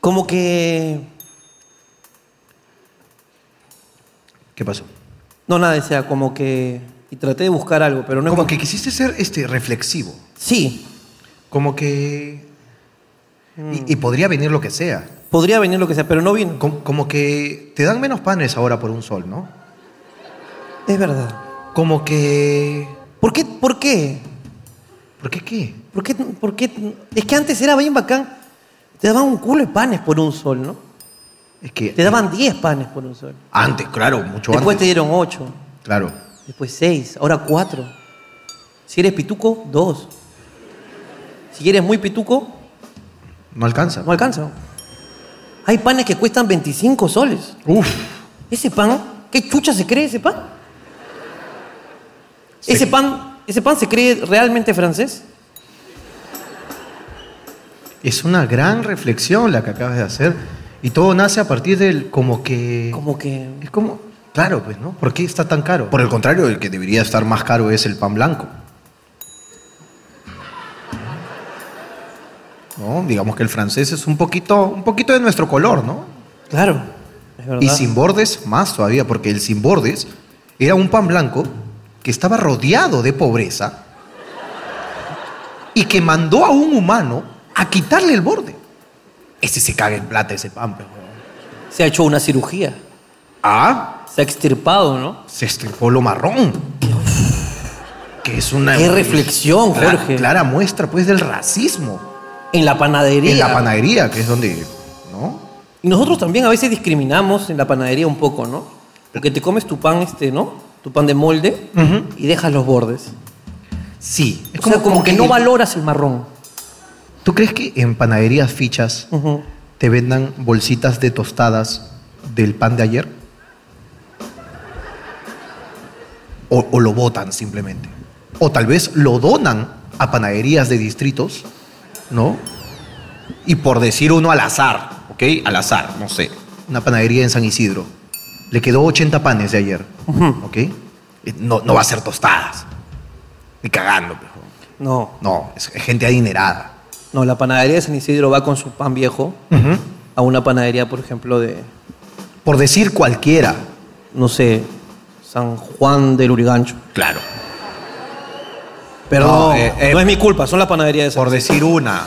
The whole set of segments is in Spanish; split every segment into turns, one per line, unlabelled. Como que...
¿Qué pasó?
No, nada, o sea, como que... Y traté de buscar algo, pero no...
Como
encont-
que quisiste ser este, reflexivo.
Sí,
Como que... Y, y podría venir lo que sea.
Mm. podría venir lo que sea, pero no vino.
Com- como que te dan menos panes ahora por un sol, ¿no?
Es verdad.
Como que...
¿Por qué? ¿Por qué?
¿Por qué qué?
¿Por qué? por qué? Es que antes era bien bacán. Te daban un culo de panes por un sol, ¿no?
Es que...
Te daban 10 panes por un sol.
Antes, claro, mucho
Después te
antes.
dieron 8,
Claro.
después 6, ahora 4. Si eres pituco, 2. Si eres muy pituco,
No alcanza.
no alcanza. Hay panes que cuestan 25 soles.
Uf.
Ese pan, ¿qué chucha se cree ese pan? ¿Ese pan, ese pan se cree realmente francés?
Es una gran reflexión la que acabas de hacer. Y todo nace a partir del como que...
Como que
Es como... Claro, pues, ¿no? ¿Por qué está tan caro? Por el contrario, el que debería estar más caro es el pan blanco. ¿No? Digamos que el francés es un poquito, un poquito de nuestro color, ¿no?
Claro, es verdad.
Y sin bordes más todavía, porque el sin bordes era un pan blanco que estaba rodeado de pobreza y que mandó a un humano a quitarle el borde. Ese se caga en plata, ese pan. pero-
Se ha hecho una cirugía.
Ah,
Se ha extirpado, ¿no?
se estripó lo marrón. Que es una...
Qué reflexión,
cla-
Jorge.
Clara muestra, pues, del racismo
En la panadería.
en la panadería, que es donde... ¿No?
Y nosotros también a veces discriminamos en la panadería un poco, ¿no? Porque te comes tu pan, este, ¿no? Tu pan de molde
Ujú.
y dejas los bordes.
Sí. Mm, Es
o sea, como, que, no
el-
valoras el marrón.
¿Tú crees que en panaderías fichas
Ujú.
te vendan bolsitas de tostadas del pan de ayer? O, o lo botan simplemente. O tal vez lo donan a panaderías de distritos, ¿no? Y por decir uno al azar, ¿ok? Al azar, no sé. Una panadería en San Isidro. Le quedó 80 panes de ayer, ¿ok? Eh, No, no va a ser tostadas. Ni cagando, pero.
No,
No, es es gente adinerada.
no, la panadería de San Isidro va con su pan viejo a una panadería, por ejemplo, de,
Por decir cualquiera.
no sé, San Juan del Urigancho.
Claro.
Pero
No,
no,
eh, eh,
no es mi culpa, son las panaderías de San
Por decir una.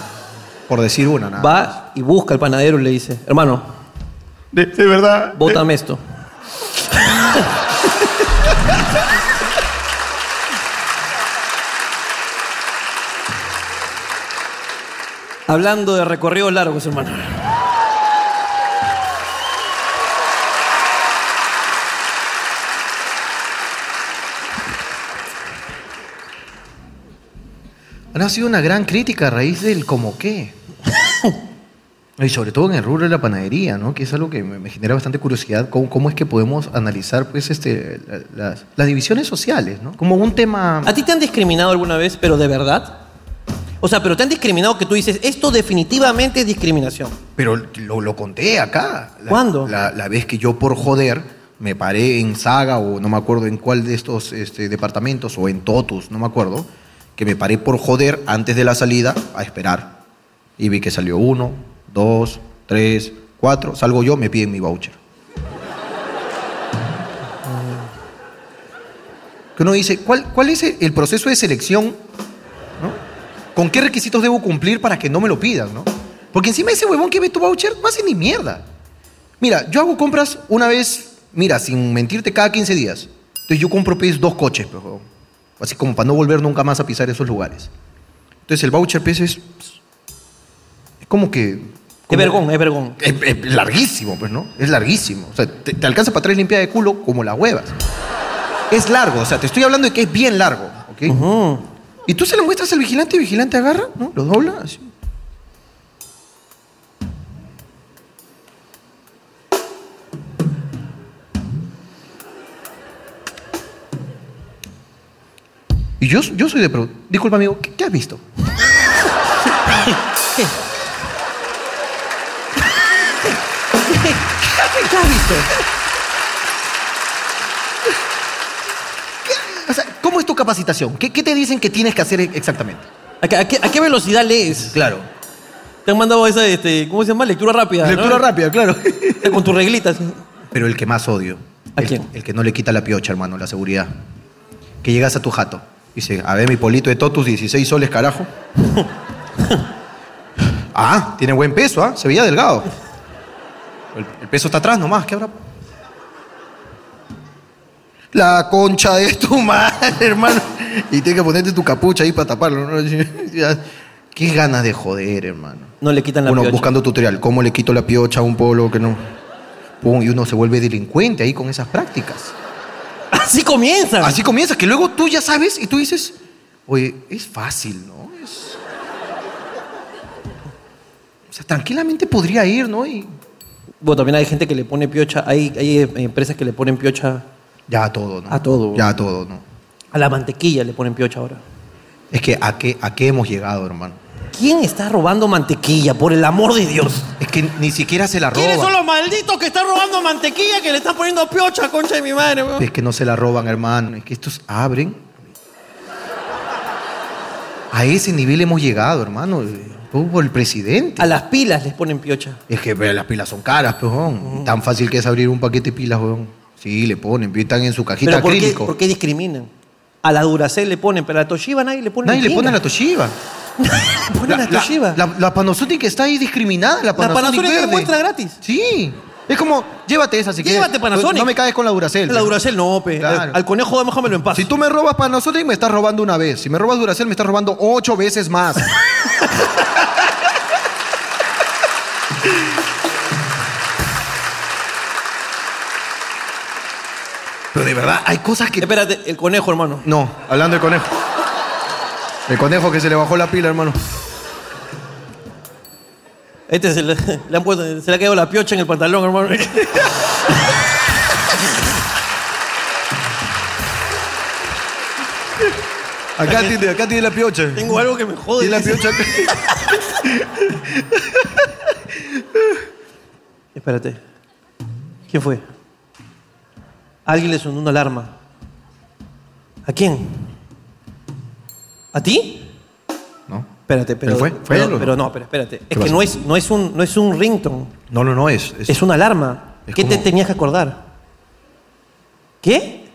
Por decir una, nada.
Va y busca al panadero y le dice, hermano,
De, de verdad. de-
bótame esto. Hablando de recorridos largos, hermano.
Ha sido una gran crítica a raíz del como qué. Y sobre todo en el rubro de la panadería, ¿no? Que es algo que me, me genera bastante curiosidad. Cómo, cómo es que podemos analizar, pues, este, la- las, las divisiones sociales, ¿no? Como un tema...
¿A ti te han discriminado alguna vez, pero de verdad? O sea, pero te han discriminado que tú dices, esto definitivamente es discriminación.
Pero lo, lo conté acá. La-
¿Cuándo?
La, la vez que yo por joder me paré en Saga o no me acuerdo en cuál de estos este, departamentos o en Totus, no me acuerdo, que me paré por joder antes de la salida a esperar. Y vi que salió uno, dos, tres, cuatro. Salgo yo, me piden mi voucher. Que uno dice, ¿cuál, cuál es el proceso de selección ¿Con qué requisitos debo cumplir para que no me lo pidan, no? Porque encima ese huevón que ve tu voucher no hace ni mierda. Mira, yo hago compras una vez, mira, sin mentirte, cada 15 días. Entonces yo compro pues, dos coches, pues, huevón. Así como para no volver nunca más a pisar esos lugares. Entonces el voucher pues, es, es como que...
Es
como-
vergón, es vergón.
es, es larguísimo, pues, ¿no? Es larguísimo. O sea, te, te alcanza para tres limpias de culo como las huevas. Es largo, o sea, te estoy hablando de que es bien largo, ¿ok?
Ujú.
Y tú se lo muestras al vigilante y el vigilante agarra, ¿no? Lo dobla así. Y yo, yo soy de Perú. Disculpa, amigo, ¿qué, qué has visto?
¿Qué has visto?
O sea, ¿cómo es tu capacitación? ¿Qué, qué te dicen que tienes que hacer exactamente?
¿A qué- a qué- a qué velocidad lees?
Claro.
Te han mandado esa, este, ¿cómo se llama? Lectura rápida. ¿no?
Lectura rápida, claro.
Con tus reglitas.
Pero el que más odio.
¿A
el,
quién?
El que no le quita la piocha, hermano, la seguridad. Que llegas a tu jato. Dice, a ver, mi polito de totus, 16 soles, carajo. ah, tiene buen peso, ¿ah? Se veía delgado. El, el peso está atrás nomás, ¿qué habrá? La concha de tu madre, hermano. Y tienes que ponerte tu capucha ahí para taparlo, ¿no? Ya, Qué ganas de joder, hermano.
No le quitan la
Uno
piocha.
buscando tutorial, cómo le quito la piocha a un polo que no. Pum, y uno se vuelve delincuente ahí con esas prácticas.
Así comienzan.
Así comienza, que luego tú ya sabes y tú dices, oye, es fácil, ¿no? Es- O sea, tranquilamente podría ir, ¿no? Y
Bueno, también hay gente que le pone piocha, hay, hay eh, empresas que le ponen piocha
ya a todo, ¿no?
A todo.
Ya a todo, ¿no?
a la mantequilla, le ponen piocha ahora.
Es que ¿a qué, a qué hemos llegado, hermano?
¿Quién está robando mantequilla, por el amor de Dios?
Es que ni siquiera se la roban.
¿Quiénes son los malditos que están robando mantequilla que le están poniendo piocha, concha de mi madre? weón?
Es que no se la roban, hermano. Es que estos abren. A ese nivel hemos llegado, hermano. Tú Por el presidente.
A las pilas les ponen piocha.
Es que pero, las pilas son caras, pejón. Tan fácil que es abrir un paquete de pilas, weón. Sí, le ponen. pero Están en su cajita
¿Pero por qué,
acrílico.
por qué discriminan? A la Duracell le ponen, pero a la Toshiba nadie le pone
Nadie le pone la Toshiba.
le ponen la, Toshiba.
La, la Panasonic está ahí discriminada. La Panasonic,
Panasonic
verde.
muestra gratis.
Sí. Es como, llévate esa si quieres.
Llévate Panasonic.
No me caes con la Duracell.
La Duracell no, pe.
Claro.
Al conejo déjamelo en paz.
Si tú me robas Panasonic, me estás robando una vez. Si me robas Duracell, me estás robando ocho veces más. Pero de verdad, hay cosas que...
Espérate, el conejo, hermano.
No, hablando del conejo. El conejo que se le bajó la pila, hermano.
Este se le, le han puesto- se le ha quedado la piocha en el pantalón, hermano.
Acá tiene, acá tiene la piocha.
Tengo algo que me jode.
Tiene la
dice.
piocha acá.
Espérate. ¿Quién fue? Alguien le sonó una alarma. ¿A quién? ¿A ti?
No,
Espérate,
¿Pero
pero.
fue? ¿Fue él o
pero,
no?
pero no, pero espérate. Es que
pasó?
no es, no es un, no es un ringtone,
no, no, no, es... es-
es una alarma.
Es
¿Qué te
como-
tenías que acordar? ¿Qué?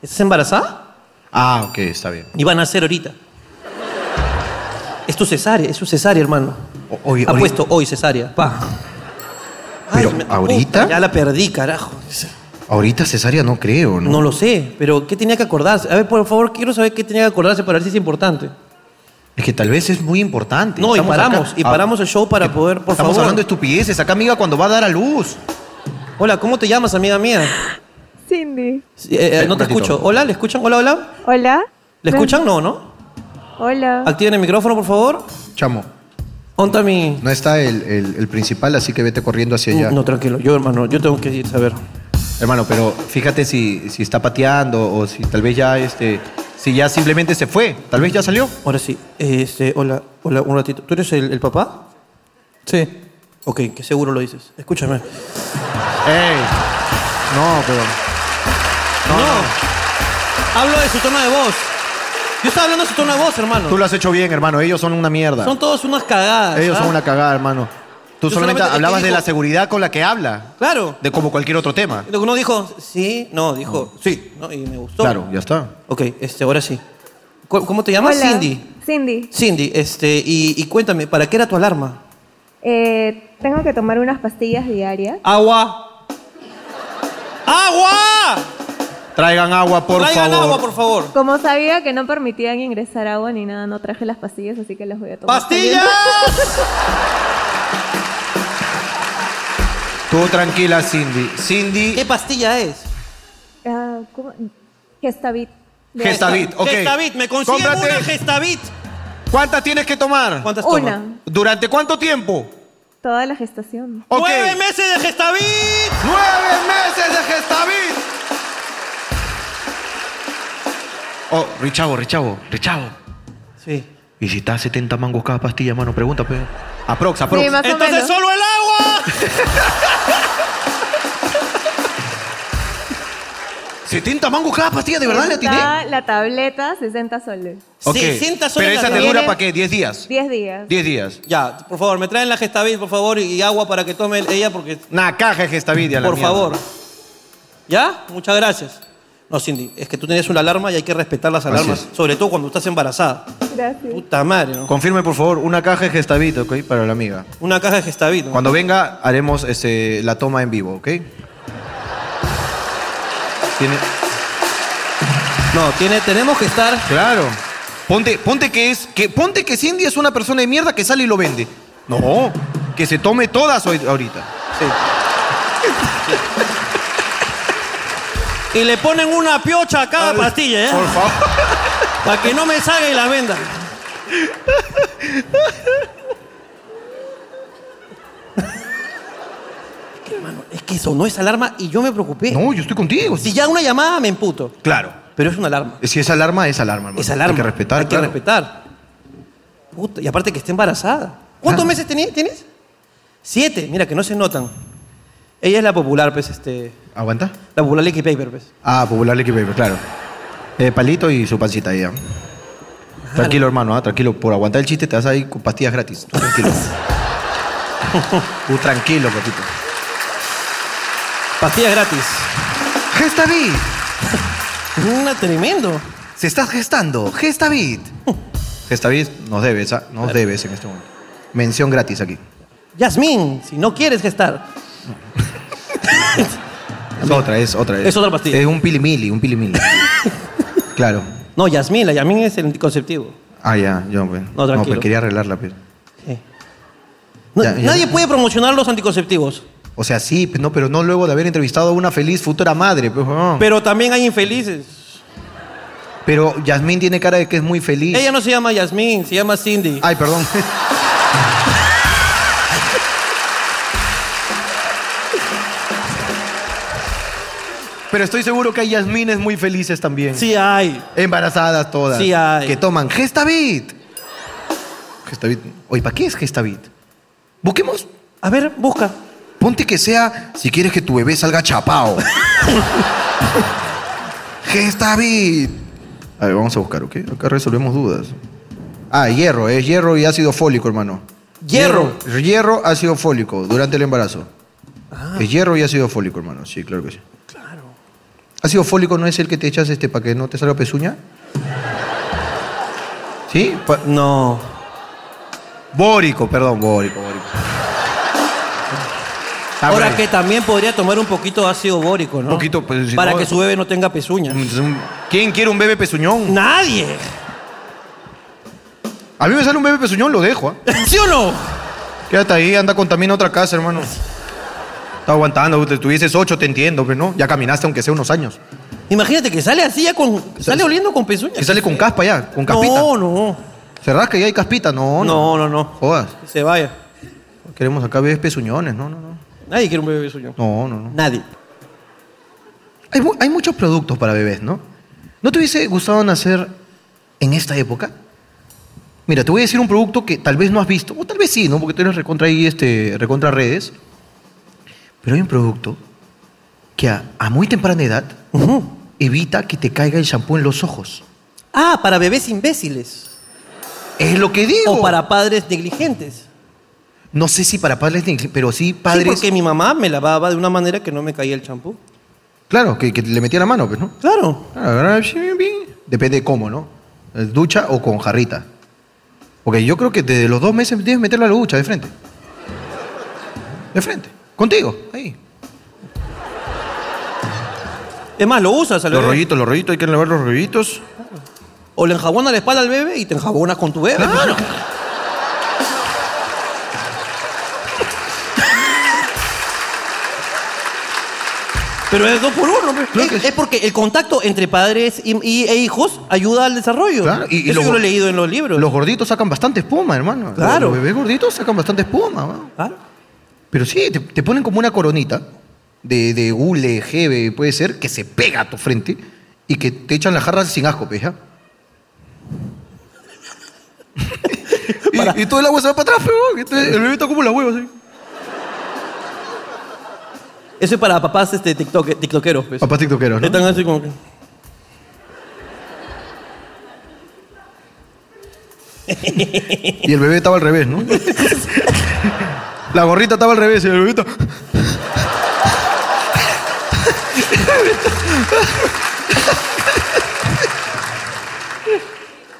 ¿Estás embarazada?
Ah, ok, está bien.
Y van a hacer ahorita. Es tu cesárea, es su cesárea, hermano.
O- oye,
ha
oye.
puesto hoy cesárea, pa.
Pero, ¿ahorita?
puta, Ya la perdí, carajo.
Ahorita cesárea no creo, ¿no?
No lo sé, pero ¿qué tenía que acordarse? A ver, por favor, quiero saber qué tenía que acordarse para ver si es importante.
Es que tal vez es muy importante.
No, y
Estamos
paramos,
acá-
y
Ah,
paramos el show para poder, por
Estamos
favor.
hablando de estupideces. Acá, amiga, cuando va a dar a luz.
Hola, ¿cómo te llamas, amiga mía?
Cindy.
Sí, eh, eh,
Espera,
no
un
te
ratito.
escucho. Hola, ¿le escuchan? Hola, hola.
Hola.
¿Le escuchan? No, ¿no?
Hola.
Activen el micrófono, por favor.
Chamo,
Onta mi...
no está el, el- el principal, así que vete corriendo hacia allá.
Uh, No, tranquilo. Yo, hermano, yo tengo que ir, saber.
Hermano, pero fíjate si, si está pateando o si tal vez ya, este, si ya simplemente se fue. Tal vez ya salió.
Ahora sí. Este, hola, hola, un ratito. ¿Tú eres el, el papá? Sí. Ok, que seguro lo dices. Escúchame.
¡Ey! No, pero...
No. Hablo de su tono de voz. Yo estaba hablando de su tono de voz, hermano.
Tú lo has hecho bien, hermano. Ellos son una mierda.
Son todos unas cagadas.
Ellos son
¿ah?
una cagada, hermano. Tú
Yo
solamente,
solamente- es que
hablabas de
dijo-
la seguridad con la que habla.
Claro.
De como cualquier otro tema.
Lo que uno dijo, sí, no, dijo, sí, ¿no? y me gustó.
Claro, ya está.
Ok, este, ahora sí. ¿Cu- ¿Cómo te llamas?
Hola.
Cindy.
Cindy.
Cindy, este, y, y cuéntame, ¿para qué era tu alarma?
Eh, tengo que tomar unas pastillas diarias.
¡Agua! ¡Agua!
Traigan agua, por
Traigan
favor.
agua, por favor.
Como sabía que no permitían ingresar agua ni nada, no traje las pastillas, así que las voy a tomar.
¡Pastillas!
Tú tranquila, Cindy. Cindy
¿Qué pastilla es?
Ah, ¿cómo? Gestavit. De-
Gestavit, ok.
Gestavit, me consiguen
Cómprate.
una Gestavit.
¿Cuántas tienes que tomar?
¿Cuántas
Una.
tomas?
¿Durante cuánto tiempo?
Toda la gestación.
Ok.
¡Nueve meses de Gestavit!
¡Nueve meses de Gestavit! Oh, Richavo, Richavo, Richavo.
Sí.
¿Y si está a 70 mangos cada pastilla, mano? Pregunta, pues. Aprox, aprox.
Sí, más o
Entonces
menos.
solo el agua.
¿70 mangos cada pastilla? ¿De verdad le atiné?
Está la tableta, 60 soles.
Ok,
60 soles
Pero esa
la
te
que
dura
viene.
para qué? ¿10 días?
10 días.
10 días.
Ya, por favor, me traen la gestabil, por favor, y y agua para que tome ella porque
Una caja de esta vida,
Por favor. ¿Ya? Muchas gracias. No, Cindy, es que tú tienes una alarma y hay que respetar las
Así
alarmas, sobre todo cuando estás embarazada.
Gracias.
Puta madre, ¿no?
Confirme, por favor, una caja de Gestavit, ¿ok? Para la amiga.
Una caja de gestavit. ¿no?
Cuando venga, haremos este, la toma en vivo, ¿ok? Tiene-
No, tiene, tenemos que estar.
Claro. Ponte, ponte que es. Que, ponte que Cindy es una persona de mierda que sale y lo vende. No, que se tome todas hoy- ahorita.
Sí. Sí. Y le ponen una piocha a cada pastilla,
Por
¿eh?
favor.
Para que no me salga y la venda. Es que, hermano, es que sonó esa alarma y yo me preocupé.
No, yo estoy contigo.
Si ya una llamada me emputo.
Claro.
Pero es una alarma.
Si es alarma, es alarma, hermano.
Es alarma.
Hay que respetar,
Hay que
claro.
respetar. Puta, y aparte que está embarazada. ¿Cuántos
Claro.
meses teni- tienes? Siete. Mira, que no se notan. Ella es la popular, pues, este...
¿Aguanta?
La popular Licky Paper, pues.
Ah, popular Licky Paper, claro. Eh, palito y su pancita ahí, ya. Tranquilo, hermano, ah, tranquilo. Por aguantar el chiste te vas a ir con pastillas gratis. Tú tranquilo. Tú tranquilo, papito.
Pastillas gratis.
Gestavit.
Una tremendo.
Se está gestando. Gestavit. Gestavit nos debes, ah, nos debes en este momento. Mención gratis aquí.
Yasmín, si no quieres gestar.
Es otra, es otra.
Es otra pastilla.
Es un pilimili, un pilimili. claro.
No, Yasmín, la Yasmín es el anticonceptivo.
Ah, ya, yo, pues. No,
tranquilo.
pues quería arreglarla, pero.
Sí. No,
Ya, ya.
Nadie puede promocionar los anticonceptivos.
O sea, sí, pues, no, pero no luego de haber entrevistado a una feliz futura madre, pues, huevón.
Pero también hay infelices.
Pero Yasmín tiene cara de que es muy feliz.
Ella no se llama Yasmín, se llama Cindy.
Ay, perdón. Pero estoy seguro que hay Yasmines muy felices también.
Sí hay.
Embarazadas todas.
Sí hay.
Que toman Gestavit. Gestavit. Oye, ¿para qué es Gestavit? Busquemos.
A ver, busca.
Ponte que sea si quieres que tu bebé salga chapao. Gestavit. A ver, vamos a buscar, ¿ok? Acá resolvemos dudas. Ah, hierro, es hierro y ácido fólico, hermano.
Hierro.
Hierro, ácido fólico durante el embarazo. Es hierro y ácido fólico, hermano. Sí, claro que sí. Ah. Claro. ¿Ácido fólico no es el que te echas este para que no te salga pezuña? ¿Sí? Pa-
No.
bórico, perdón, bórico, bórico. Ah,
Ahora
bueno.
que también podría tomar un poquito de ácido bórico, ¿no?
Un poquito, pues, si
Para
no-
que su bebé no tenga pezuñas.
Mm, es un- ¿Quién quiere un bebé pezuñón?
¡Nadie!
A mí me sale un bebé pezuñón, lo dejo. ¿ah?
¿Sí o no?
Quédate ahí, anda contamina otra casa, hermano. Está aguantando, te tuvieses ocho, te entiendo, pero no. Ya caminaste aunque sea unos años.
Imagínate que sale así ya con. Sale oliendo con pezuñas.
Que sale con caspa ya, con capita.
No, no.
Se rasca y hay caspita, no, no.
No, no, no.
Jodas.
Que Se vaya.
Queremos acá bebés pezuñones, no, no, no.
Nadie quiere un bebé suyo.
No, no, no.
Nadie.
Hay, mu- hay muchos productos para bebés, ¿no? ¿No te hubiese gustado nacer en esta época? Mira, te voy a decir un producto que tal vez no has visto, o tal vez sí, ¿no? Porque tú eres recontra ahí, este, recontra redes. Pero hay un producto que a, a muy temprana edad
Ujú.
evita que te caiga el shampoo en los ojos.
Ah, para bebés imbéciles.
Es lo que digo.
O para padres negligentes.
No sé si para padres, ni- pero sí
Padres.
padres.
porque mi mamá me lavaba de una manera que no me caía el champú.
Claro, que, que le metía la mano, pues, ¿no?
Claro.
Ah, Depende de cómo, ¿no? Ducha o con jarrita. Porque yo creo que desde los dos meses debes meterlo a la ducha de frente. De frente. Contigo, ahí.
Es más, lo usas al
Los
bebé.
rollitos, los rollitos, hay que lavar los rollitos.
O le enjabonas la espalda al bebé y te enjabonas con tu bebé.
Claro.
Pero es dos por uno. pe.
Claro que
es,
sí.
es porque el contacto entre padres y, y- e hijos ayuda al desarrollo.
Claro, y- y
Eso
los-
yo lo he leído en los libros.
Los gorditos sacan bastante espuma, hermano.
Claro. Ah.
Los bebés gorditos sacan bastante espuma, ¿no?
Claro.
Pero sí, te, te ponen como una coronita de, de hule, jebe, puede ser, que se pega a tu frente y que te echan la jarra sin asco, pues, ¿ya? y, y todo el agua se va para atrás, pero el bebé está como la hueva, así.
Eso es para papás este, tiktok, tiktokeros. pues.
Papá tiktokeros,
Que
¿no?
están así como que-
Y el bebé estaba al revés, ¿no? La gorrita estaba al revés y el bebito.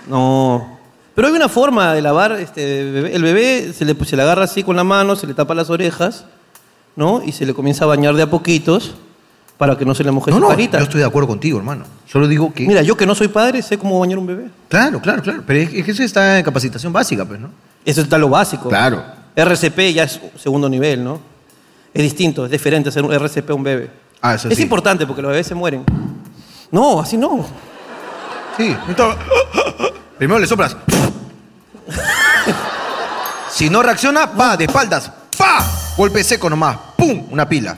No. Pero hay una forma de lavar este bebé. El bebé se le, se le agarra así con la mano, se le tapa las orejas, ¿no? Y se le comienza a bañar de a poquitos para que no se le moje
No,
su
no, yo
carita.
estoy de acuerdo contigo, hermano. Solo digo que.
Mira, yo que no soy padre sé cómo bañar un bebé.
Claro, claro, claro. Pero es es que eso está en capacitación básica, pues, ¿no?
Eso está lo básico.
Claro.
RCP ya es segundo nivel, ¿no? Es distinto, es diferente hacer un RCP a un bebé.
Ah, eso
es
sí.
importante porque los bebés se mueren. No, así no.
Sí. Entonces, primero le soplas. si no reacciona, va de espaldas. ¡Fa! Golpe seco nomás. ¡Pum! Una pila.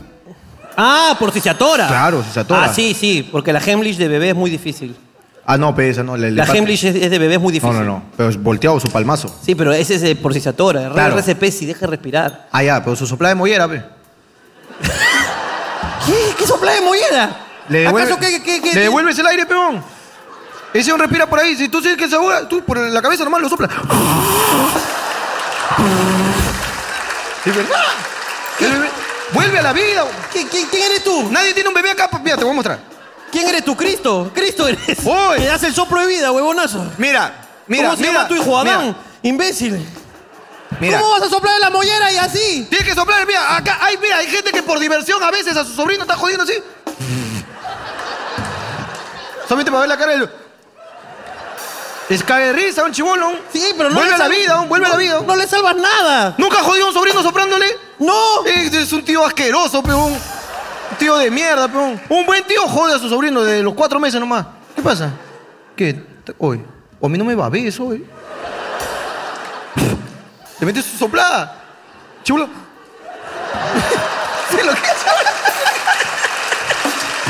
Ah, por si se atora.
Claro, si se atora.
Ah, sí, sí, porque la Hemlich de bebé es muy difícil.
Ah, no, pero esa no. le- le
La
parte.
Hemlich es, es de bebé es muy
No,
difícil.
no, no. Pero es volteado su palmazo.
Sí, pero ese es de por si se atora. El
Claro.
RCP si deja respirar.
Ah, ya, pero su soplada de mollera, pe.
¿Qué? ¿Qué sopla de mollera?
Le devuelve-
¿Acaso qué, qué, qué-
Le devuelves el aire, peón. Ese hombre respira por ahí. Si tú sigues que se ahoga, tú por la cabeza nomás lo soplas. Es verdad. El bebé- "Ah, Vuelve a la vida.
¿Qui- qui- ¿Quién eres tú?
Nadie tiene un bebé acá. pa- Mira, te voy a mostrar.
¿Quién eres tú? Cristo. Cristo eres.
Voy.
Me das el soplo de vida, huevonazo.
Mira, mira,
¿Cómo se
mira,
llama tu hijo Adán?
mira,
Imbécil.
Mira,
¿Cómo vas a soplar en la mollera y así?
Tienes que soplar, mira, acá hay, mira, hay gente que por diversión a veces a su sobrino está jodiendo así. Solamente para ver la cara del. Es cae de risa, un chibolón.
Sí, pero no.
Vuelve
le
a la
sal-
vida, vuelve a la vida.
No, no le salvas nada.
¿Nunca jodió a un sobrino soplándole?
No.
Es, es un tío asqueroso, peón. Un tío de mierda, peón. Un buen tío jode a su sobrino de los cuatro meses nomás. ¿Qué pasa? ¿Qué? ¿Te- Hoy. O a mí no me va a ver eso, hoy. Te metes su soplada. Chulo. Se lo que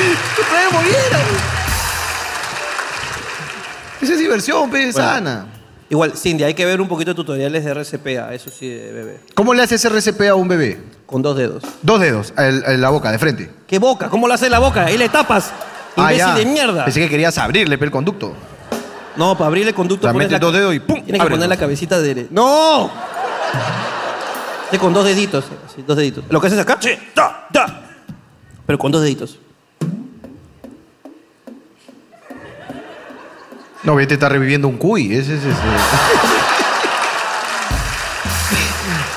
Te trae moviera. Esa es diversión, pe, sana.
Igual, Cindy, hay que ver un poquito de tutoriales de RCPA, eso sí, de bebé.
¿Cómo le haces RCP a un bebé?
Con dos dedos.
Dos dedos, en en la boca, de frente.
¿Qué boca? ¿Cómo lo hace la boca? Ahí le tapas. Imbécil
Ah, ya.
de mierda.
Pensé que querías abrirle pe, el conducto.
No, para abrir el
O
conducto.
sea,
pones
metes
la-
dos dedos y ¡pum!
Tienes que
Ábrelo.
poner la cabecita de. ¡No! Sí, con dos deditos. así, dos deditos. Lo que haces acá. Sí, da, da. Pero con dos deditos.
No, te está reviviendo un cuy. Ese, ese, ese.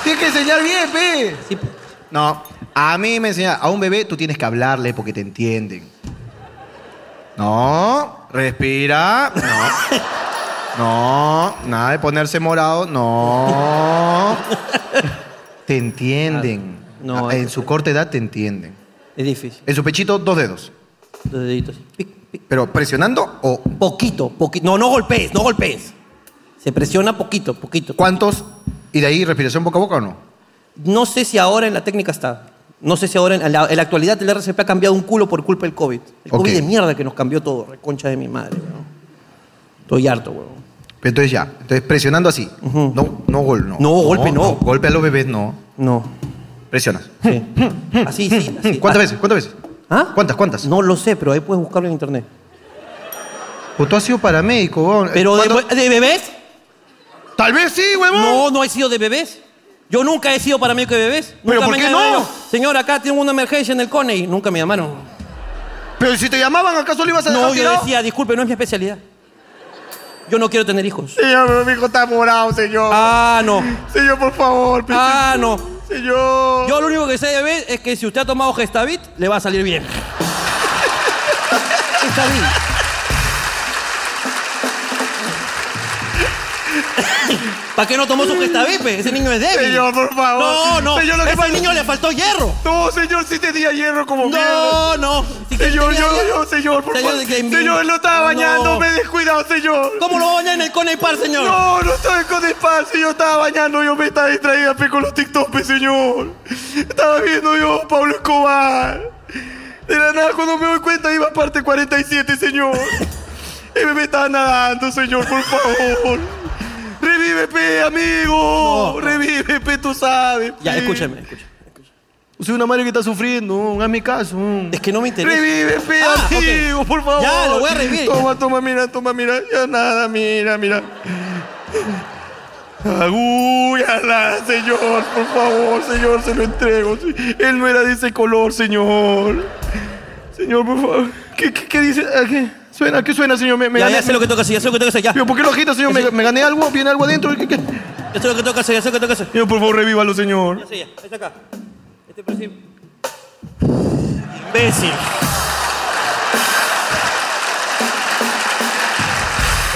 tienes que enseñar bien, pe.
Sí, pues. pe-
No, a mí me enseña, a un bebé tú tienes que hablarle porque te entienden. No, respira. No. No, nada de ponerse morado. No. Te entienden.
Ah,
Ah,
No,
en
es-
su corta edad te entienden.
es difícil.
En su pechito, dos dedos.
Dos deditos. Pic, pic.
Pero presionando o
Poquito, poquito. No, no golpees, no golpees. Se presiona poquito, poquito.
¿Cuántos? Y de ahí respiración boca a boca o no.
No sé si ahora en la técnica está. No sé si ahora en la, en la actualidad el RCP ha cambiado un culo por culpa del COVID. El COVID
Ok.
de mierda que nos cambió todo, reconcha de mi madre. weón. Estoy harto, weón.
Pero entonces ya, entonces presionando así.
Ujú.
No, no gol, no.
No, golpe, no.
Golpe a los bebés, no.
No.
Presionas.
Sí. Así, sí. así.
¿Cuántas
Ah,
veces? ¿Cuántas veces?
¿Ah?
¿Cuántas? ¿Cuántas?
No lo sé, pero ahí puedes buscarlo en internet.
Pues tú has sido paramédico, weón.
¿Pero de,
¿Cuántas-
de bebés?
Tal vez sí, huevón.
No, no he sido de bebés. Yo nunca he sido paramédico de bebés.
¿Pero
Nunca
por
me
qué
han
no?
llamado. Señor, acá tengo una emergencia en el CONEI. Nunca me llamaron.
Pero si te llamaban, ¿acaso lo ibas a dejar
No, yo
tirado?
decía, disculpe, no es mi especialidad. Yo no quiero tener hijos.
Señor, pero mi hijo está morado, señor.
Ah, no.
Señor, por favor. pe-
Ah, no.
Señor.
Yo lo único que sé de ver es que si usted ha tomado Gestavit, le va a salir bien. Gestavit. ¿Para qué no tomó su Gestavit? pe? Ese niño es débil.
Señor, por favor.
No, no.
Señor, lo que
Ese
pasa-
niño le faltó hierro.
No, señor, sí tenía hierro como mierda.
No, no. Si que
Señor,
tenía
yo,
hierro.
yo, señor, por
Señor,
favor.
que mi-
Señor, lo estaba
No.
bañando, me he descuidado, señor.
¿Cómo lo va a bañar en el Coney Park, señor?
No, no estaba con espacio, yo estaba bañando, yo me estaba distraída pe, con los TikTok, pe, señor. Estaba viendo yo a Pablo Escobar. De la nada, cuando me doy cuenta, iba a parte 47, señor. Y me estaba nadando, señor, por favor. Revive, pe, amigo.
No, no.
Revive, pe, tú sabes.
Ya,
pe.
escúchame, escúchame.
Soy una madre que está sufriendo, hazme caso.
Es que no me interesa.
Revive, pe,
Ah, ok.
amigo, por favor.
Ya, lo voy a revivir.
Toma, toma, mira, toma, mira. Ya nada, mira, mira.
Agúyala, señor, por favor, señor, se lo entrego. Él no era de ese color, señor. Señor, por favor. ¿Qué, qué, qué dice? ¿A ¿Qué suena? ¿Qué suena, señor? Me, me
Ya,
gané-
ya sé lo que toca hacer, ya sé lo que toca hacer, ya.
Señor, ¿Por qué lo agita, señor? ¿Me, me gané algo? ¿Viene algo adentro? ¿Qué, qué?
Ya sé lo que toca hacer, ya sé lo que toca hacer.
Señor, por favor, revívalo, señor.
Ya sé, ya. Ahí está acá. Este precio. Imbécil.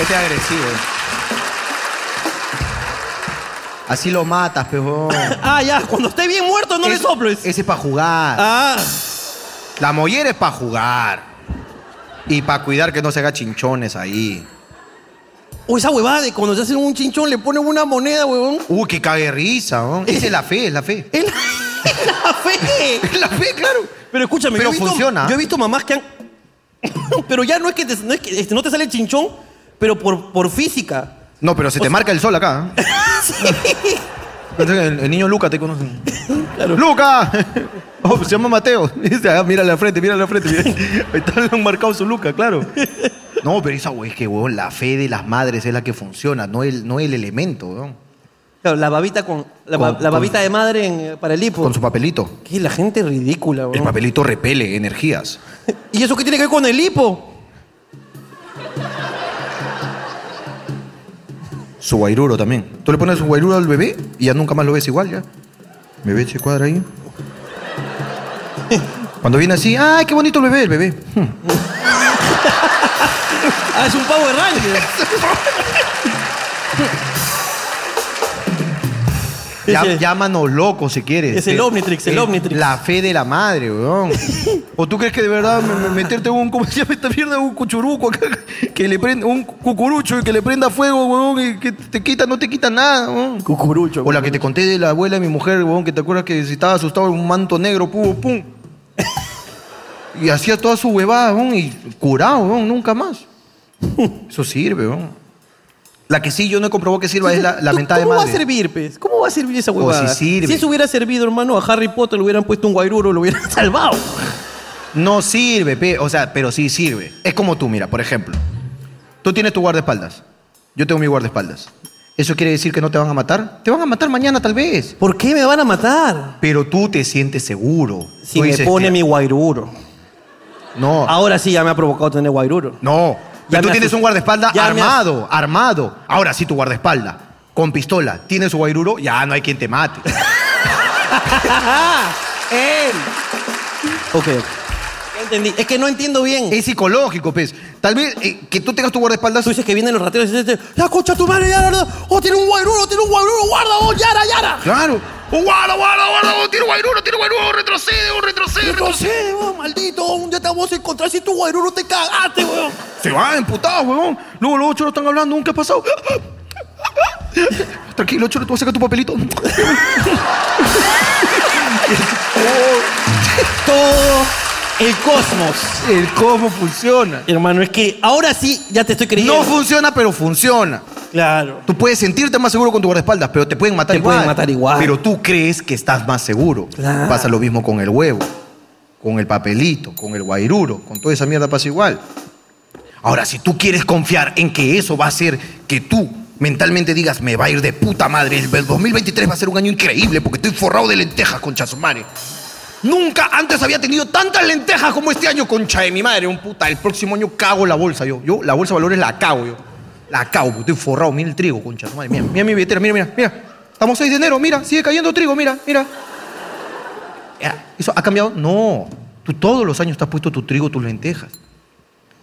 Este es agresivo. Así lo matas, pejón.
Ah, ya, cuando esté bien muerto no le soples.
Ese es para jugar.
Ah,
La mollera es para jugar. Y para cuidar que no se haga chinchones ahí.
o esa huevada de cuando se hacen un chinchón le ponen una moneda, huevón.
Uh, que cague risa, ¿no? Esa es la fe, es la fe.
Es la, es la fe.
Es la fe, claro.
Pero escúchame,
Pero
yo he visto-
funciona.
Yo he visto mamás que han. pero ya no es que, te, no, es que este, no te sale el chinchón, pero por, por física.
No, pero se te marca el sol acá. ¿eh?
Sí.
El, el niño Luca te conoce. ¡Luca! Oh, se llama Mateo. Dice, ah, mira la frente, mira la frente. mira. Ahí está, le han marcado su Luca, claro. No, pero esa, güey, es que, weón, la fe de las madres es la que funciona, no el, no el elemento, weón.
Claro, la babita con. La,
Con-
ba- la
con-
babita de madre en- eh, para el hipo.
Con su papelito.
Qué la gente es ridícula,
El
huevón.
papelito repele energías.
¿Y eso qué tiene que ver con el hipo?
Su guairuro también. Tú le pones su guairuro al bebé y ya nunca más lo ves igual, ya. Bebé se cuadra ahí. Cuando viene así, ¡ay, qué bonito el bebé, el bebé! Hmm.
Ah, es un Power Ranger.
Ya-
Ese-
llámanos loco si quieres.
Es el Omnitrix, el
es
Omnitrix.
La fe de la madre, weón. ¿O tú crees que de verdad me- me- meterte un, ¿cómo se llama esta mierda? Un cuchuruco acá, que le prenda, un cucurucho y que le prenda fuego, weón, y que te quita, no te quita nada, weón.
Cucurucho.
O la que te conté de la abuela de mi mujer, weón, que te acuerdas que si estaba asustado un manto negro, pum, pum. Y hacía toda su huevada, weón, y curado, weón, nunca más. Eso sirve, weón. La que sí yo no he comprobado que sirva es la, la
¿Tú-
mentada de
¿Cómo va a
madre.
servir, pez? ¿Cómo va a servir esa huevada?
si sirve.
eso hubiera servido, hermano, a Harry Potter le hubieran puesto un guairuro, lo hubieran salvado.
No sirve, pe- o sea, pero sí sirve. Es como tú, mira, por ejemplo. Tú tienes tu guardaespaldas. Yo tengo mi guardaespaldas. ¿Eso quiere decir que no te van a matar? Te van a matar mañana tal vez.
¿Por qué me van a matar?
Pero tú te sientes seguro.
Si
Tú
me
dices,
pone
"Tía,
mi guairuro.
No.
Ahora sí ya me ha provocado tener guairuro.
No.
Ya
Pero tú
me
tienes
asusté.
un guardaespaldas
Ya me
armado, armado. Ahora sí tu guardaespaldas, con pistola, tiene su guairuro, ya no hay quien te mate.
¡Él! Ok. Ya entendí. Es que no entiendo bien.
es psicológico, pues. Tal vez eh, que tú tengas tu guardaespaldas.
Tú dices que vienen los rateros y dices, "Este, ¡La concha de tu madre, Yara! no! ¡Oh, tiene un guairuro, tiene un guairuro! ¡Guarda, oh, Yara, Yara!
Claro.
¡Oh, guarda, guarda, guarda! ¡Oh, tiro guairuro, tiro guairuro! ¡Retrocede, oh, retrocede,
No
retrocede!
sé, oh, maldito, un día te vamos a encontrar si tu guairuro te cagaste, weón.
Se van emputados, huevón. Luego los choros están hablando, nunca ha pasado. Tranquilo, choro, tú vas a sacar tu papelito.
Todo el cosmos.
El cómo funciona.
Hermano, es que ahora sí ya te estoy creyendo.
No funciona, pero funciona.
claro.
Tú puedes sentirte más seguro con tu guardaespaldas, pero te pueden matar
Te
igual.
pueden matar igual.
Pero tú crees que estás más seguro.
Claro.
Pasa lo mismo con el huevo, con el papelito, con el guairuro, con toda esa mierda pasa igual. Ahora, si tú quieres confiar en que eso va a hacer que tú mentalmente digas, me va a ir de puta madre, el 2023 va a ser un año increíble porque estoy forrado de lentejas, concha de su madre. Nunca antes había tenido tantas lentejas como este año, concha de mi madre. Un puta, el próximo año cago la bolsa yo. Yo, la bolsa de valores la cago yo. La cago, porque estoy forrado. Mira el trigo, concha de su madre. Mira, mira mi billetera, mira, mira, mira. Estamos 6 de enero, mira, sigue cayendo trigo, mira, mira. Mira, ¿Eso ha cambiado? No. Tú todos los años te has puesto tu trigo, tus lentejas.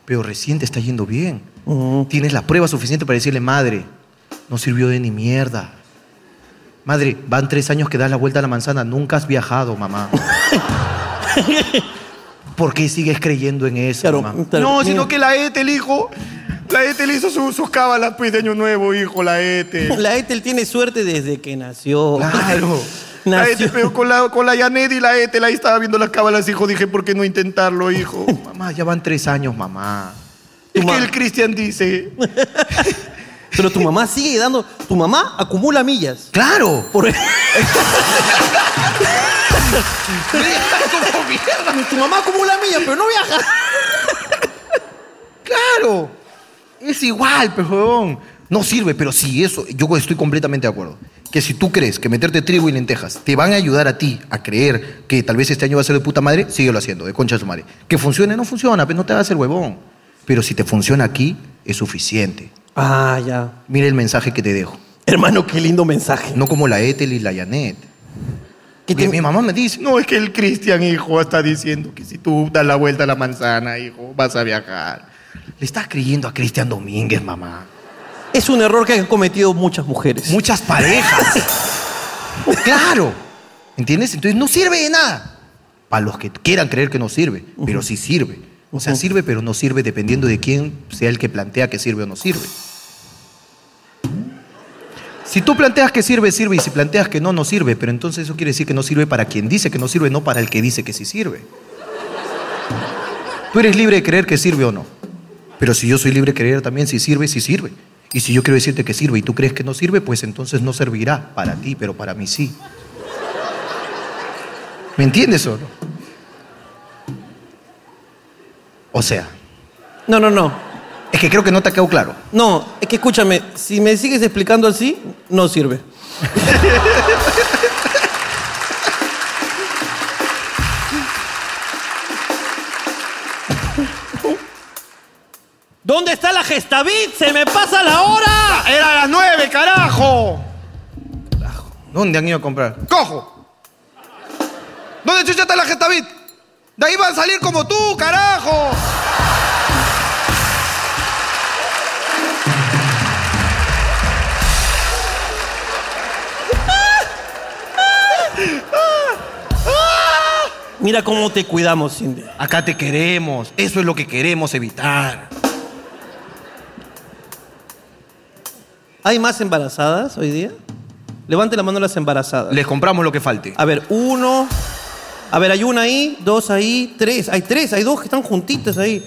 Pero recién te está yendo bien. Tienes la prueba suficiente para decirle, madre, no sirvió de ni mierda. Madre, van tres años que das la vuelta a la manzana, nunca has viajado, mamá. ¿Por qué sigues creyendo en eso,
Claro,
mamá?
claro.
No,
Mira.
sino que la
E
ETE, el hijo. La ETE le hizo su- sus cábalas, pues, de Año Nuevo, hijo, la
E
ETE.
La E Ethel tiene suerte desde que nació.
Claro.
La
Nació.
ETE, pero con la, con la Janet y la ETE, ahí estaba viendo las cábalas, hijo. Dije, ¿por qué no intentarlo, hijo?
Mamá, ya van tres años, mamá.
Es
ma-
que el Cristian dice.
Pero tu mamá sigue dando. Tu mamá acumula millas.
¡Claro!
Por-
¡Como mierda!
tu mamá acumula millas, pero no viaja.
¡Claro! Es igual, pejón. No sirve, pero si eso, yo estoy completamente de acuerdo. Que si tú crees que meterte trigo y lentejas te van a ayudar a ti a creer que tal vez este año va a ser de puta madre, síguelo haciendo, de concha de su madre. Que funcione, no funciona, pues no te hagas el huevón. Pero si te funciona aquí, es suficiente.
Ah, ya.
Mira el mensaje que te dejo.
Hermano, qué lindo mensaje.
No como la Ethel y la Janet.
¿Qué
Mi-
te-
Mi mamá me dice,
No, es que el Cristian, hijo, está diciendo que si tú das la vuelta a la manzana, hijo, vas a viajar.
le estás creyendo a Cristian Domínguez, mamá.
Es un error que han cometido muchas mujeres.
Muchas parejas. claro. ¿Entiendes? Entonces no sirve de nada. Para los que quieran creer que no sirve, pero sí sirve. O sea,
Ujú.
sirve, pero no sirve dependiendo de quién sea el que plantea que sirve o no sirve. Si tú planteas que sirve, sirve, y si planteas que no, no sirve, pero entonces eso quiere decir que no sirve para quien dice que no sirve, no para el que dice que sí sirve. Tú eres libre de creer que sirve o no. Pero si yo soy libre de creer también si sirve, si sirve. Y si yo quiero decirte que sirve y tú crees que no sirve, pues entonces no servirá para ti, pero para mí sí. ¿Me entiendes o no? O sea,
No, no, no.
es que creo que no te ha quedado claro.
No, es que escúchame, si me sigues explicando así, no sirve. ¿Dónde está la Gestavit? ¡Se me pasa la hora!
¡Era a las nueve, carajo!
¿Dónde han ido a comprar?
¡Cojo! ¿Dónde chucha está la Gestavit? De ahí van a salir como tú, carajo.
Mira cómo te cuidamos, Cindy.
Acá te queremos. Eso es lo que queremos evitar.
¿Hay más embarazadas hoy día? Levante la mano las embarazadas.
Les compramos lo que falte.
A ver, uno. A ver, hay una ahí, dos ahí, tres. Hay tres, hay dos que están juntitas ahí.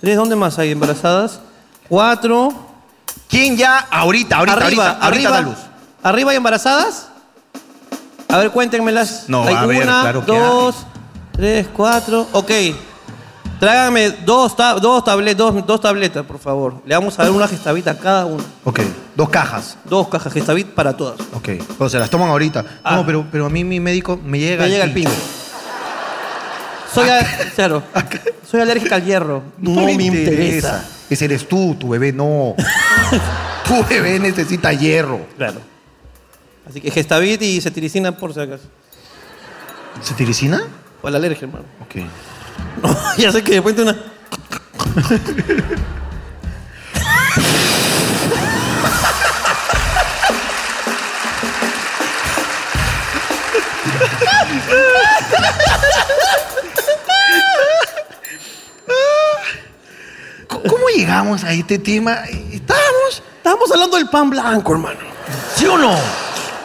Tres, ¿dónde más hay embarazadas? Cuatro.
¿Quién ya ahorita, ahorita,
arriba,
ahorita, ahorita
arriba.
da luz?
¿Arriba hay embarazadas? A ver, cuéntenmelas.
No,
hay
a ver,
una,
claro que
dos, tres, cuatro. Ok. Tráigame dos, ta- dos, table- dos, dos tabletas, por favor. Le vamos a dar una gestavita a cada uno.
Ok, dos cajas.
Dos cajas gestavit para todas.
Ok. O sea, las toman ahorita.
Ah.
No, pero, pero a mí mi médico me llega.
Me llega el pincho. Soy, a- claro, soy alérgica al hierro. No, me interesa.
Ese eres tú, tu bebé no. tu bebé necesita hierro.
Claro. Así que gestavit y cetiricina por si acaso.
¿Se tiricina?
Para la alergia, hermano.
Ok.
No, ya sé que después de una...
¿Cómo llegamos a este tema? Estábamos,
Estábamos hablando del pan blanco, hermano.
¿sí o no?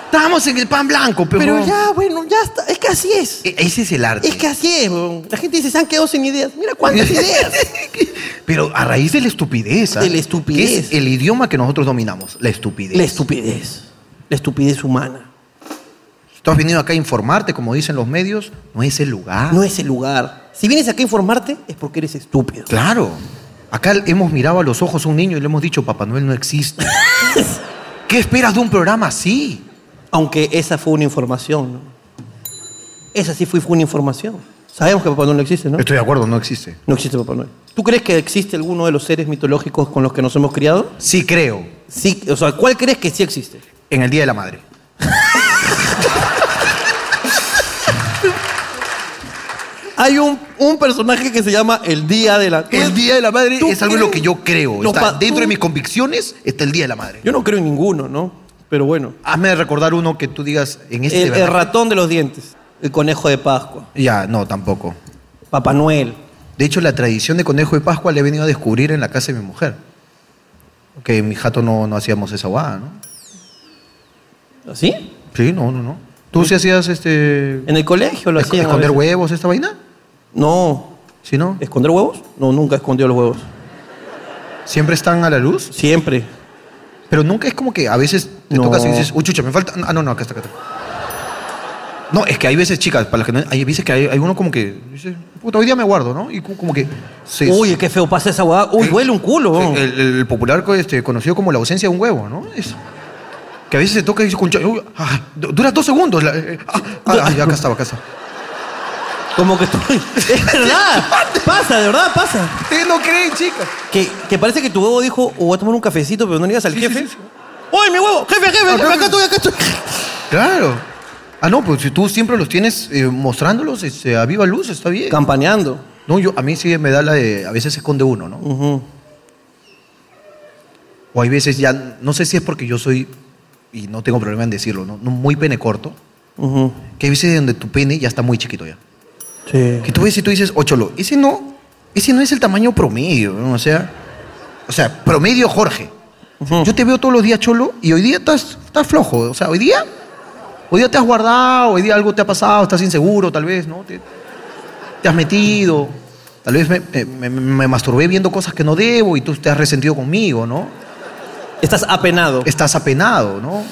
Estábamos en el pan blanco, pero.
Pero ya, bueno, ya está. Es que así es.
E- Ese es el arte.
Es que así es, weón. La gente dice, se han quedado sin ideas. Mira cuántas ideas.
Pero a raíz de la estupidez. ¿ah?
De la estupidez.
Que Es el idioma que nosotros dominamos, la estupidez.
La estupidez. La estupidez humana.
Tú has venido acá a informarte, como dicen los medios, no es el lugar.
No es el lugar. Si vienes acá a informarte, es porque eres estúpido.
Claro. Acá hemos mirado a los ojos a un niño y le hemos dicho, Papá Noel no existe. ¿Qué esperas de un programa así?
Aunque esa fue una información, ¿no? Esa sí fue, fue una información. Sabemos que Papá Noel no existe, ¿no?
de acuerdo, no existe.
No existe Papá Noel. ¿Tú crees que existe alguno de los seres mitológicos con los que nos hemos criado?
Sí creo,
Sí, o sea, ¿cuál crees que sí existe?
en el Día de la Madre.
Hay un, un personaje que se llama el Día de la...
El Día de la Madre
¿Tú
es algo en lo que
crees?
yo creo.
Los
Está
pa-
dentro de
tú-
mis convicciones está el Día de la Madre.
Yo no creo en ninguno, ¿no? Pero bueno.
Hazme recordar uno que tú digas en este...
el, el
¿verdad?
ratón de los dientes. El conejo de Pascua.
Ya, no, tampoco.
Papá Noel.
De hecho, la tradición de conejo de Pascua la he venido a descubrir en la casa de mi mujer. Que mi jato no, no hacíamos esa guada, ¿no?
¿Así?
Sí, no, no, no. ¿Tú sí hacías este...
¿Ah, En el colegio lo
esco-
hacían. a
¿Esconder
veces.
huevos esta vaina?
No.
¿Sí no?
¿Esconder huevos? No, nunca escondió los huevos.
Siempre están a la luz,
Siempre.
pero nunca es como que a veces te
No.
tocas y dices, uy, chucha, me falta. Ah, no, no, acá está, acá está. No, es que hay veces, chicas, para las que no, hay veces que hay, hay uno como que dice, puta, hoy día me guardo, ¿no? Y cu- como que se-
Uy, qué feo pasa esa huevada. Uy, duele un culo.
el, el- el popular co- este, conocido como la ausencia de un huevo, ¿no? Es- que a veces se toca y dice, concha, uy, ah, du- dura dos segundos. la- eh, ah, ah, ah, ya, acá estaba, acá estaba.
Como que estoy... Es verdad. Pasa, de verdad, pasa.
Ustedes no creen, chicas.
Que, que parece que tu huevo dijo, o voy a tomar un cafecito, pero no le digas al jefe. ¡Uy, mi huevo! ¡Jefe, jefe!
Acá,
jefe,
acá.
acá estoy, acá estoy!
Claro. Ah, no, pues si tú siempre los tienes eh, mostrándolos este, a viva luz, está bien.
Campaneando.
No, yo, a mí sí me da la de, a veces se esconde uno, ¿no?
Ujú.
O hay veces ya, no sé si es porque yo soy, y no tengo problema en decirlo, ¿no? No, Muy pene corto,
Ujú.
que hay veces donde tu pene ya está muy chiquito ya.
Sí.
Que tú ves y tú dices, ocholo, ese no, ese no es el tamaño promedio, ¿no? O sea, o sea, promedio Jorge.
Ujú.
Yo te veo todos los días, cholo, y hoy día estás, estás flojo. O sea, hoy día, hoy día te has guardado, hoy día algo te ha pasado, estás inseguro, tal vez, ¿no? Te, te has metido. Tal vez me, me- me- me masturbé viendo cosas que no debo y tú te has resentido conmigo, ¿no?
Estás apenado.
Estás apenado, ¿no?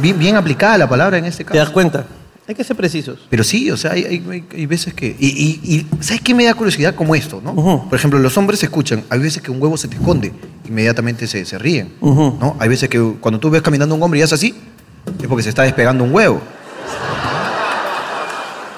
Bien, bien aplicada la palabra en este
¿Te das
caso.
cuenta? Hay que ser precisos.
Pero sí, o sea, hay, hay- hay- hay veces que... Y, y- y ¿sabes qué me da curiosidad como esto, no?
Ujú.
Por ejemplo, los hombres escuchan, hay veces que un huevo se te esconde, inmediatamente se, se ríen,
Ujú.
¿no? Hay veces que cuando tú ves caminando un hombre y haces así, es porque se está despegando un huevo.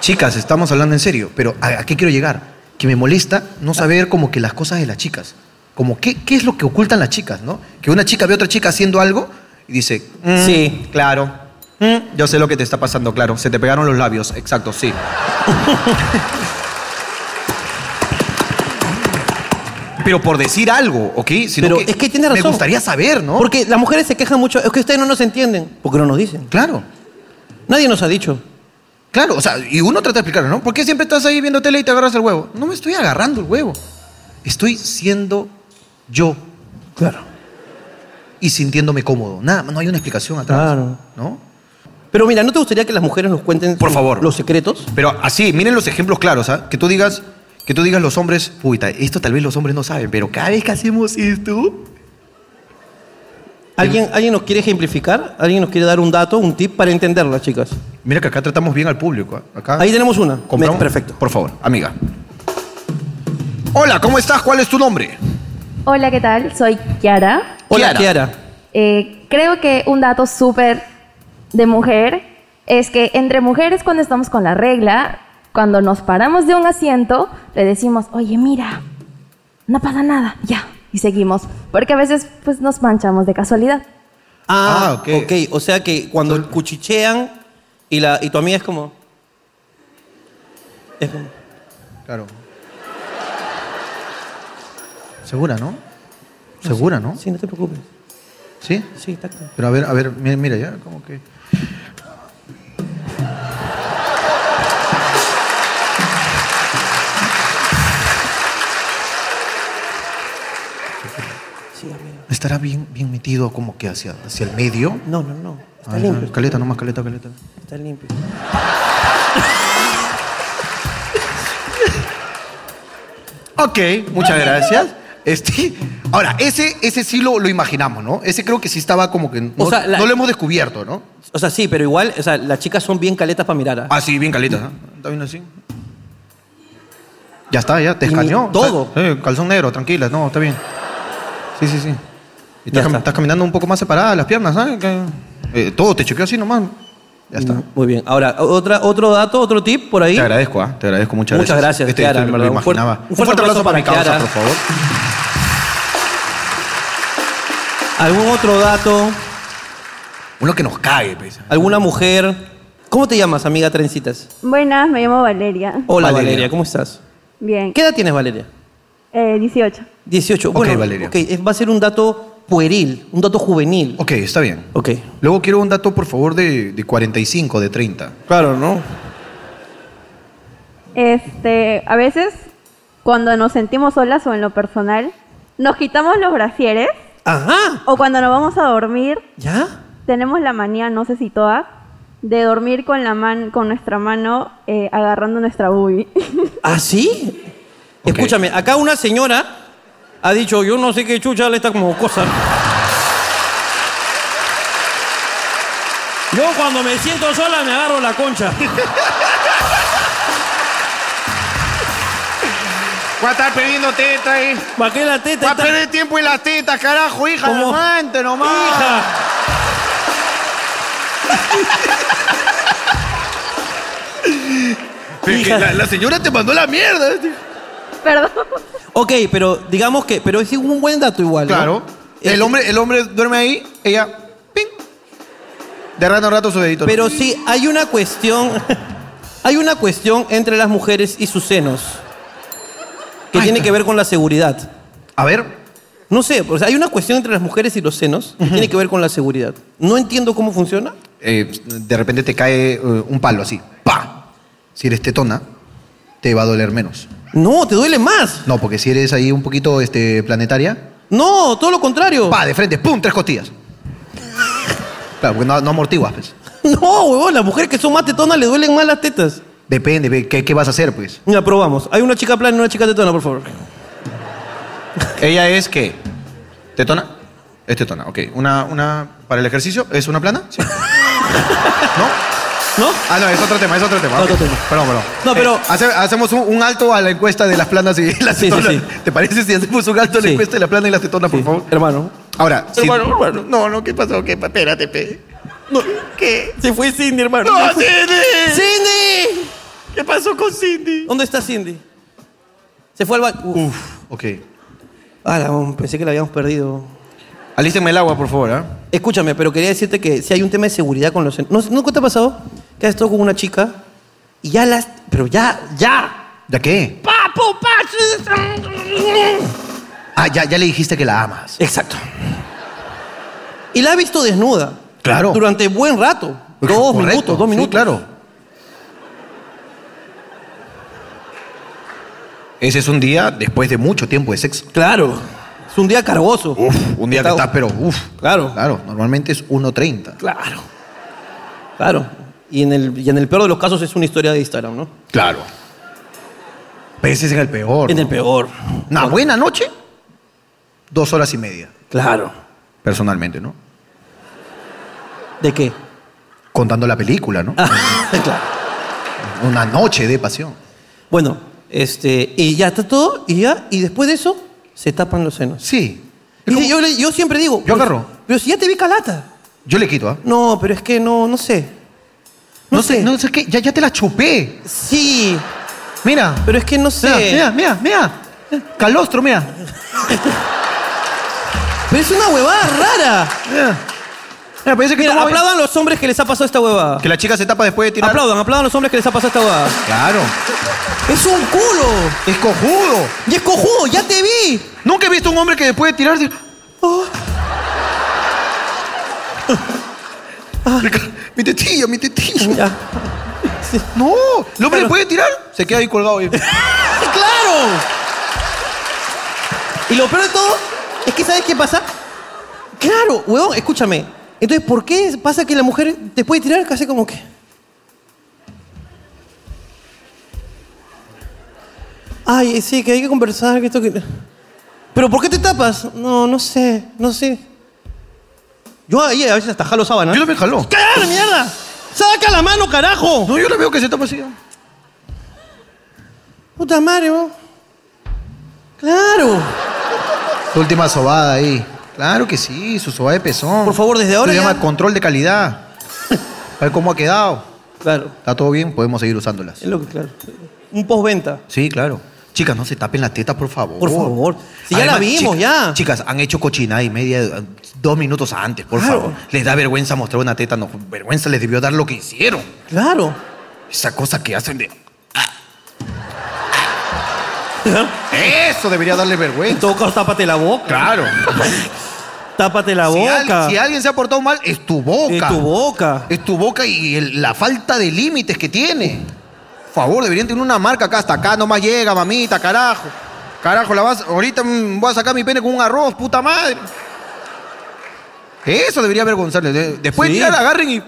Chicas, estamos hablando en serio, pero ¿a, a qué quiero llegar? Que me molesta no saber como que las cosas de las chicas. Como qué, qué es lo que ocultan las chicas, ¿no? Que una chica ve a otra chica haciendo algo y dice, "Mm,
Sí.
claro, Mm, yo sé lo que te está pasando, claro, se te pegaron los labios, exacto, sí. pero por decir algo, ¿ok? Sino
Pero es que tiene
Me
razón.
gustaría saber, ¿no?
Porque las mujeres se quejan mucho. Es que ustedes no nos entienden. Porque no nos dicen.
Claro.
Nadie nos ha dicho.
Claro, o sea, y uno trata de explicarlo, ¿no? ¿Por qué siempre estás ahí viendo tele y te agarras el huevo? No me estoy agarrando el huevo. Estoy siendo yo
Claro.
y sintiéndome cómodo. Nada, no hay una explicación atrás.
Claro.
¿No?
Pero mira, ¿no te gustaría que las mujeres nos cuenten
Por
sus-
favor.
los secretos?
Pero así, miren los ejemplos claros, ¿ah? Que tú digas, que tú digas los hombres, puta, esto tal vez los hombres no saben, pero cada vez que hacemos esto,
¿Alguien, ¿Alguien nos quiere ejemplificar? ¿Alguien nos quiere dar un dato, un tip para entenderlas, chicas?
mira que acá tratamos bien al público, ¿ah? Acá
Ahí tenemos una.
compramos.
Perfecto.
Por favor, amiga. Hola, ¿cómo estás? ¿Cuál es tu nombre?
Hola, ¿qué tal? Soy Kiara.
Hola,
Kiara.
Kiara.
Eh, creo que un dato súper de mujer es que entre mujeres cuando estamos con la regla, cuando nos paramos de un asiento, le decimos, oye, mira, no pasa nada, ya, y seguimos, porque a veces pues nos manchamos de casualidad.
Ah,
Ah,
ok.
ok.
O sea que cuando cuchichean y, la, y tu amiga es como... Es como...
Claro. Segura, ¿no? Segura, ¿no?
"Ah, Sí, no te preocupes.
Sí.
Sí, está claro.
Pero a ver, a ver, mira, mira ya, como que. Estará bien, bien metido como que hacia, hacia el medio.
No, no, no. Está
Ah,
limpio.
Caleta, nomás caleta, caleta.
Está limpio.
Ok, muchas gracias. Este, ahora, ese, ese sí lo, lo imaginamos, ¿no? Ese creo que sí estaba como que. No,
O sea, la-
no lo hemos descubierto, ¿no?
O sea, sí, pero igual, o sea, las chicas son bien caletas para mirar. ¿ah?
Ah, sí, bien caleta. ¿no? Está bien así. Ya está, ya, te
Y ni-
escaneó.
todo.
Está- eh, calzón negro, tranquila, no, está bien. Sí, sí, sí. Y
Ya
estás, cam-
está.
estás caminando un poco más separada las piernas, ¿sabes? Que- eh, todo, te chequeó así nomás. Ya está.
Mm, Muy bien. Ahora, otra, otro dato, otro tip por ahí.
Te agradezco, ¿ah? te agradezco muchas,
Muchas gracias,
Este-
Kiara,
este
en
lo
verdad, un fuerte-
imaginaba.
un fuerte aplauso para Kiara.
por favor.
¿Algún otro dato?
Uno que nos cae, pues.
¿Alguna mujer? ¿Cómo te llamas, amiga Trencitas?
Buenas, me llamo Valeria.
Hola,
Valeria.
Valeria. ¿cómo estás?
Bien.
¿Qué edad tienes, Valeria?
Eh, 18.
18.
Ok,
bueno,
Valeria.
ok, es- va a ser un dato pueril, un dato juvenil.
Ok, está bien.
Ok.
Luego quiero un dato, por favor, de, de 45, de 30.
Claro, ¿no?
Este, a veces, cuando nos sentimos solas o en lo personal, nos quitamos los brasieres
Ajá.
o cuando nos vamos a dormir,
¿Ya?
tenemos la manía, no sé si todas, de dormir con la man, con nuestra mano eh, agarrando nuestra boobie.
¿Ah, sí?
Ok.
Escúchame, acá una señora ha dicho, yo no sé qué chucha le está como cosa.
Yo cuando me siento sola me agarro la concha.
Va a estar pidiendo teta ahí.
Bajé la teta.
Va a
esta-
perder tiempo en las tetas, carajo, hija.
Como-
Aguante nomás.
Hija.
Pero es que
Hija.
La, la señora te mandó la mierda. este.
Perdón.
Ok, pero digamos que, pero es un buen dato igual. ¿no?
Claro.
Este,
El hombre, el hombre duerme ahí, ella. ¡ping! De rato a rato su dedito.
Pero sí, hay una cuestión. Hay una cuestión entre las mujeres y sus senos. Que tiene que ver con la seguridad.
A ver.
No sé, o sea, hay una cuestión entre las mujeres y los senos que tiene que ver con la seguridad. No entiendo cómo funciona.
eh, de repente te cae eh, un palo así. ¡Pa! Si eres tetona, te va a doler menos.
No, te duele más.
No, porque si eres ahí un poquito este, planetaria,
No, todo lo contrario.
¡pa! De frente, ¡pum! Tres costillas. Claro, porque no, no amortiguas, pues.
No, huevón, las mujeres que son más tetonas le duelen más las tetas.
Depende, ve, ¿qué, qué vas a hacer, pues?
Mira, probamos. Hay una chica plana y una chica tetona, por favor.
Ella es qué? ¿Tetona? Es tetona, ok. Una, una para el ejercicio, ¿es una plana? Sí. ¿No?
¿No?
Ah, no, es otro tema, es otro tema.
Otro
ok.
tema.
Perdón, perdón.
No, pero-
Eh, hace- hacemos un, un alto a la encuesta de las planas y las
Sí, sí,
tetonas.
sí.
¿Te parece si hacemos un alto a la
Sí.
encuesta de las planas y las tetonas, por
Sí,
favor?
Hermano.
Ahora, si-
Hermano, hermano. No, no, ¿qué pasó? ¿Qué? pa- Espérate, pe. No, ¿Qué?
Se fue Cindy, hermano.
¡No,
Se fue-
Cindy!
¡Cindy!
¿Qué pasó con Cindy?
¿Dónde está Cindy? Se fue al baño. Uf.
Uf, ok.
Ah, la- pensé que la habíamos perdido.
Alístenme el agua, por favor, ¿ah?
Escúchame, pero quería decirte que si hay un tema de seguridad con los... ¿No, ¿Nunca te ha pasado que has estado con una chica y ya las... Pero ya, ya.
¿Ya qué?
¡Papu,
Ah, ya, ya le dijiste que la amas.
Exacto. Y la ha visto desnuda.
Claro.
Durante buen rato. Dos
Correcto,
minutos, dos
sí,
minutos.
claro. Ese es un día después de mucho tiempo de sexo.
Claro. Es un día cargoso.
Uf, un día que
Está-
estás, pero uf.
Claro.
Claro, normalmente es 1.30.
Claro. Claro. Y en, el, y en el peor de los casos es una historia de Instagram, ¿no?
Claro. Peces en el peor.
En
¿no?
el peor.
Una buena noche, dos horas y media,
Claro.
personalmente, ¿no?
¿De qué?
Contando la película, ¿no?
Ah, claro.
Una noche de pasión.
Bueno, este, y ya está todo, y ya, y después de eso, se tapan los senos.
Sí.
Y yo, le- yo siempre digo. pues,
Yo agarro.
Pero, si ya te vi calata.
Yo le quito, ¿ah?
No, pero es que no, no sé. No, sé.
No sé qué, ya, ya te la chupé.
Sí,
Mira.
pero es que no sé.
Mira, mira, mira, mira. Calostro, mira.
Pero es una huevada rara.
Mira, Mira, parece que
Mira,
toma-
aplaudan los hombres que les ha pasado esta huevada.
Que la chica se tapa después de tirar.
Aplaudan, aplaudan los hombres que les ha pasado esta huevada.
Claro.
Es un culo.
Es cojudo.
Y es cojudo, ya te vi.
Nunca he visto un hombre que después de tirar. dice,
oh,
"Ah". Mi tetilla, mi tetilla.
Ah. Ya.
No, el hombre
Claro.
después de tirar se queda ahí colgado. ahí.
¡Claro! Y lo peor de todo es que ¿sabes qué pasa? Claro, huevón, escúchame. Entonces, ¿por qué pasa que la mujer después de tirar casi como que... Ay, sí, que hay que conversar, que esto que... ¿Pero por qué te tapas? No, no sé, no sé. Yo ahí a veces hasta jalo sábana.
Yo también jaló.
¡Claro, mierda! ¡Saca la mano, carajo!
No, yo la veo que se tapa así.
Puta madre, huevón. Claro.
Tu última sobada ahí. Claro que sí, su sobada de pezón.
Por favor, desde ahora
Se
ya-
llama control de calidad. A ver cómo ha quedado.
Claro.
Está todo bien, podemos seguir usándolas.
Es lo que, claro. Un postventa.
Sí, claro. Chicas, no se tapen la teta, por favor.
Por favor. Si ya la vimos,
chicas-
ya.
Chicas, han hecho cochinada y media eh, dos minutos antes, por
Claro.
favor. Les da vergüenza mostrar una teta. No, vergüenza les debió dar lo que hicieron.
Claro.
Esa cosa que hacen de... Eso debería darle
En
vergüenza.
todo caso, tápate la boca.
Claro.
Tápate la
Si, al-
boca.
si alguien se ha portado mal, es tu boca.
De tu boca.
Es tu boca y el- la falta de límites que tiene. Por favor, deberían tener una marca acá, hasta acá nomás llega, mamita, carajo. Carajo, la vas, ahorita mm, voy a sacar mi pene con un arroz, puta madre. Eso debería avergonzarle. De- Después
Sí.
de tirar, agarren y...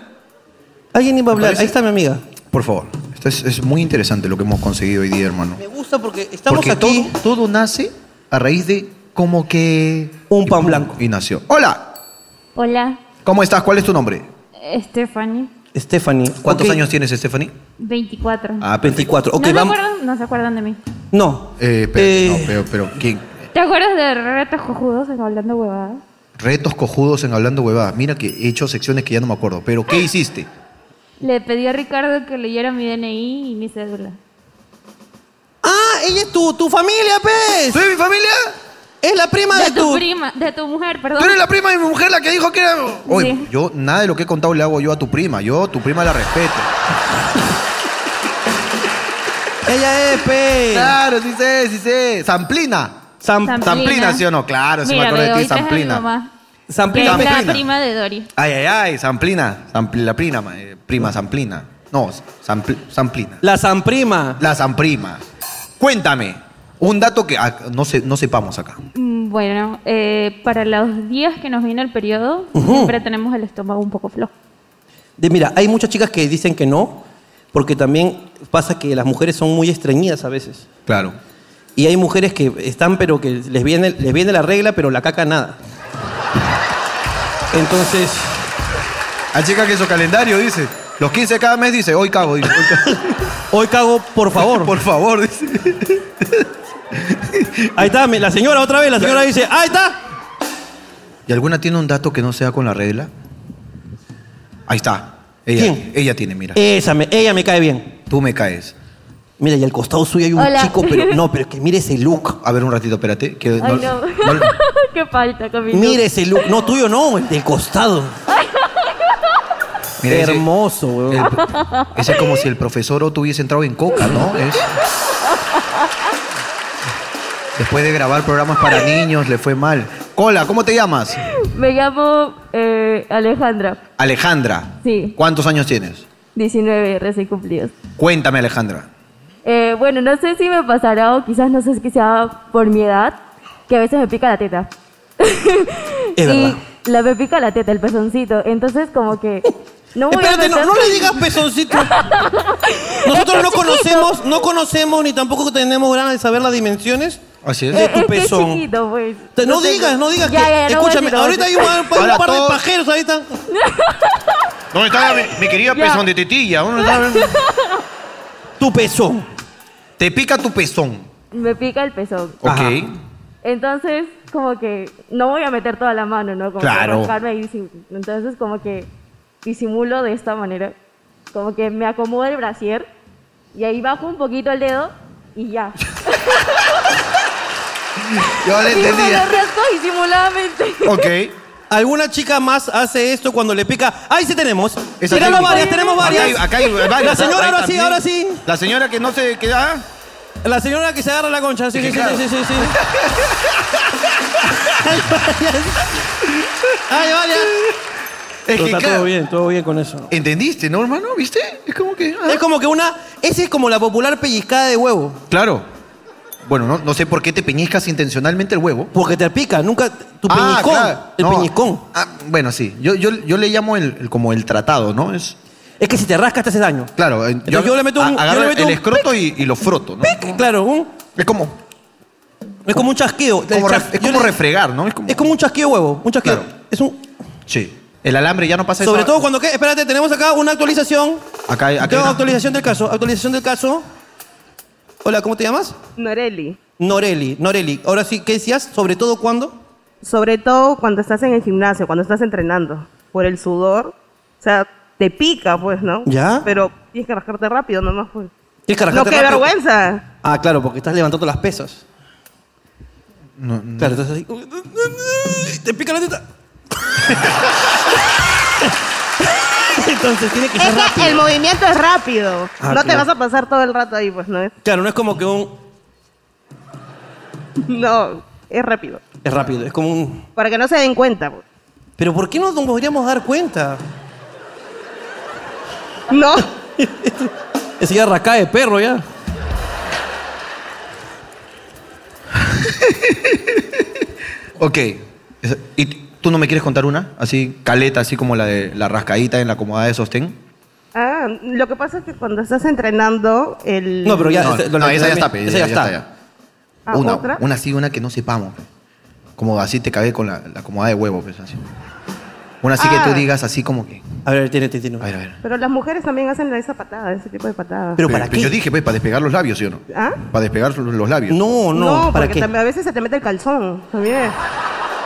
Alguien iba a hablar.
parece-
Ahí está mi amiga.
Por favor, esto es, es muy interesante lo que hemos conseguido hoy día, hermano.
Me gusta porque estamos
Porque
aquí.
Todo, todo nace a raíz de como que...
Un pan blanco.
Y nació. Hola,
Hola,
¿cómo estás? ¿Cuál es tu nombre?
Stephanie,
Stephanie.
¿Cuántos
ok,
años tienes, Stephanie?
24.
Ah,
24. Ok,
no, me
vamos.
acuerdan- no se acuerdan de mí.
No.
Eh, pero,
Eh,
no, pero, pero, ¿quién?
¿Te acuerdas de retos cojudos en hablando huevadas?
Retos cojudos en Hablando Huevada. Mira que he hecho secciones que ya no me acuerdo. Pero, ¿qué hiciste?
Le pedí a Ricardo que leyera mi DNI y mi cédula.
Ah, ella es tu, tu familia, pez.
¿Tú eres mi familia?
Es la prima
De
de,
tu prima, de tu mujer, perdón.
¿Tú eres la prima de mi mujer la que dijo que era...? Oye,
Sí.
yo nada de lo que he contado le hago yo a tu prima. Yo a tu prima la respeto.
Ella es, pez.
Claro, sí sé, sí sé. Zamplina.
Sam-
Zamplina.
Zamplina, ¿sí o no? Claro, sí me
Mira,
acuerdo de
veo,
ti,
ahí traje a mi
Zamplina.
mamá, que
Samplina.
es
Zamplina.
la prima de Dori.
Ay, ay, ay, Zamplina. Zampl- la prima, ma- eh, prima, Zamplina. No, Zampl- Zamplina.
La Samprima.
La Zamprima. Cuéntame, un dato que ah, no, se, no sepamos acá.
Mm, Bueno, eh, para los días que nos viene el periodo,
Ujú.
siempre tenemos el estómago un poco flojo.
De, mira, hay muchas chicas que dicen que no, porque también pasa que las mujeres son muy estreñidas a veces.
Claro.
Y hay mujeres que están, pero que les viene, les viene la regla, pero la caca nada. Entonces,
Hay chicas que su calendario dice, los 15 de cada mes dice, hoy cago, dice, hoy cago.
hoy cago, por favor.
Por favor, dice.
Ahí está, me- la señora otra vez, la señora dice, ahí está.
¿Y alguna tiene un dato que no sea con la regla? Ahí está. Ella,
¿Quién?
ella tiene, mira.
Esa me- ella me cae bien.
Tú me caes.
Mira, y al costado suyo hay un
Hola.
chico, pero no, pero es que mire ese look.
A ver, un ratito, espérate.
Eh,
que
Ay,
no-
no.
no-
Qué falta, Camilo.
Mire ese look. No, tuyo no, el del costado.
mira, ese-
Hermoso, weón.
el- ese es como si el profesor Otto hubiese entrado en coca, ¿no? Es- Después de grabar programas para niños, le fue mal. Cola, ¿cómo te llamas?
Me llamo eh, Alejandra,
Alejandra.
Sí.
¿Cuántos años tienes?
19 recién cumplidos.
Cuéntame, Alejandra.
Eh, bueno, no sé si me pasará o quizás no sé si sea por mi edad, que a veces me pica la teta.
Es
y
verdad. Oh,
la me pica la teta, el pezoncito. Entonces, como que. No voy a
Espérate, no,
meter-
no le digas pezoncito. Nosotros no conocemos, no conocemos ni tampoco tenemos ganas de saber las dimensiones.
Así
de
Eh,
tu
es que es
pezón.
chiquito, pues.
Te- No
sé-
digas, no digas
Ya,
que.
ya, ya, no voy a
escúchame,
decir, no voy a
ahorita hay
decir.
un, un
Para
par de
todos.
pajeros ahí están.
¿Dónde está mi, mi querida
Ya.
pezón de tetilla? ¿Dónde está?
Tu pezón.
Te pica tu pezón.
Me pica el pezón.
Ok.
Ajá.
Entonces, como que no voy a meter toda la mano, ¿no? Como que
Claro.
arrancarme y disi- entonces, como que disimulo de esta manera. Como que me acomodo el brasier y ahí bajo un poquito el dedo y ya.
Yo le
Y me lo
entendía.
rasco disimuladamente.
Ok.
¿Alguna chica más hace esto cuando le pica? ¡Ahí sí tenemos!
Esa técnica.
tenemos varias, tenemos
Acá hay-
varias.
acá hay varias.
La señora
Hay
ahora sí,
también-
ahora sí.
La señora que no se queda.
La señora que se agarra la concha. Sí,
Es que
sí, sí,
claro.
sí, sí, sí. Hay varias. Hay varias.
Es
Pero
que,
está
claro,
todo bien, todo bien con eso.
¿Entendiste, no, hermano? ¿Viste? Es como que. ah.
Es como que una. Esa es como la popular pellizcada de huevo.
Claro. Bueno, no, no sé por qué te peñizcas intencionalmente el huevo.
Porque te pica, nunca. Tu
Ah,
peñiscón.
claro.
El
No.
peñiscón.
Ah, bueno, sí. Yo, yo, yo le llamo el, el- como el tratado, ¿no? Es.
Es que si te rascas te hace daño.
Claro, eh,
Entonces yo le meto un-
a-
yo
agarro
le meto
el
un
escroto y, y lo froto, ¿no?
Claro, un-
Es como,
es como un chasqueo. El
como
chas-
ref- es
yo
como
le-
refregar, ¿no? Es como,
Es como un chasqueo de huevo. Un chasqueo.
Claro.
Es un.
Sí. El alambre ya no pasa
Sobre
esa-
todo cuando. ¿qué? Espérate, tenemos acá una actualización.
Acá hay- acá
Tengo
hay una-
actualización del caso. Actualización del caso. Hola, ¿cómo te llamas?
Noreli,
Noreli. Noreli. Ahora sí, ¿qué decías? Sobre todo cuando.
sobre todo cuando estás en el gimnasio, cuando estás entrenando, por el sudor, o sea, te pica, pues, ¿no?
Ya.
Pero tienes que rascarte rápido nomás, pues.
Tienes que
no,
rascarte
qué
rápido.
vergüenza.
Ah, claro, porque estás levantando las pesas.
No, no.
Claro, estás así. Eh, Te pica la teta. Entonces tiene que ser
Es que
rápido.
el movimiento es rápido.
Ah,
no te
claro.
vas a pasar todo el rato ahí, pues, ¿no?
Claro, no es como que un.
No, es rápido.
Es rápido, es como un.
Para que no se den cuenta, pues.
Pero ¿por qué no nos podríamos dar cuenta?
No,
Ese ya rasca de perro ya.
Ok. Es- ¿Y t- tú no me quieres contar una? Así, caleta, así como la de la rascadita en la acomodada de sostén.
ah, lo que pasa es que cuando estás entrenando, el...
No, pero ya.
No,
este-
no,
lo-
esa ya está, pe,
Esa ya está.
Ah,
una,
¿otra?
una sí, una que no sepamos. pe. Como así te cagué con la, la acomodada de huevo, pues, así. Una así que
Ah.
tú digas así como que.
A ver, tiene, tiene, tiene.
A ver, a ver.
Pero las mujeres también hacen esa patada, ese tipo de patada.
Pero para qué?
Yo dije, pues, para despegar los labios, ¿sí o no?
¿Ah?
Para despegar los los labios.
No, no, ¿para
porque
qué?
también a veces se te mete el calzón también.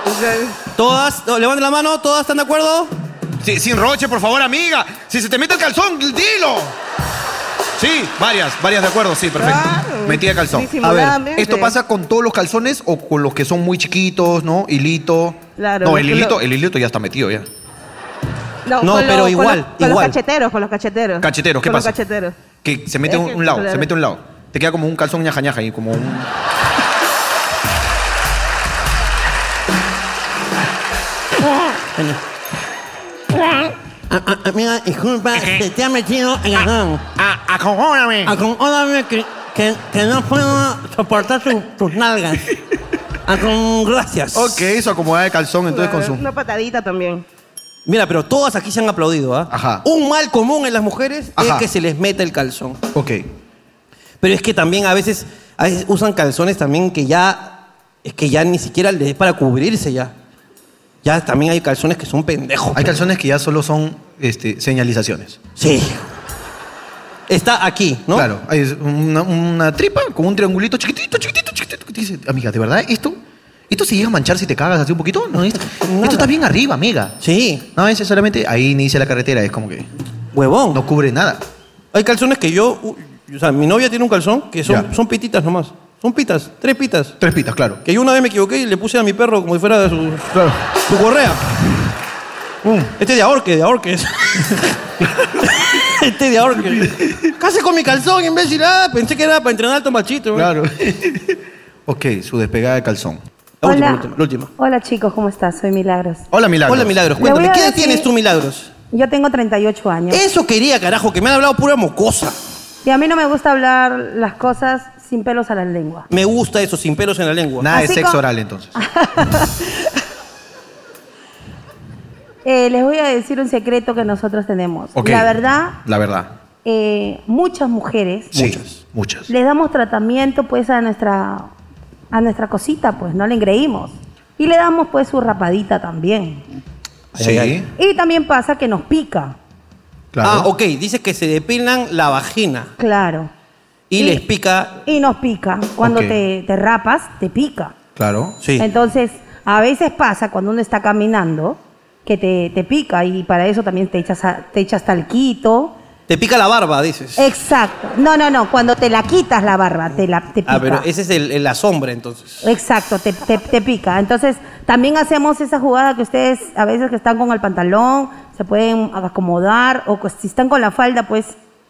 O sea,
Todas, no, levanten la mano, todas están de acuerdo.
Sí, sin roche, por favor, amiga. Si se te mete el calzón, dilo. Sí, varias, varias de acuerdo, sí, perfecto.
Ah.
Claro.
Metida de calzón.
Disimuladamente.
¿Esto pasa con todos los calzones o con los que son muy chiquitos, no? Hilito.
Claro,
No,
los
el
que
hilito,
lo-
el hilito ya está metido ya.
No,
con lo-
pero
con
igual,
los- Con
igual.
los cacheteros, con los cacheteros.
Cacheteros, ¿qué
Con
pasa?
Los cacheteros.
Que se mete
Es
un,
que-
un lado, se
claro.
mete un lado. Te queda como un calzón ñaja ñaja ahí, como un.
Ah, amiga, ah, disculpa, se te ha metido en el
¡Ah, acojóname!
Acomódame que, que, que no puedo soportar tu- tus nalgas. Acom- gracias.
Ok, eso acomodada de calzón, entonces
Claro,
con su.
Una patadita también.
Mira, pero todas aquí se han aplaudido, ¿ah?
Ajá.
Un mal común en las mujeres es
Ajá.
que se les meta el calzón.
Ok.
Pero es que también a veces, a veces usan calzones también que ya, es que ya ni siquiera les es para cubrirse ya. Ya también hay calzones que son pendejos.
Hay calzones que ya solo son este, señalizaciones.
Sí. Está aquí, ¿no?
Claro, hay una, una tripa con un triangulito chiquitito, chiquitito, chiquitito. que te dice, amiga, ¿de verdad esto? ¿Esto se llega a manchar si te cagas así un poquito? No, esto,
Nada.
esto está bien arriba, amiga.
Sí,
No, es solamente ahí inicia la carretera, es como que
huevón.
no cubre nada.
Hay calzones que yo, u- o sea, mi novia tiene un calzón que son,
Ya.
son pititas nomás. Son pitas, tres pitas.
Tres pitas, claro.
Que yo una vez me equivoqué y le puse a mi perro como si fuera su,
Claro. Mm.
su correa. Este es de ahorque, de ahorque. es. este es de ahorque. Casi con mi calzón, imbécil. Ah, pensé que era para entrenar al tomachito. güey.
Claro. ok, su despegada de calzón.
La última, la última, la última.
Hola chicos, ¿cómo estás? Soy Milagros.
Hola, Milagros.
Hola, Milagros.
Le voy
Cuéntame,
a
¿qué edad
decir-
tienes tú, Milagros?
Yo tengo 38 años
Eso quería, carajo, que me han hablado pura mocosa.
y a mí no me gusta hablar las cosas sin pelos a la lengua.
Me gusta eso, sin pelos en la lengua.
Nada de
Así
sexo
como-
oral, entonces.
Eh, les voy a decir un secreto que nosotros tenemos.
Ok.
La verdad,
La verdad.
eh, muchas mujeres
Sí, muchas.
le damos tratamiento pues a nuestra a nuestra cosita, pues no le engreímos. Y le damos pues su rapadita también.
Sí,
Y también pasa que nos pica,
claro.
Ah, ok, dice que se depilan la vagina
claro.
y
Sí.
les pica.
Y nos pica. Cuando
Ok.
te, te rapas, te pica.
Claro.
Sí.
Entonces, a veces pasa cuando uno está caminando que te, te pica y para eso también te echas, a- te echas talquito.
Te pica la barba, dices.
Exacto. No, no, no. Cuando te la quitas la barba, te, la, te pica.
ah, pero ese es el, el- la sombra, entonces.
Exacto, te, te- te pica. Entonces, también hacemos esa jugada que ustedes a veces que están con el pantalón, se pueden acomodar, o que si están con la falda, pues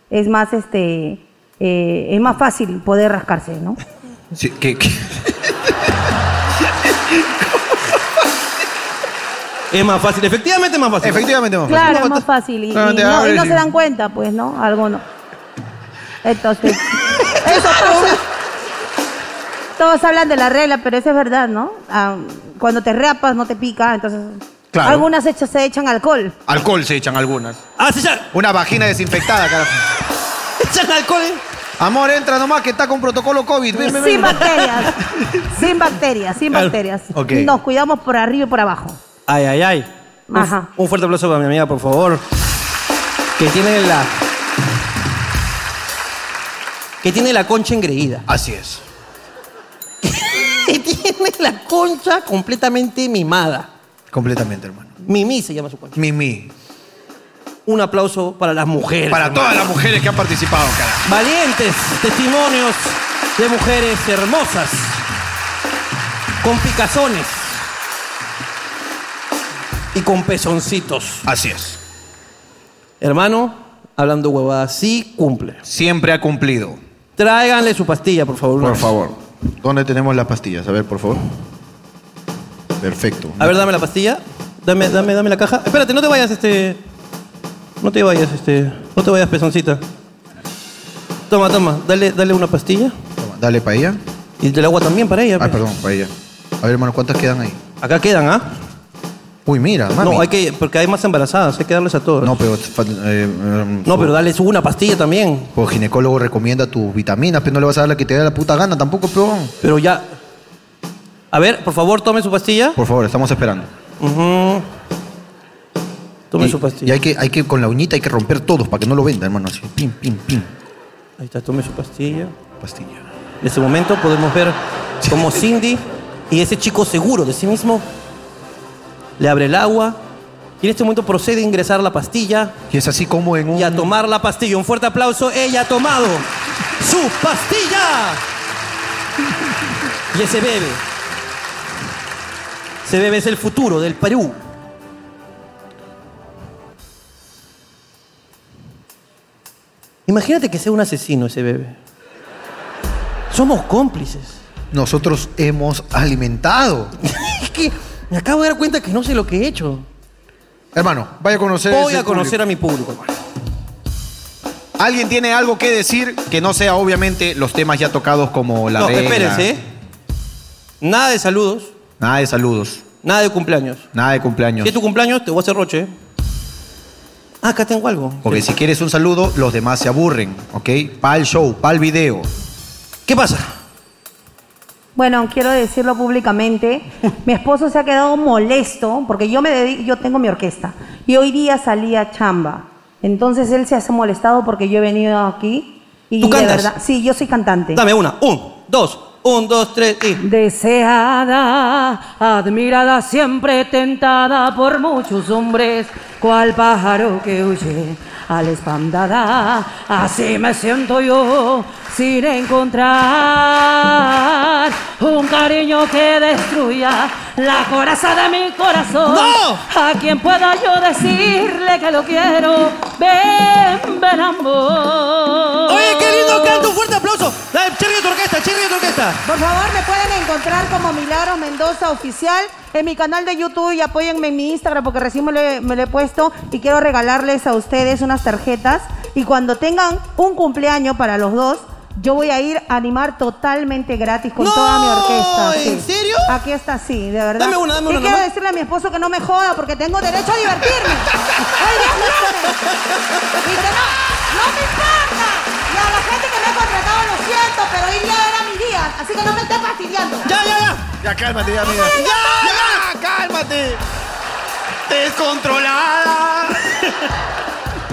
es más este eh, es más fácil poder rascarse, ¿no?
Sí, que- que-
Es más fácil, efectivamente es más fácil.
Efectivamente, mamá.
Claro, es más fácil. Y, y
Ah, te
no, y
abres
no
y-
se dan cuenta, pues, ¿no? Algunos. Entonces, eso pasa. Todos hablan de la regla, pero eso es verdad, ¿no? Ah, cuando te rapas no te pica, entonces...
Claro.
Algunas hecha- se echan alcohol.
Alcohol se echan algunas.
Ah, se echan,
Una vagina desinfectada, carajo.
echan alcohol. ¿eh?
Amor, entra nomás que está con protocolo COVID. Ven, ven,
Sin
ven.
bacterias. sin bacterias, sin bacterias.
Ok.
Nos cuidamos por arriba y por abajo.
Ay, ay, ay. Un-
Ajá.
Un, fuerte aplauso para mi amiga, por favor. Que tiene la. Que tiene la concha engreída.
Así es.
Que tiene la concha completamente mimada.
Completamente, hermano.
Mimi se llama su concha.
Mimi.
Un aplauso para las mujeres.
Para todas las mujeres que han participado, carajo.
Valientes testimonios de mujeres hermosas, con picazones y con pezoncitos.
Así es.
Hermano, hablando huevadas, sí cumple.
Siempre ha cumplido.
Tráiganle su pastilla, por favor. una
Por
vez.
favor. ¿Dónde tenemos las pastillas? A ver, por favor. Perfecto.
A ver, dame la pastilla. Dame, dame, dame la caja. Espérate, no te vayas, este. No te vayas, este. No te vayas, pezoncita. Toma, toma. Dale, dale una pastilla.
Toma, Dale para ella.
Y del agua también para ella.
Ah,
pe.
perdón, para ella. A ver, hermano, ¿cuántas quedan ahí?
Acá quedan, ¿ah?
Uy, mira, mami.
No, hay que. Porque hay más embarazadas, hay que darles a todas.
No, pero... eh, eh,
No, pero dale una pastilla también.
Pues ginecólogo recomienda tus vitaminas, pero no le vas a dar la que te da la puta gana tampoco, peón.
Pero ya. A ver, por favor, tome su pastilla.
Por favor, estamos esperando.
Ujú. Tome
Y-
su pastilla.
Y hay que, hay que, con la uñita hay que romper todos para que no lo venda, hermano. Así, pim, pim, pim.
Ahí está, tome su pastilla.
Pastilla.
En ese momento podemos ver cómo Cindy y ese chico seguro de sí mismo le abre el agua y en este momento procede a ingresar la pastilla.
Y es así como en un...
Y a tomar la pastilla. Un fuerte aplauso. Ella ha tomado su pastilla. Y ese bebé. Ese bebé es el futuro del Perú. Imagínate que sea un asesino ese bebé. Somos cómplices.
Nosotros hemos alimentado.
Es que me acabo de dar cuenta que no sé lo que he hecho.
Hermano, vaya a conocer.
Voy
ese
a conocer a mi público. pues.
¿Alguien tiene algo que decir que no sea, obviamente, los temas ya tocados como la
no,
regla?
espérense. ¿eh? Nada de saludos,
Nada de saludos,
nada de cumpleaños.
nada de cumpleaños.
Si es tu cumpleaños, te voy a hacer roche. ¿eh? Ah, acá tengo algo.
Porque si quieres un saludo, los demás se aburren, ¿ok? Pa'l show, pa'l video.
¿Qué pasa?
Bueno, quiero decirlo públicamente. Mi esposo se ha quedado molesto porque yo me dedi- yo tengo mi orquesta y hoy día salí a chamba. Entonces él se ha molestado porque yo he venido aquí y
¿Tú
de
cantas?
verdad, sí, yo soy cantante.
Dame una. Un, dos, un, dos, tres y.
Deseada, admirada, siempre tentada por muchos hombres, cual pájaro que huye a la espandada, así me siento yo sin encontrar un cariño que destruya la coraza de mi corazón. A quien pueda yo decirle que lo quiero, ven, ven amor.
Oye, qué lindo canto, un fuerte aplauso. Dale, cherry de tu orquesta, cherry de tu orquesta.
Por favor, me pueden encontrar como Milagros Mendoza Oficial en mi canal de YouTube y apóyenme en mi Instagram porque recién me lo, he- me lo he puesto y quiero regalarles a ustedes unas tarjetas. Y cuando tengan un cumpleaños para los dos, yo voy a ir a animar totalmente gratis con
¡No!
toda mi orquesta.
¿En
serio? Aquí está, sí, de verdad.
Dame una, dame
y
una
quiero
nomás.
decirle a mi esposo que no me joda porque tengo derecho a divertirme. Hoy día es lunes. Y que no, no me importa. Y a la gente que me ha contratado lo siento, pero hoy día era mi día, así que no me esté fastidiando.
Ya, ya, ya.
Ya cálmate, ya, amiga.
¡Ya,
¡Ya! ¡Cálmate! ¡Descontrolada!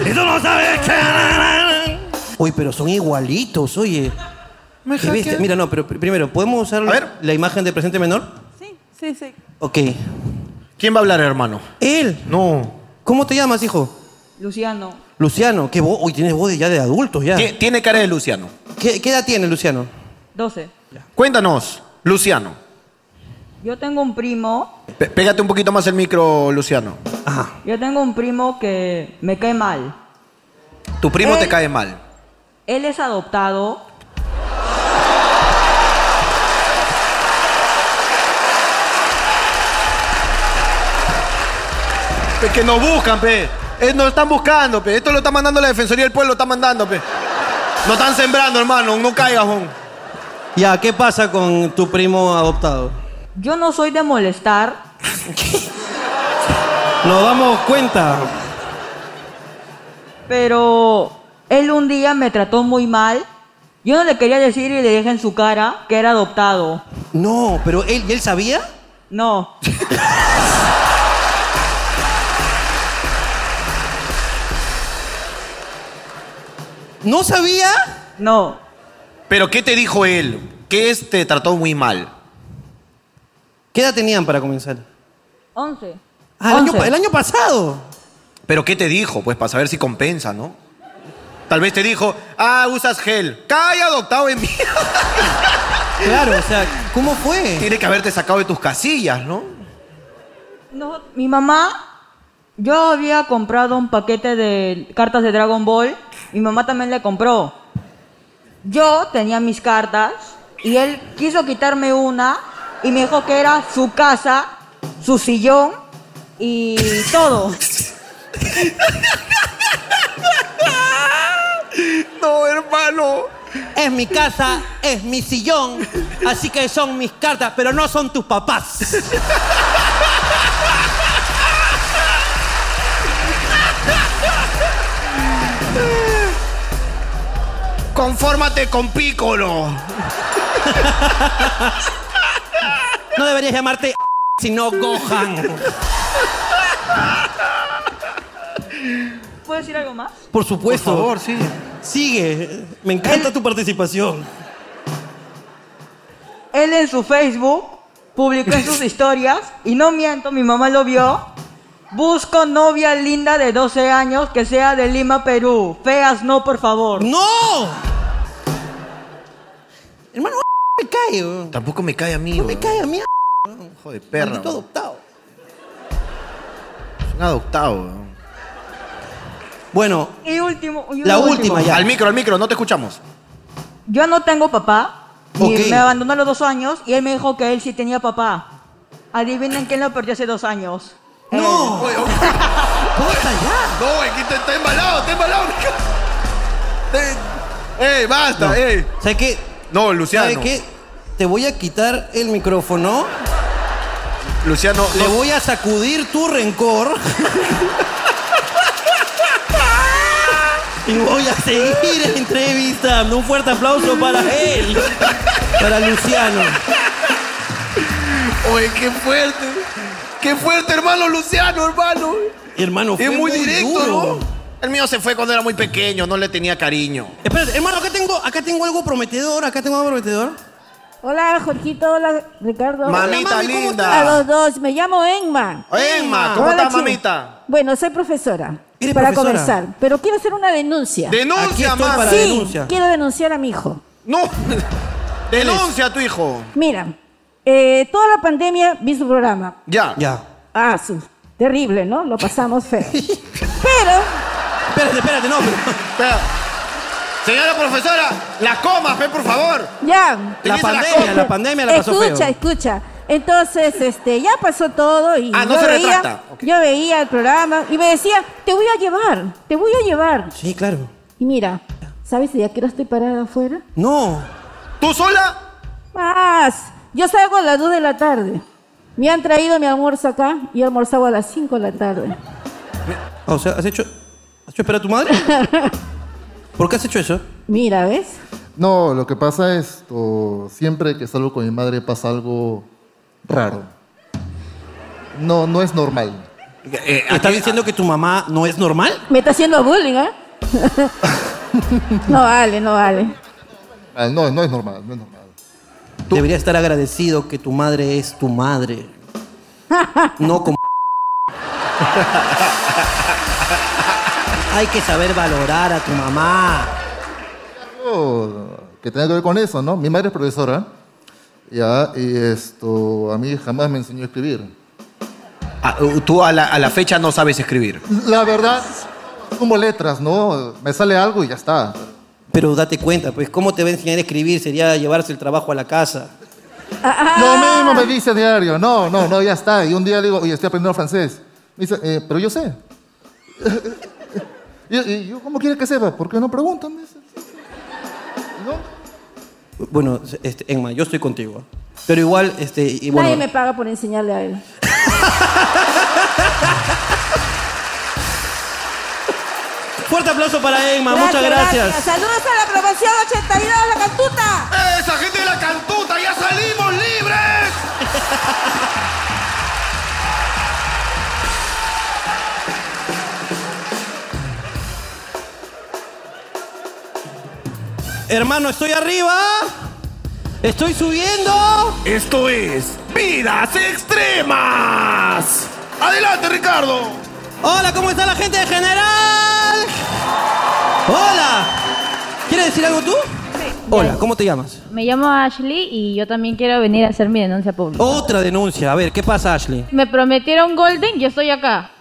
Y tú no sabes qué.
Uy, pero son igualitos, oye.
Me
¿Qué viste?
hackean.
Mira, no, pero pr- primero, ¿podemos usar la imagen de presente menor?
Sí, sí.
Ok.
¿Quién va a hablar, hermano?
Él.
No.
¿Cómo te llamas, hijo?
Luciano,
Luciano, qué voz. Uy, tienes voz de- ya de adulto, ya.
Tiene cara de Luciano.
¿Qué, qué edad tiene Luciano?
12.
Cuéntanos, Luciano.
Yo tengo un primo,
Pe- pégate un poquito más el micro, Luciano.
yo tengo un primo que me cae mal.
Tu primo
Él-
te cae mal.
Él es adoptado.
Pe, que nos buscan, pe. Eh, nos están buscando, pe. Esto lo está mandando la Defensoría del Pueblo, lo está mandando, pe. Lo están sembrando, hermano. No caigas, Juan.
Ya, ¿qué pasa con tu primo adoptado?
Yo no soy de molestar.
Nos damos cuenta.
Pero él un día me trató muy mal. Yo no le quería decir y le dije en su cara que era adoptado.
No, pero él, ¿y él sabía?
No.
¿No sabía?
No.
¿Pero qué te dijo él? Que es- te trató muy mal.
¿Qué edad tenían para comenzar?
11.
Ah, el año, pa- el año pasado.
¿Pero qué te dijo? Pues para saber si compensa, ¿no? Tal vez te dijo, ah, usas gel. ¡Calla, adoptado en mí!
Claro, o sea, ¿cómo fue?
Tiene que haberte sacado de tus casillas, ¿no?
No, mi mamá, yo había comprado un paquete de cartas de Dragon Ball. Mi mamá también le compró. Yo tenía mis cartas y él quiso quitarme una y me dijo que era su casa, su sillón y todo.
No, hermano. Es mi casa, es mi sillón, así que son mis cartas, pero no son tus papás.
Confórmate con Piccolo.
No deberías llamarte sino Gohan.
¿Puedo decir algo más?
Por supuesto.
Por
favor, sí. Sigue. Me encanta tu participación.
Él en su Facebook publicó en sus historias, y no miento, mi mamá lo vio. Busco novia linda de 12 años que sea de Lima, Perú. Feas no, por favor.
¡No! Hermano, me cae. weón.
Tampoco me cae a mí.
No me
weón.
cae a mí.
Hijo de perra.
Maldito
weón.
adoptado.
Es un adoptado. weón.
Bueno,
Y último. y
La
último.
última ya.
Al micro, al micro, no te escuchamos.
Yo no tengo papá. y
Ok.
me abandonó a los dos años y él me dijo que él sí tenía papá. Adivinen quién lo perdió hace dos años.
¡No!
No, es que está, está embalado, está embalado. eh,
¡Ey, Eh, basta!
No.
¡Ey!
¿Sabes qué?
No, Luciano.
¿Sabes qué? Te voy a quitar el micrófono.
Luciano,
Le voy a sacudir tu rencor. y voy a seguir entrevistando. Un fuerte aplauso para él. Para Luciano.
Oye, qué fuerte. Qué fuerte, hermano Luciano, hermano.
Hermano, fue
es muy, directo,
duro.
¿no?
El mío se fue cuando era muy pequeño, no le tenía cariño.
Espérate, hermano, acá tengo, acá tengo algo prometedor, acá tengo algo prometedor.
Hola, Jorgito. Hola, Ricardo.
Mamita
Hola, mami, ¿cómo
linda.
estás? A los dos. Me llamo Enma.
Ah.
Enma, ¿cómo estás,
chicos.
mamita?
Bueno, soy profesora.
¿Eres
para
profesora?
conversar. Pero quiero hacer una denuncia.
Denuncia, Aquí estoy ma. para
Sí,
denuncia.
quiero denunciar a mi hijo.
No. Denuncia a tu hijo.
Mira, eh, toda la pandemia vi su programa.
Ya.
Ya.
Ah, su. Terrible, ¿no? Lo pasamos feo.
Espérate, espérate, no.
Espera. Señora profesora, las comas, ven, por favor.
Ya.
La pandemia, la pandemia la pasó
escucha,
feo.
Escucha, Entonces, este, ya pasó todo y
Ah, no
yo,
se
veía,
retracta.
yo veía el programa y me decía, te voy a llevar, te voy a llevar.
Sí, claro.
Y mira, ¿sabes de qué hora estoy parada afuera?
No.
¿Tú sola?
Más. Yo salgo a las 2 de la tarde. Me han traído mi almuerzo acá y he almorzado a las 5 de la tarde.
Ah, O sea, ¿has hecho, ¿has hecho esperar a tu madre? ¿Por qué has hecho eso?
Mira, ¿ves?
No, lo que pasa es, o, siempre que salgo con mi madre pasa algo raro. No, no es normal.
Eh, ¿Estás diciendo que tu mamá no es normal?
Me está haciendo bullying, ¿eh? no vale, no vale.
Ah, No, no es normal, no es normal.
Debería estar agradecido que tu madre es tu madre. no como. Hay que saber valorar a tu mamá.
algo que tenga que ver con eso, ¿no? Mi madre es profesora, ya, y esto, a mí jamás me enseñó a escribir.
Ah, tú a la, a la fecha no sabes escribir.
La verdad, como letras, ¿no? Me sale algo y ya está.
Pero date cuenta, pues, ¿cómo te va a enseñar a escribir? Sería llevarse el trabajo a la casa.
Lo mismo me dice diario, no, no, no, ya está. Y un día le digo, oye, estoy aprendiendo francés. Me dice, "Eh, pero yo sé. y, y yo, ¿cómo quiere que sepa? ¿Por qué no preguntan? Me dice.
Bueno, este, Emma, yo estoy contigo. Pero igual, este, y bueno,
Nadie me paga por enseñarle a él.
fuerte aplauso para Emma, muchas gracias.
Saludos a la promoción 82, la cantuta.
¡Esa gente de la cantuta! ¡Ya salimos libres!
Hermano, estoy arriba. Estoy subiendo.
Esto es Vidas Extremas. Adelante, Ricardo.
Hola, ¿cómo está la gente de General? Hola. ¿Quieres decir algo tú? Hola, ¿cómo te llamas?
Me llamo Ashley y yo también quiero venir a hacer mi denuncia pública.
Otra denuncia. A ver, ¿qué pasa, Ashley?
Me prometieron Golden y estoy acá.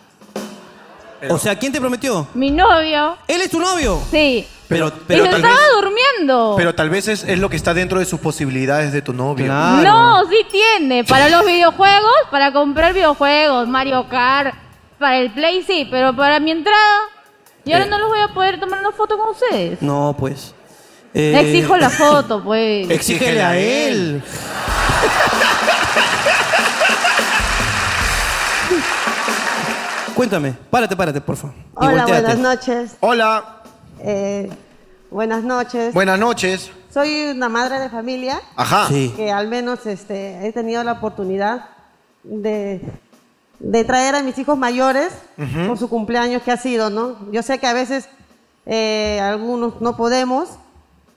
O sea, ¿quién te prometió?
Mi novio.
¿Él es tu novio?
Sí.
Pero,
y se estaba durmiendo.
Pero tal vez es, es lo que está dentro de sus posibilidades de tu novio.
No, sí tiene. Para los videojuegos, para comprar videojuegos, Mario Kart, para el Play sí, pero para mi entrada, yo ahora
Eh.
no los voy a poder tomar una foto con ustedes.
No, pues.
Le
eh,
Exijo la foto, pues.
Exígele a él. Cuéntame, párate, párate, por favor. y
Hola,
volteate.
buenas noches. Eh,
Hola.
buenas noches.
Buenas noches.
Soy una madre de familia.
Ajá. Sí.
Que al menos este, he tenido la oportunidad de de traer a mis hijos mayores
Ujú.
por su cumpleaños que ha sido, ¿no? Yo sé que a veces eh, algunos no podemos,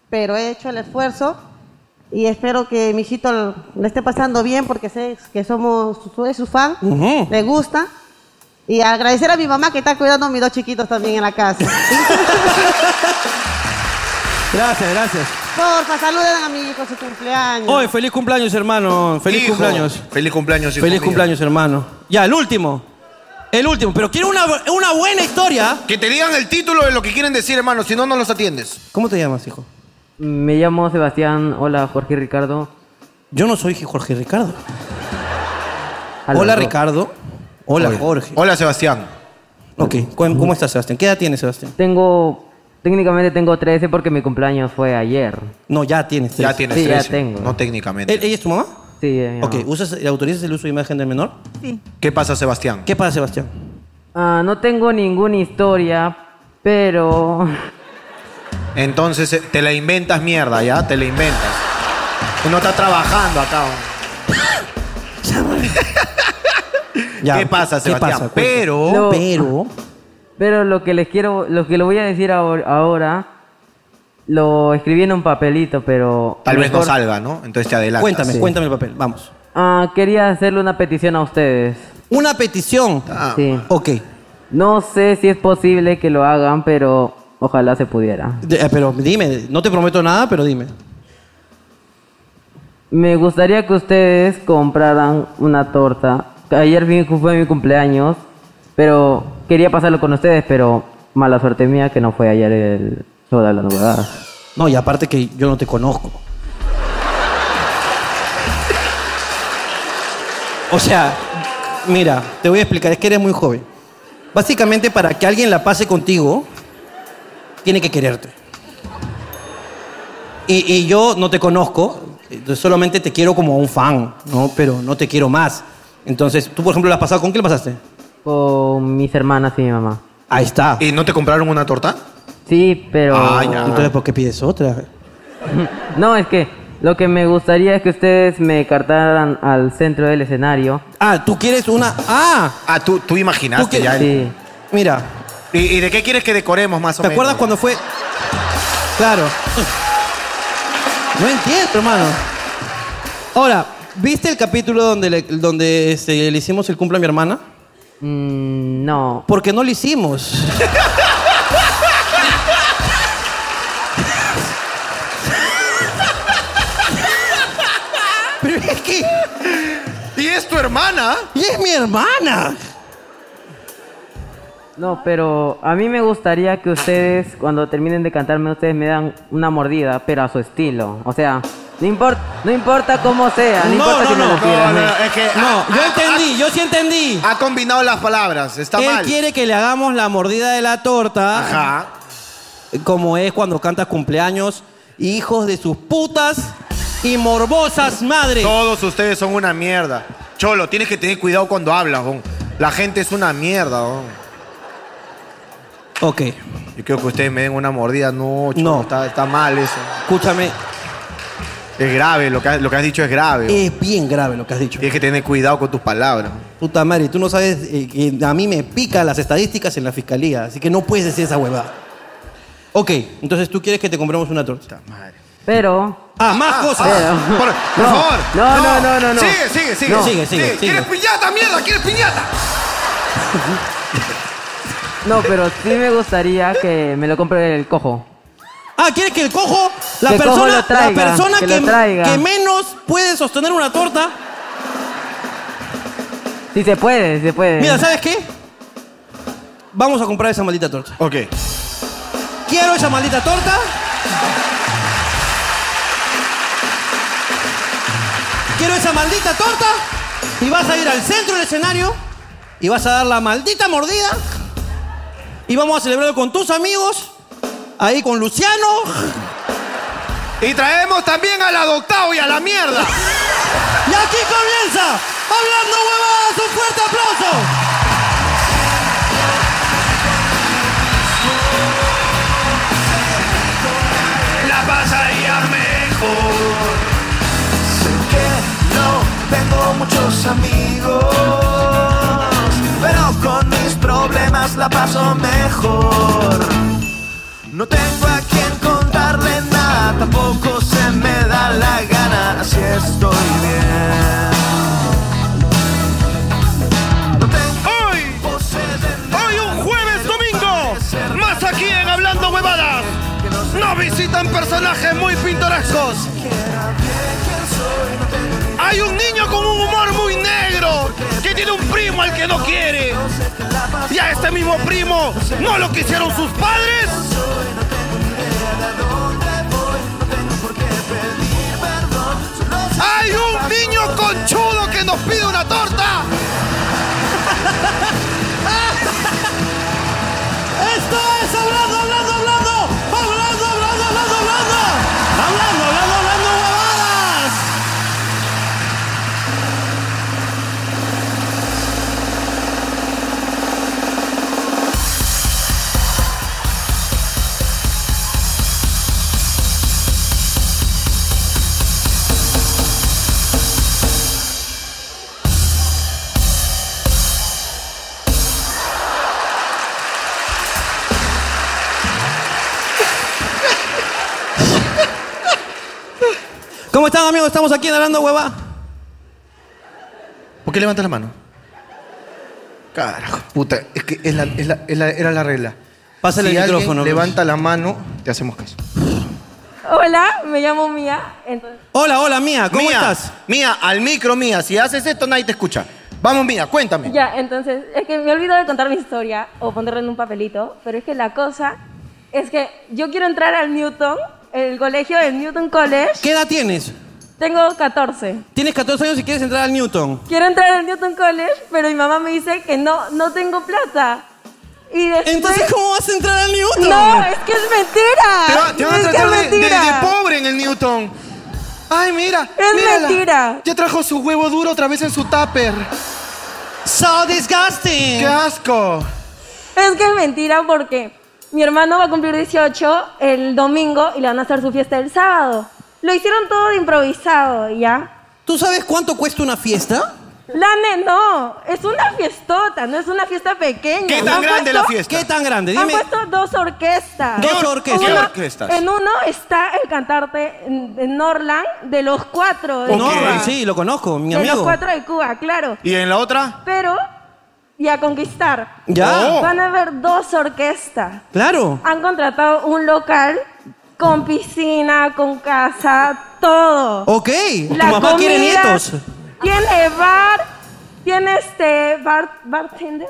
pero he hecho el esfuerzo y espero que mi hijito l- le esté pasando bien porque sé que somos su- es su fan,
Ujú.
le gusta. Y agradecer a mi mamá que está cuidando a mis dos chiquitos también en la casa.
Gracias, gracias.
Porfa, saluden a mi hijo su cumpleaños.
Hoy, feliz cumpleaños, hermano. Feliz
Hijo,
cumpleaños.
Feliz cumpleaños, hijo
Feliz
mío.
cumpleaños, hermano. Ya, el último. El último, pero quiero una, una buena historia.
Que te digan el título de lo que quieren decir, hermano, si no, no los atiendes.
¿Cómo te llamas, hijo?
Me llamo Sebastián. Hola, Jorge y Ricardo.
Yo no soy Jorge Ricardo. Hola, Ricardo. Hola, Jorge.
Hola, Sebastián.
Ok, ¿cu- ¿cómo estás, Sebastián? ¿Qué edad tienes, Sebastián?
Tengo. Técnicamente tengo 13 porque mi cumpleaños fue ayer.
No, ya tienes 13.
Ya tienes Sí, ya 13, tengo. no
técnicamente.
¿Ella ¿E-, es tu mamá?
Sí,
Ok, ¿usas, ¿autorizas el uso de imagen del menor?
Sí.
¿Qué pasa, Sebastián?
¿Qué pasa, Sebastián?
Ah, no tengo ninguna historia, pero.
Entonces, eh, te la inventas mierda, ¿ya? Te la inventas. Uno está trabajando acá. ¿Qué pasa, Sebastián?
pasa? Cuenta.
Pero...
Lo-
pero.
Pero lo que les quiero. Lo que le voy a decir ahor- ahora. Lo escribí en un papelito, pero.
Tal vez no
mejor-
salga, ¿no? Entonces te adelantas.
Cuéntame, Sí. cuéntame
el papel. Vamos.
Ah, quería hacerle una petición a ustedes.
¿Una petición?
sí.
Ok.
No sé si es posible que lo hagan, pero ojalá se pudiera.
De- eh, pero dime, no te prometo nada, pero dime.
Me gustaría que ustedes compraran una torta. Ayer mi- fue mi cumpleaños, pero quería pasarlo con ustedes, pero mala suerte mía que no fue ayer el show de la novedad.
No, y aparte que yo no te conozco. O sea, mira, te voy a explicar, es que eres muy joven. Básicamente, para que alguien la pase contigo, tiene que quererte. Y, y yo no te conozco, entonces solamente te quiero como un fan, ¿no? Pero no te quiero más. Entonces, tú, por ejemplo, la has pasado, ¿con quién la pasaste?
Con mis hermanas y mi mamá.
Ahí está.
¿Y no te compraron una torta?
Sí, pero...
Ah, ya.
Entonces, ¿por qué pides otra?
No, es que lo que me gustaría es que ustedes me cartaran al centro del escenario.
Ah, tú quieres una... Ah,
Ah, tú, tú imaginaste ya. el-
Sí.
mira.
¿Y, y de qué quieres que decoremos más o
¿Te
menos?
acuerdas cuando fue? Claro. No entiendo, hermano. Ahora, ¿viste el capítulo donde le, donde este, le hicimos el cumple a mi hermana?
no.
Porque no lo hicimos. Pero es que.
¿Y es tu hermana?
¡Y es mi hermana!
No, pero a mí me gustaría que ustedes, cuando terminen de cantarme, ustedes me dan una mordida, pero a su estilo. O sea, no, importa, no importa cómo sea, no, importa si me la tiran, ¿eh?
es que.
No, yo entendí, yo sí entendí.
Ha combinado las palabras, está
Él
mal.
quiere que le hagamos la mordida de la torta.
Ajá.
Como es cuando cantas cumpleaños. Hijos de sus putas y morbosas madres.
Todos ustedes son una mierda. Cholo, tienes que tener cuidado cuando hablas, bon. La gente es una mierda, bon.
Ok.
Yo quiero que ustedes me den una mordida. No, Cholo, Está, está mal eso.
Escúchame.
Es grave, lo que, has- lo que has dicho es grave. bon.
Es bien grave lo que has dicho.
Tienes que tener cuidado con tus palabras.
Puta madre, tú no sabes eh, que a mí me pican las estadísticas en la fiscalía, así que no puedes decir esa huevada. Ok, entonces tú quieres que te compremos una torta.
Pero.
Ah, más cosas.
Por, por
No,
favor.
no, no, no, no, no.
Sigue, sigue, sigue.
No. Sigue, sigue, sigue.
¿Quieres piñata, mierda? ¿Quieres piñata?
No, pero sí me gustaría que me lo compre el cojo.
Ah, ¿quieres que el cojo, la
Que el
persona,
cojo lo traiga,
la persona
que
que,
lo traiga.
que menos puede sostener una torta?
Sí se puede, se puede.
Mira, ¿sabes qué? Vamos a comprar esa maldita torta.
Ok.
Quiero esa maldita torta. Quiero esa maldita torta. Y vas a ir al centro del escenario. Y vas a dar la maldita mordida. Y vamos a celebrarlo con tus amigos. Ahí con Luciano.
Y traemos también al adoptado y a la mierda.
Y aquí comienza. Hablando huevadas. Un fuerte aplauso.
la pasaría mejor. Sé que no tengo muchos amigos, paso mejor. No tengo a quien contarle nada, tampoco se me da la gana, así estoy bien.
Hoy, hoy un jueves domingo, más aquí en Hablando Huevadas, nos visitan personajes muy pintorescos. Hay un niño con un humor muy negro que tiene un primo al que no quiere. Y a este mismo primo no lo quisieron sus padres. Hay un niño conchudo que nos pide una torta.
Esto es hablando, hablando, hablando, hablando, hablando, hablando, hablando, hablando, hablando, hablando huevadas. ¿Cómo están amigos? Estamos aquí en hablando hueva.
¿Por qué levantas la mano? Carajo, puta, es que es la- es la- es la- era la regla.
Pásale
si
el
alguien
micrófono, Luis.
Levanta la mano, te hacemos caso.
Hola, me llamo Mía. Entonces,
Hola, hola, mía,
¿cómo estás? Mía, al micro, mía. Si haces esto, nadie te escucha. Vamos, mía, cuéntame.
Ya, entonces, es que me olvido de contar mi historia o ponerlo en un papelito, pero es que la cosa es que yo quiero entrar al Newton, el colegio del Newton College.
¿Qué edad tienes?
Tengo 14.
Tienes 14 años y quieres entrar al Newton.
Quiero entrar al Newton College, pero mi mamá me dice que no, no tengo plata. Y después...
Entonces, ¿cómo vas a entrar al Newton?
No, es que es mentira.
Te, va- te van
Ah, Es
a
que
tratar
es
de, de-
mentira.
de pobre en el Newton. Ay, mira.
Es
mírala.
mentira.
Ya trajo su huevo duro otra vez en su tupper.
So disgusting.
¡Qué asco!
Es que es mentira porque mi hermano va a cumplir 18 el domingo y le van a hacer su fiesta el sábado. Lo hicieron todo de improvisado, ¿ya?
¿Tú sabes cuánto cuesta una fiesta?
Lane, no, es una fiestota, no es una fiesta pequeña.
¿Qué tan
Han
grande la fiesta? ¿Qué tan grande?
Han
Dime.
puesto dos orquestas.
Dos ¿Qué or- orquestas? qué
Uno-
orquestas?
En uno está el cantante de Norland de los cuatro. De Cuba.
No, sí, lo conozco, mi
de los
amigo.
cuatro de Cuba, claro.
¿Y en la otra?
Pero, y a conquistar.
Ya. Oh.
Van a haber dos orquestas.
Claro.
Han contratado un local con piscina, con casa, todo.
Ok, tu mamá quiere nietos.
Tiene bar, tiene este bar, bartender,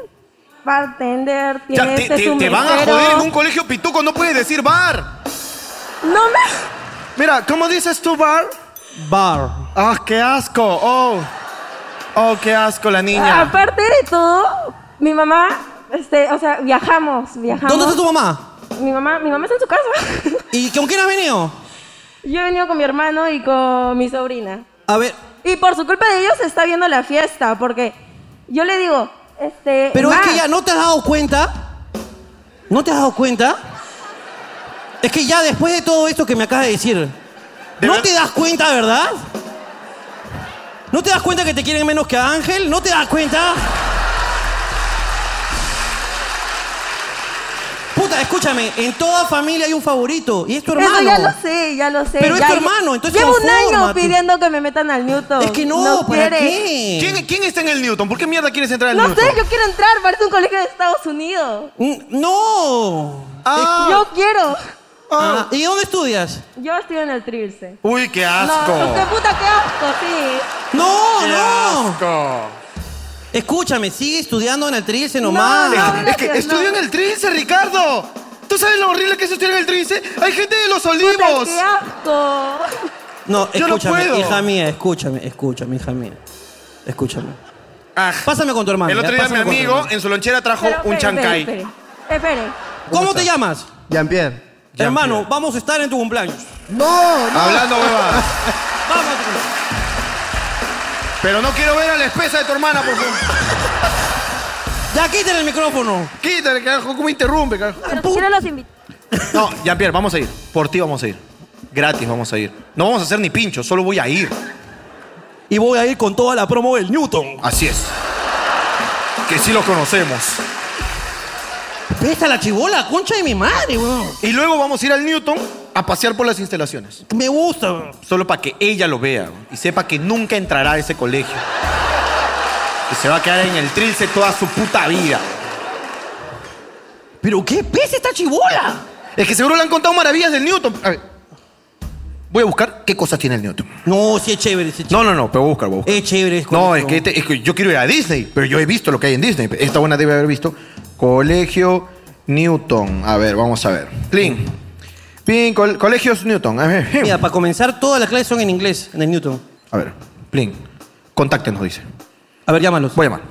bartender, tiene
Ya, te,
este
te-
su
te van a
mesero.
joder en un colegio pituco, no puedes decir bar.
No me.
Mira, ¿cómo dices tú, bar?
Bar.
¡Ah, qué asco! ¡Oh! ¡Oh, qué asco la niña!
Aparte de todo, mi mamá, este, o sea, viajamos, viajamos.
¿Dónde está tu mamá?
Mi mamá, mi mamá está en su casa.
¿Y con quién has venido?
Yo he venido con mi hermano y con mi sobrina.
A ver,
Y por su culpa de ellos se está viendo la fiesta, porque yo le digo, este.
pero es
"Ma,
que ya no te has dado cuenta. ¿No te has dado cuenta? Es que ya después de todo esto que me acabas de decir, ¿no te das cuenta, verdad? ¿No te das cuenta que te quieren menos que a Ángel? ¿No te das cuenta? Puta, escúchame, en toda familia hay un favorito y es tu hermano.
Eso ya lo sé, ya lo sé.
Pero es
ya-
tu hermano, entonces
Llevo un año
confórmate.
pidiendo que me metan al Newton.
Es que no, ¿para qué?
¿Quién, quién está en el Newton? ¿Por qué mierda quieres entrar al
No
Newton?
sé, yo quiero entrar, parece un colegio de Estados Unidos.
Mm, ¡No!
Yo quiero.
Oh. Ah, ¿Y dónde estudias?
Yo estoy en el Trilce.
Uy, qué
No, usted puta, qué asco, sí.
¡No,
Qué
no! Escúchame, sigue estudiando en el Trilce nomás.
es que estudio en el Trince, Ricardo. ¿Tú sabes lo horrible que es estudiar en el Trince? Hay gente de los olivos.
¡Qué asco!
No,
Yo no
escúchame,
puedo.
hija mía, escúchame, escúchame, hija mía. Escúchame. Pásame con tu hermano.
Ah. El
ya,
otro día mi
pásame con tu
amigo
hermano.
en su lonchera trajo
Pero,
un
espere,
chancay.
espere,
Espere.
¿Cómo te llamas?
Jean-Pierre.
Hermano, vamos a estar en tu cumpleaños.
No,
no.
Hablando huevadas.
Vamos a tu cumpleaños.
Pero no quiero ver a la espesa de tu hermana, por favor.
Ya quítale el micrófono.
Quítale, carajo, ¿cómo interrumpe, carajo?
Quiero los invi-
No, Jean-Pierre, vamos a ir. Por ti vamos a ir. Gratis vamos a ir. No vamos a hacer ni pincho, solo voy a ir.
Y voy a ir con toda la promo del Newton.
Así es. Que sí los conocemos.
Pesta la chibola, concha de mi madre, weón.
Y luego vamos a ir al Newton a pasear por las instalaciones.
Me gusta.
Solo para que ella lo vea weón, y sepa que nunca entrará a ese colegio. Que se va a quedar en el trilce toda su puta vida.
¿Pero qué pesa esta chibola?
Es que seguro le han contado maravillas del Newton. A ver, voy a buscar qué cosas tiene el Newton.
No, sí es chévere,
No, no, no, pero voy a buscar, voy a buscar.
Es chévere.
no, es que, este- es que yo quiero ir a Disney, pero yo he visto lo que hay en Disney. Esta buena debe haber visto. Colegio Newton. A ver, vamos a ver. Clean. Pin, col- colegios Newton. A ver.
Mira, para comenzar, todas las clases son en inglés, en el Newton.
A ver, Plin, contáctenos, dice.
A ver, llámalos.
Voy a llamar.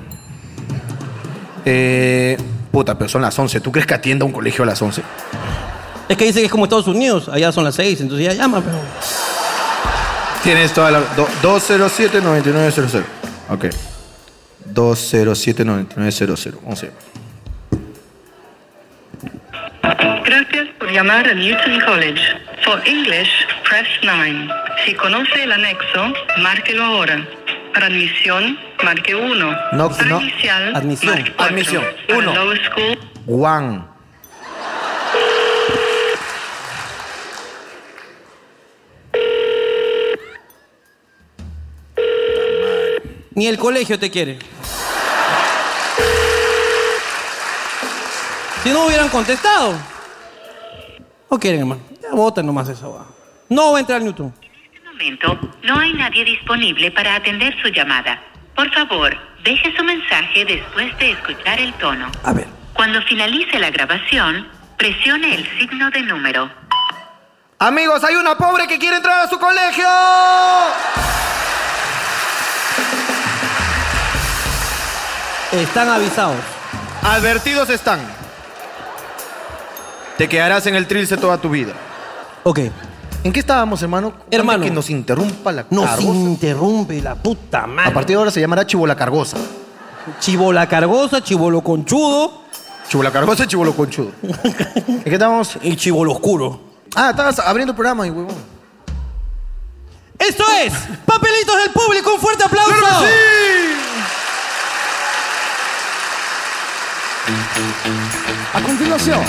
Eh, puta, pero son las 11. ¿Tú crees que atienda un colegio a las 11?
Es que dice que es como Estados Unidos, allá son las seis, entonces ya llama, pero.
Tienes toda la... do- 207-9900. Ok. 207-9900. Vamos a llamar.
Gracias por llamar al Newton College. For English, press 9. Si conoce el anexo, márquelo ahora. Para admisión, marque 1.
No,
Para
no.
inicial,
Admisión,
marque cuatro.
admisión,
Para
uno.
low school,
Juan.
Ni el colegio te quiere. Si no hubieran contestado. No quieren, hermano. Ya voten nomás esa va. No va a entrar Newton.
momento, no hay nadie disponible para atender su llamada. Por favor, deje su mensaje después de escuchar el tono.
A ver.
Cuando finalice la grabación, presione el signo de número.
Amigos, hay una pobre que quiere entrar a su colegio.
Están avisados.
Advertidos están. Te quedarás en el trilce toda tu vida.
Ok.
¿En qué estábamos, hermano? Hermano. Que nos interrumpa la
Nos
cargosa.
interrumpe la puta madre.
A partir de ahora se llamará Chibola Cargosa.
Chibola Cargosa, Chibolo Conchudo.
Chibola Cargosa, Chibolo Conchudo. ¿En qué estamos?
Y Chibolo Oscuro.
Ah, estabas abriendo el programa y huevón.
Esto es Papelitos del Público. Un fuerte aplauso.
A continuación,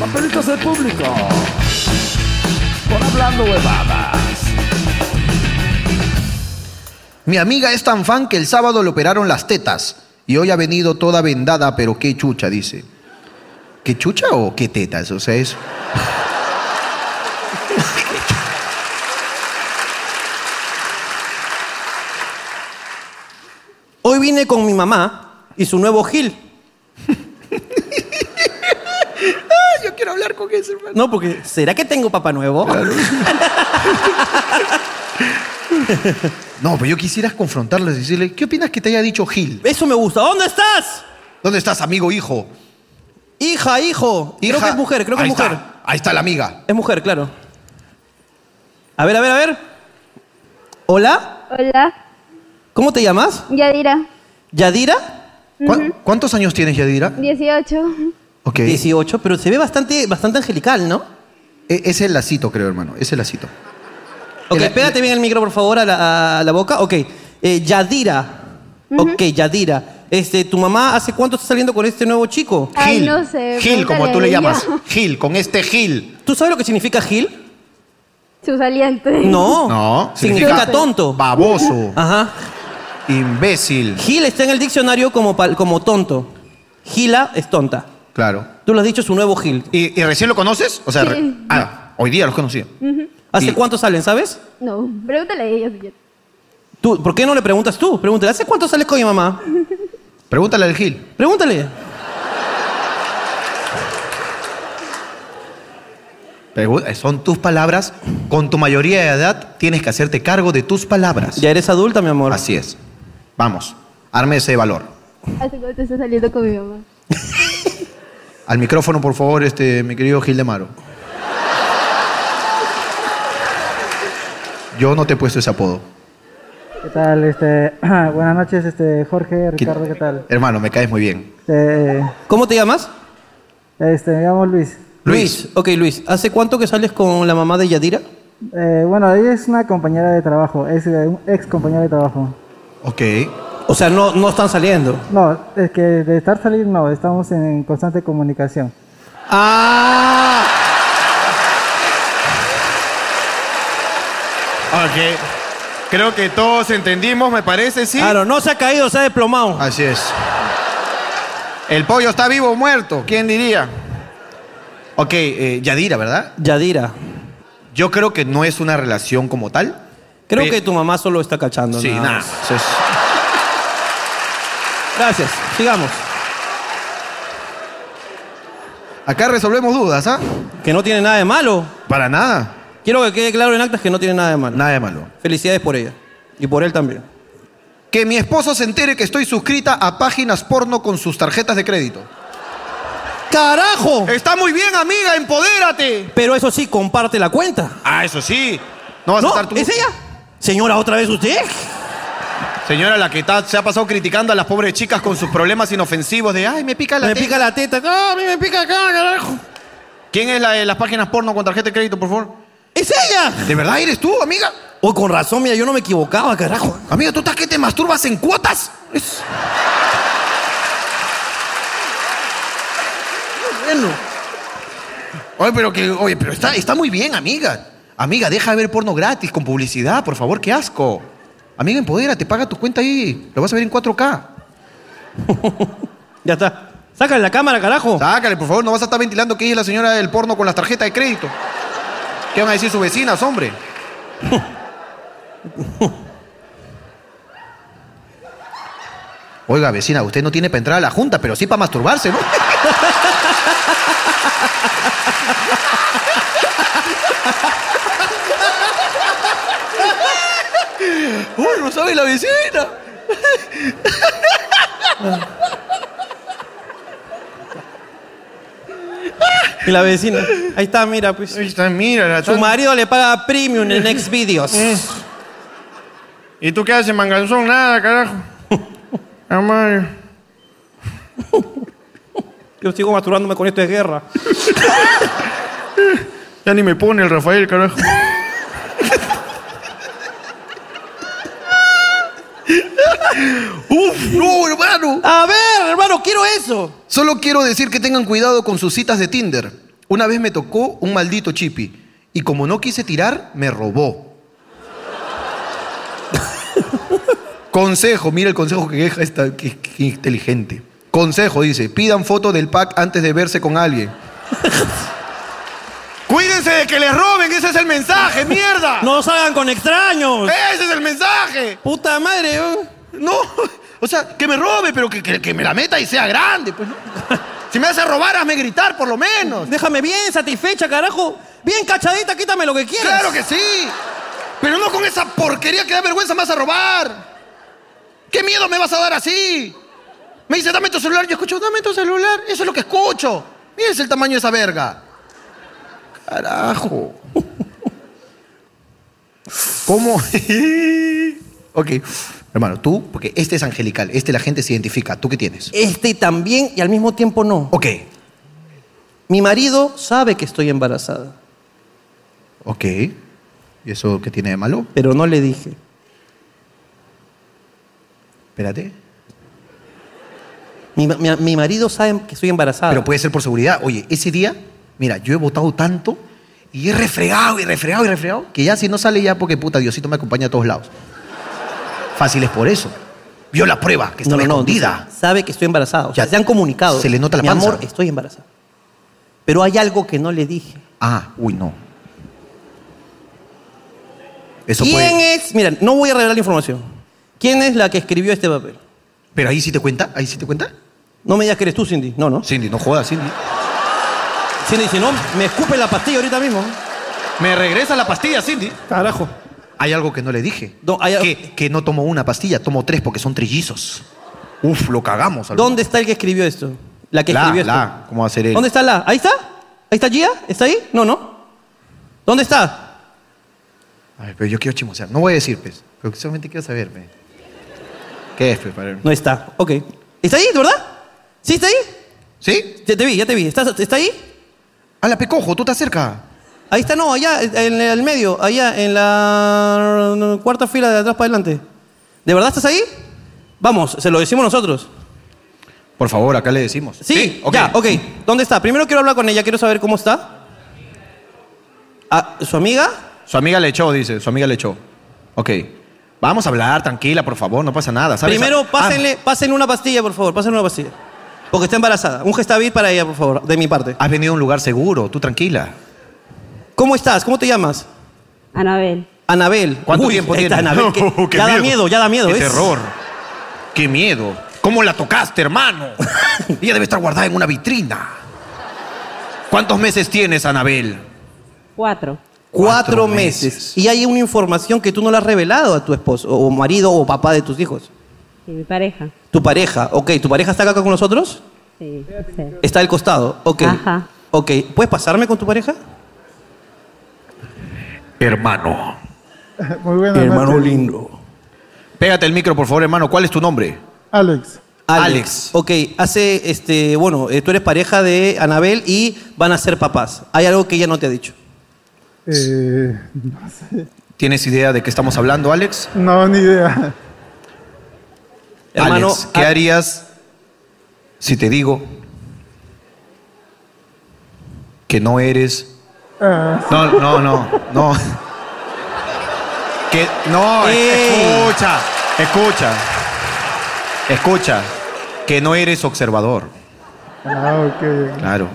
papelitos del público. Por hablando huevadas.
Mi amiga es tan fan que el sábado le operaron las tetas y hoy ha venido toda vendada, pero qué chucha, dice. ¿Qué chucha o qué tetas? O sea, es...
Hoy vine con mi mamá y su nuevo Gil.
Yo quiero hablar con ese hermano.
No, porque ¿será que tengo papá nuevo?
No, pero yo quisiera confrontarles y decirle, ¿qué opinas que te haya dicho Gil?
Eso me gusta. ¿Dónde estás?
¿Dónde estás, amigo, hijo?
Hija, hijo. Creo
Hija.
que es mujer, creo que
Ahí
es mujer.
está, Ahí está la amiga.
Es mujer, claro. A ver, a ver, a ver. Hola,
Hola,
¿cómo te llamas?
Yadira,
¿Yadira?
¿Cuán-
¿Cuántos años tienes, Yadira?
18.
18, pero se ve bastante, bastante angelical, ¿no?
E- es el lacito, creo, hermano. Es el lacito.
Ok, pégate bien el micro, por favor, a la, a la boca. Ok, eh, Yadira. Ok, Yadira. Este, ¿Tu mamá hace cuánto está saliendo con este nuevo chico?
Ay, Gil. no sé,
Gil, como
pregúntale
tú
a
le
ella.
llamas. Gil, con este Gil.
¿Tú sabes lo que significa Gil?
Su saliente.
No.
No.
Significa tonto.
Baboso.
Ajá.
Imbécil.
Gil está en el diccionario como, pal- como tonto. Gila es tonta.
Claro.
Tú lo has dicho, su nuevo Gil.
¿Y, y recién lo conoces? O sea, re-
Sí.
ah, hoy día los conocí.
Ujú.
¿Hace cuánto salen, sabes?
No, pregúntale a ella si quiere.
Tú, ¿Por qué no le preguntas tú? Pregúntale, ¿hace cuánto sales con mi mamá?
Pregúntale al Gil.
Pregúntale.
Pregu- eh, Son tus palabras. Con tu mayoría de edad tienes que hacerte cargo de tus palabras. Ya
eres adulta, mi amor.
Así es. Vamos, arme ese valor.
Hace cuánto está saliendo con mi mamá.
Al micrófono, por favor, este, mi querido Gil de Maro. Yo no te he puesto ese apodo.
¿Qué tal? Este, buenas noches, este, Jorge, Ricardo, ¿qué tal?
Hermano, me caes muy bien.
Este,
¿Cómo te llamas?
Este, me llamo Luis.
Luis. Ok, Luis. ¿Hace cuánto que sales con la mamá de Yadira?
Eh, bueno, ella es una compañera de trabajo, es eh, un ex compañera de trabajo.
Ok.
O sea, no, no están saliendo.
No, es que de estar saliendo, no, estamos en constante comunicación.
Ah,
Ok. Creo que todos entendimos, me parece, sí.
claro, no se ha caído, se ha desplomado.
Así es. ¿El pollo está vivo o muerto? ¿Quién diría? Ok, eh, Yadira, ¿verdad?
Yadira.
Yo creo que no es una relación como tal.
Creo
Pe-
que tu mamá solo está
Ah,
cachando.
Sí, nada.
más.
eso es-
Gracias, sigamos.
Acá resolvemos dudas, ¿ah?
Que no tiene nada de malo.
Para nada.
Quiero que quede claro en actas que no tiene nada de malo.
Nada de malo.
Felicidades por ella. Y por él también.
Que mi esposo se entere que estoy suscrita a páginas porno con sus tarjetas de crédito.
¡Carajo!
Está muy bien, amiga, empodérate.
Pero eso sí, comparte la cuenta.
Ah, eso sí. No vas
no,
a estar tú.
¿Es ella? Señora, ¿otra vez usted?
Señora, la que está- se ha pasado criticando a las pobres chicas con sus problemas inofensivos de, ay, me pica la
me
teta".
pica la teta. Ah, a mí me pica acá, carajo.
¿Quién es la de las páginas porno con tarjeta de crédito, por favor?
¡Es ella!
¿De verdad eres tú, amiga?
Oh, con razón, mira, yo no me equivocaba, carajo.
Amiga, ¿tú estás que te masturbas en cuotas? Es-
Bueno. Oye, pero que, oye, pero está, está muy bien, amiga. Amiga, deja de ver porno gratis con publicidad, por favor, qué asco. Amiga, empodérate, paga tu cuenta ahí. Lo vas a ver en 4K.
Ya está. Sácale la cámara, carajo.
Sácale, por favor, no vas a estar ventilando que es la señora del porno con las tarjetas de crédito. ¿Qué van a decir sus vecinas, hombre? Oiga, vecina, usted no tiene para entrar a la junta, pero sí para masturbarse, ¿no?
¡Uy, no sabe la vecina!
Y la vecina. Ahí está, mira, pues.
Ahí está, mira. La Mm,
Su
tan-
marido le paga premium en Next Videos.
¿Y tú qué haces, manganzón? Nada, carajo. Amario.
Yo sigo masturbándome con esto de guerra.
Ya ni me pone el Rafael, carajo.
¡Uf! ¡No, hermano!
A ver, hermano, quiero eso.
Solo quiero decir que tengan cuidado con sus citas de Tinder. Una vez me tocó un maldito chipi y como no quise tirar, me robó. consejo, mira el consejo que deja esta que- que inteligente. Consejo dice, pidan foto del pack antes de verse con alguien.
¡Cuídense de que les roben! ¡Ese es el mensaje, mierda!
No salgan con extraños.
¡Ese es el mensaje!
Puta madre. ¿eh?
No, o sea, que me robe, pero que, que- que me la meta y sea grande, pues. ¿no? si me hace robar, hazme gritar por lo menos.
Déjame bien satisfecha, carajo. Bien cachadita, quítame lo que quieras.
Claro que sí. Pero no con esa porquería que da vergüenza más a robar. ¿Qué miedo me vas a dar así? Me dice, dame tu celular. Yo escucho, dame tu celular. Eso es lo que escucho. Mira el tamaño de esa verga. Carajo. ¿Cómo? ok. Hermano, tú, porque este es angelical. Este la gente se identifica. ¿Tú qué tienes?
Este también y al mismo tiempo no.
Ok.
Mi marido sabe que estoy embarazada,
Ok. ¿Y eso qué tiene de malo?
pero no le dije.
Espérate.
Mi, ma- mi- mi marido sabe que estoy embarazada.
Pero puede ser por seguridad. Oye, ese día, mira, yo he votado tanto y he refregado y refregado y refregado que ya si no sale ya porque puta Diosito me acompaña a todos lados. Fácil es por eso. Vio la prueba que estaba escondida.
dice, sabe que estoy embarazada. O sea,
Ya.
se han comunicado.
Se le nota la
Mi
panza.
amor, estoy embarazada. Pero hay algo que no le dije.
Ah, uy, no. Eso
¿Quién
puede.
es? Mira, no voy a revelar la información. ¿Quién es la que escribió este papel?
Pero ahí sí te cuenta, ahí sí te cuenta.
No me digas que eres tú, Cindy. No, no.
Cindy, no jodas, Cindy.
Cindy, si no, me escupe la pastilla ahorita mismo.
Me regresa la pastilla, Cindy.
Carajo.
Hay algo que no le dije.
No, hay-
Que, que no tomo una pastilla, tomo tres porque son trillizos. Uf, lo cagamos. Alberto.
¿Dónde está el que escribió esto? La que
La,
escribió esto.
la, ¿cómo va a ser él?
¿Dónde está la? ¿Ahí está? ¿Ahí está Gia? ¿Está ahí? No, no. ¿Dónde está?
A ver, pero yo quiero chimosear. No voy a decir, pues. Pero solamente quiero saber, pe. ¿Qué es, pe, para ver?
No está. Ok. ¿Está ahí, de verdad? ¿Sí está ahí?
¿Sí?
Ya te vi, ya te vi. ¿Estás- ¿Está ahí?
A la pecojo, tú estás cerca.
Ahí está, no, allá, en el medio, allá, en la cuarta fila de atrás para adelante. ¿De verdad estás ahí? Vamos, se lo decimos nosotros.
Por favor, acá le decimos.
Sí, ya, ok. ¿Dónde está? Primero quiero hablar con ella, quiero saber cómo está. Ah, ¿Su amiga?
Su amiga le echó, dice. Su amiga le echó. Ok. Vamos a hablar, tranquila, por favor, no pasa nada. ¿sabes?
Primero,
Ah,
pásenle, pásenle una pastilla, por favor, pásenle una pastilla. Porque está embarazada. Un gestavir para ella, por favor, de mi parte.
Has venido a un lugar seguro, tú tranquila.
¿Cómo estás? ¿Cómo te llamas?
Anabel.
Anabel.
¿Cuánto
Uy,
tiempo
esta
tiene? Oh,
Anabel, que-
Qué
ya da miedo, ya da miedo.
Qué
¿ves?
terror. Qué miedo. ¿Cómo la tocaste, hermano? Ella debe estar guardada en una vitrina. ¿Cuántos meses tienes, Anabel?
Cuatro.
Cuatro, meses. Y hay una información que tú no la has revelado a tu esposo, o marido, o papá de tus hijos.
Y mi pareja.
Tu pareja, ok. ¿Tu pareja está acá con nosotros?
Sí. sí.
Está al costado, ok.
Ajá.
Ok, ¿puedes pasarme con tu pareja?
Hermano.
Muy buena noche.
lindo. Pégate el micro, por favor, hermano. ¿Cuál es tu nombre?
Alex.
Alex. Ok, hace, este, bueno, eh, tú eres pareja de Anabel y van a ser papás. Hay algo que ella no te ha dicho.
Eh, no sé.
¿Tienes idea de qué estamos hablando, Alex?
No, ni idea.
Hermano,
Alex, ¿qué harías si te digo que no eres?
Ah,
No, no, no, no. Que no,
Ey.
escucha, escucha. Escucha, que no eres observador.
ah, ok.
Claro.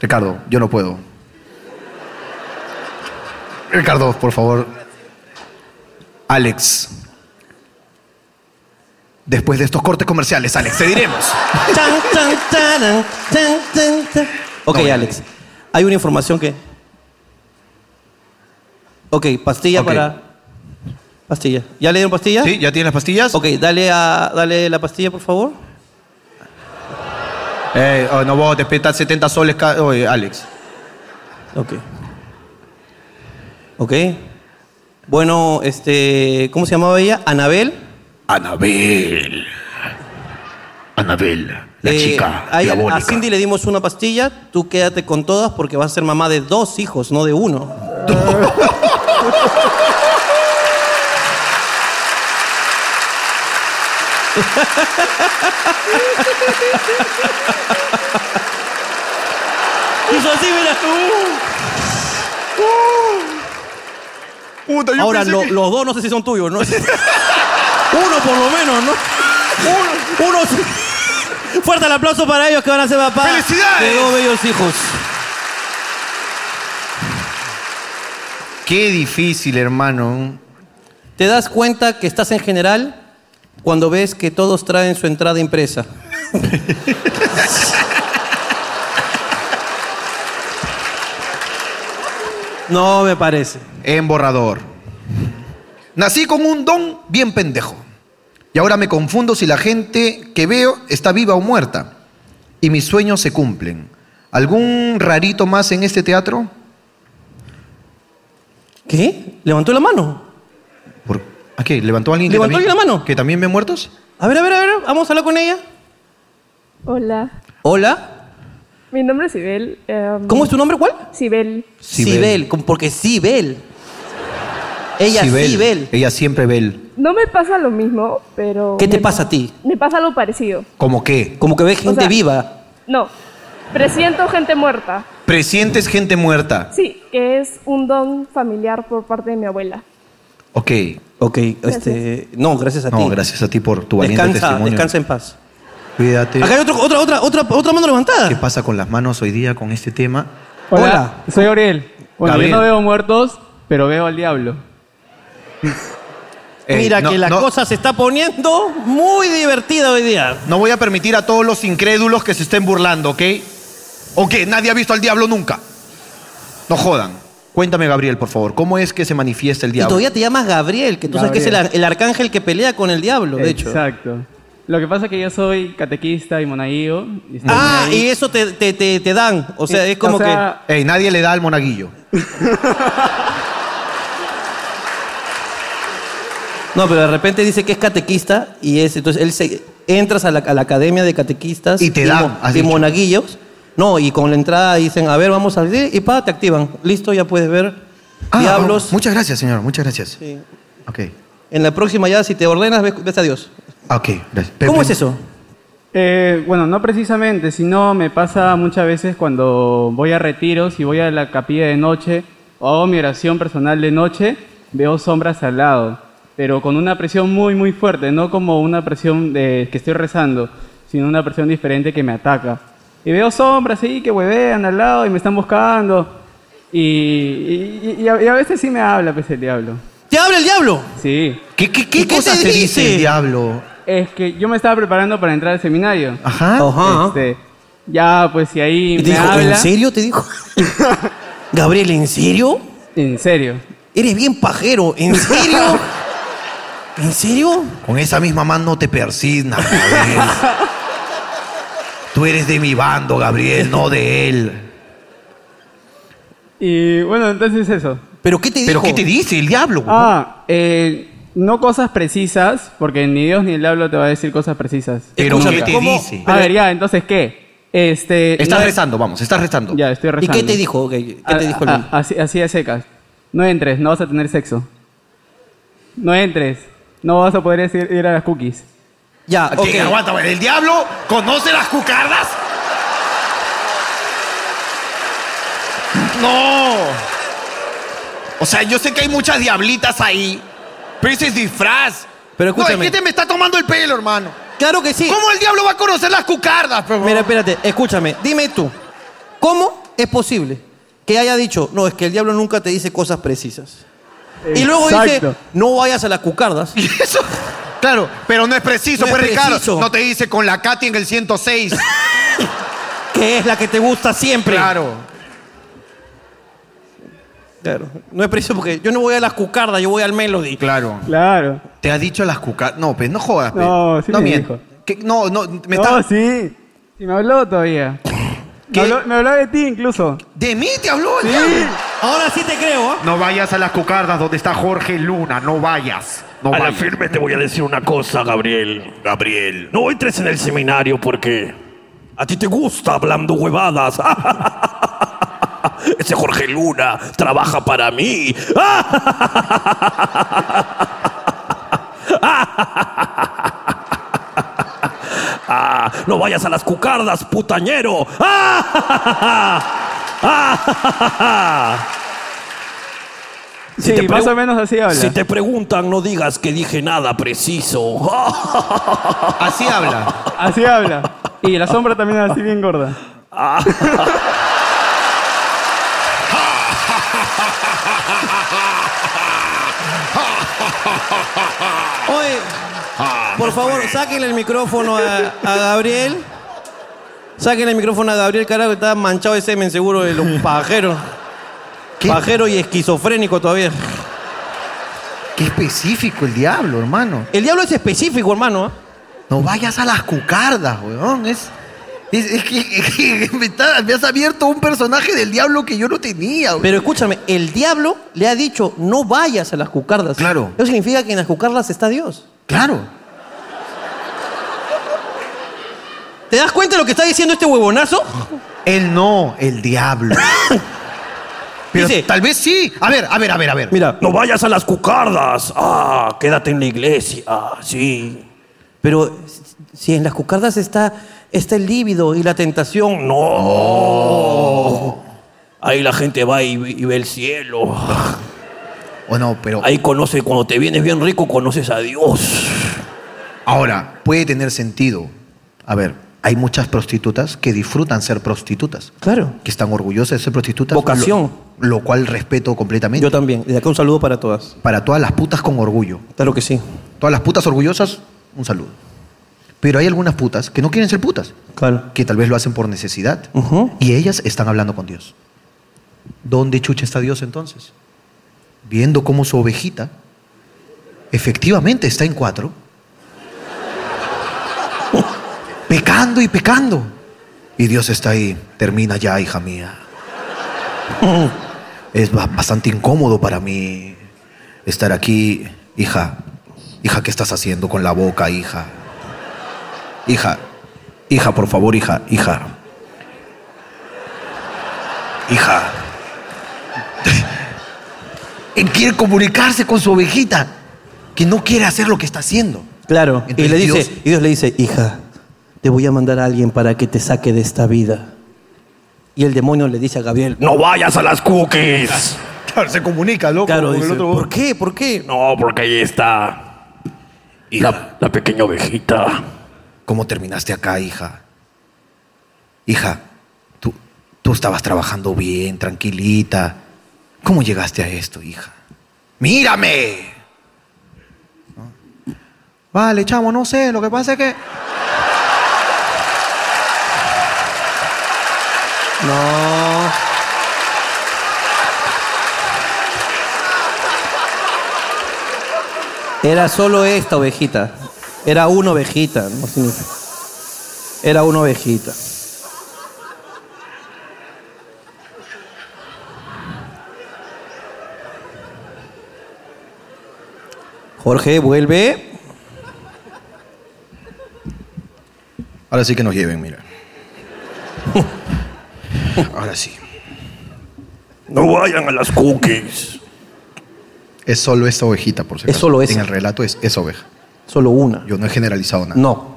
Ricardo, yo no puedo. Ricardo, por favor. Alex. Después de estos cortes comerciales, Alex, te diremos.
Tan, tan, taran, tan, tan, tan. Ok, Alex. Hay una información que. Ok, pastilla
Ok.
para. Pastilla. ¿Ya le dieron pastilla? Sí,
¿ya tienen las pastillas?
Ok, dale, a, dale la pastilla, por favor.
Eh, oh, no vos te petas 70 soles cada. Oye, Alex.
Ok. Ok. Bueno, este. ¿Cómo se llamaba ella? Anabel.
Anabel. Anabel, la
Eh,
chica
a, ella-
diabólica.
a Cindy le dimos una pastilla. Tú quédate con todas porque vas a ser mamá de dos hijos, no de uno. Hizo así, mira.
Puta, yo
Ahora,
pensé
lo-
que-
los dos no sé si son tuyos, ¿no? Uno por lo menos, ¿no? Uno. sí. Fuerte el aplauso para ellos que van a ser papás.
¡Felicidades!
De dos bellos hijos.
Qué difícil, hermano.
Te das cuenta que estás en general cuando ves que todos traen su entrada impresa. No me parece.
En borrador. Nací con un don bien pendejo. Y ahora me confundo si la gente que veo está viva o muerta. Y mis sueños se cumplen. ¿Algún rarito más en este teatro?
¿Qué? ¿Levantó la mano?
¿Por ¿A qué? ¿Levantó alguien? que
¿Levantó
también-
alguien la mano?
¿Que también ve muertos?
A ver, a ver, a ver. Vamos a hablar con ella.
Hola,
Hola.
mi nombre es Sibel. em,
¿Cómo es tu nombre? ¿Cuál?
Sibel.
Sibel. como- Porque Sibel. Ella
Sibel.
Sibel.
Ella siempre ve.
No me pasa lo mismo, pero...
¿Qué te
me-
pasa a ti?
Me pasa algo parecido.
¿Cómo qué?
Como que ve gente
sea-
viva.
No, presiento gente muerta.
Presientes gente muerta.
Sí, que es un don familiar por parte de mi abuela.
Ok.
Ok, este. No, gracias a ti.
No, gracias a ti por tu valiente
Descansa,
testimonio.
descansa en paz.
Cuídate.
Acá hay otro- otra, otra, otra, otra mano levantada.
¿Qué pasa con las manos hoy día con este tema?
Hola, soy Gabriel. Bueno,
Gabriel.
yo no veo muertos, pero veo al diablo.
Ey,
Mira
Eh, no-
que la
no-
cosa se está poniendo muy divertida hoy día.
No voy a permitir a todos los incrédulos que se estén burlando, ¿ok? ¿O qué? Nadie ha visto al diablo nunca. No jodan. Cuéntame, Gabriel, por favor, ¿cómo es que se manifiesta el
Y
diablo?
todavía te llamas Gabriel, que tú sabes que es el, ar- el arcángel que pelea con el diablo, de hecho.
Exacto. Lo que pasa es que yo soy catequista y monaguillo. y estoy
Ah,
ahí.
y eso te, te- te- te dan. O sea,
Eh,
es como
o sea-
Ey, nadie le da al monaguillo.
que. No, pero de repente dice que es catequista y es. Entonces él se. Entras a la, a la academia de catequistas. Y
te dan,
mo-
has
Y
dicho.
monaguillos. No, y con la entrada dicen, a ver, vamos a abrir. Y pa, te activan. Listo, ya puedes ver.
Ah,
Diablos.
Muchas gracias, señor, muchas gracias.
Sí.
Ok.
En la próxima ya, si te ordenas, ves, ves a Dios.
Ah, ok, gracias.
¿Cómo es eso?
Eh, bueno, no precisamente, sino me pasa muchas veces cuando voy a retiros y voy a la capilla de noche o hago mi oración personal de noche, veo sombras al lado, pero con una presión muy, muy fuerte, no como una presión de que estoy rezando, sino una presión diferente que me ataca. Y veo sombras ahí que huevean al lado y me están buscando. Y, y- y a, y a veces sí me habla, pues el diablo.
¿Te habla el diablo?
Sí.
¿Qué,
qué te cosas te dice dice? el
diablo?
Es que yo me estaba preparando para entrar al seminario.
Ajá.
Ajá.
Este, ya, pues si ahí
Y
me
te dijo,
habla.
¿en serio? Te dijo. Gabriel, ¿en serio?
En serio.
Eres bien pajero, ¿en serio? ¿En serio?
Con esa misma mano te persignas, Gabriel. Tú eres de mi bando, Gabriel, no de él.
Y bueno, entonces eso.
¿Pero qué te
¿Pero dijo? qué te dice el diablo?
Ah, eh, no cosas precisas, porque ni Dios ni el diablo te va a decir cosas precisas.
Pero
Nunca.
¿qué te
¿Cómo?
dice?
A ver, ya, entonces, ¿qué? Este,
Estás
no es-
rezando, vamos, estás rezando.
Ya, estoy rezando.
¿Y qué te dijo? ¿Qué, qué te
A-
dijo el
a- así, así de secas. No entres, no vas a tener sexo. No entres, no vas a poder ir, ir a las cookies.
Ya,
Ok, Aguanta, güey. ¿El diablo conoce las cucardas?
No. O sea, yo sé que hay muchas diablitas ahí, pero ese es disfraz.
Pero escúchame.
No, es que te me está tomando el pelo, hermano.
Claro que sí.
¿Cómo el diablo va a conocer las cucardas, pero?
Mira, espérate, escúchame, dime tú, ¿cómo es posible que haya dicho, no, es que el diablo nunca te dice cosas precisas? Y luego dice,
Exacto.
no vayas a las cucardas.
Y eso, claro, pero no es preciso,
No es
pues, Ricardo.
preciso.
No te dice con la Katy en el 106.
que es la que te gusta siempre.
Claro.
Claro. No es preciso porque yo no voy a las cucardas, yo voy al Melody.
Claro.
Claro.
Te ha dicho las cucardas. No, pues no jodas, pues.
No, sí
no
me
mientas. ¿Qué? No, no, me
no,
está.
sí. Sí, me habló todavía. Me habló, me habló de ti incluso.
¿De mí te habló?
Sí.
Ahora sí te creo, ¿ah?
No vayas a las cucardas donde está Jorge Luna, no vayas. No
a la
vayas.
firme te voy a decir una cosa, Gabriel. Gabriel, no entres en el seminario porque a ti te gusta hablando huevadas. Ese Jorge Luna trabaja para mí. Ah, no vayas a las cucardas, putañero.
Sí, más o menos así habla.
Si te preguntan, no digas que dije nada preciso.
Así habla.
Así habla. Y la sombra también es así bien gorda.
Oye,
Ah,
por favor, sáquenle el micrófono a, a Gabriel. Sáquenle el micrófono a Gabriel, carajo, que está manchado de semen seguro de los pajeros. Pajero y esquizofrénico todavía.
Qué específico el diablo, hermano.
El diablo es específico, hermano.
No vayas a las cucardas, weón. Es, es- es que, es que me, está- me has abierto un personaje del diablo que yo no tenía, weón.
Pero escúchame, el diablo le ha dicho, no vayas a las cucardas. Claro. Eso significa que en las cucardas está Dios.
Claro.
¿Te das cuenta de lo que está diciendo este huevonazo?
Él no, el diablo. Pero tal vez sí. A ver, a ver, a ver, a ver.
Mira.
No vayas a las cucardas. Ah, quédate en la iglesia. Ah, sí.
Pero si en las cucardas está, está el líbido y la tentación, no.
Oh. Ahí la gente va y, y ve el cielo.
O no, pero.
Ahí conoce, cuando te vienes bien rico, conoces a Dios.
Ahora, puede tener sentido. A ver, hay muchas prostitutas que disfrutan ser prostitutas.
Claro.
Que están orgullosas de ser prostitutas.
Vocación.
Lo, lo cual respeto completamente. Yo
también. Desde acá un saludo para todas.
Para todas las putas con orgullo.
Claro que sí.
Todas las putas orgullosas, un saludo. Pero hay algunas putas que no quieren ser putas.
Claro.
Que tal vez lo hacen por necesidad. Y ellas están hablando con Dios. ¿Dónde chucha está Dios entonces? Viendo cómo su ovejita efectivamente está en cuatro. pecando y pecando. Y Dios está ahí. Termina ya, hija mía. es ba- bastante incómodo para mí estar aquí, hija. Hija, ¿qué estás haciendo con la boca, hija? Hija, hija, por favor, hija, hija. Hija. Él quiere comunicarse con su ovejita, que no quiere hacer lo que está haciendo.
Claro. y
Entonces,
le dice,
Dios-
y Dios le dice, hija, te voy a mandar a alguien para que te saque de esta vida. Y el demonio le dice a Gabriel,
No vayas a las cookies.
Claro, se comunica, loco.
Claro,
con el
dice,
otro
¿por qué? ¿Por qué?
No, porque ahí está. La, la pequeña ovejita.
¿Cómo terminaste acá, hija? Hija, tú, tú estabas trabajando bien, tranquilita. ¿Cómo llegaste a esto, hija? ¡Mírame! ¿No? Vale, chamo, no sé. Lo que pasa es que. No.
Era solo esta ovejita. Era una ovejita. no significa- Era una ovejita. Jorge, vuelve.
Ahora sí que nos lleven, mira. Ahora sí.
No vayan a las cookies.
Es solo esa ovejita, por si
Es
acaso.
solo esa.
En el relato es esa oveja.
Solo una.
Yo no he generalizado nada.
No.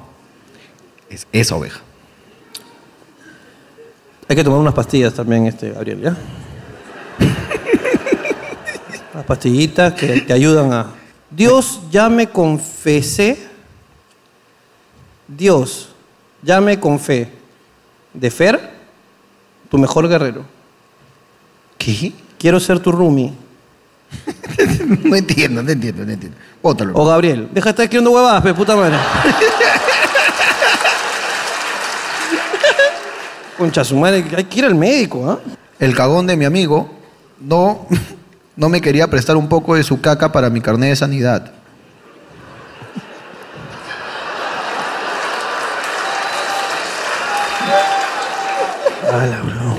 Es esa oveja.
Hay que tomar unas pastillas también, este, Gabriel, ¿ya? Unas pastillitas que te ayudan a. Dios, ya me confesé. Dios, ya me confé. De Fer, tu mejor guerrero.
¿Qué?
Quiero ser tu roomie.
no entiendo, no entiendo, no entiendo. Bótalo.
O Gabriel, deja de estar escribiendo huevadas, pe, puta madre. Concha su madre, hay que ir al médico, ¿ah?
El cagón de mi amigo no, no me quería prestar un poco de su caca para mi carnet de sanidad. Hala, bro.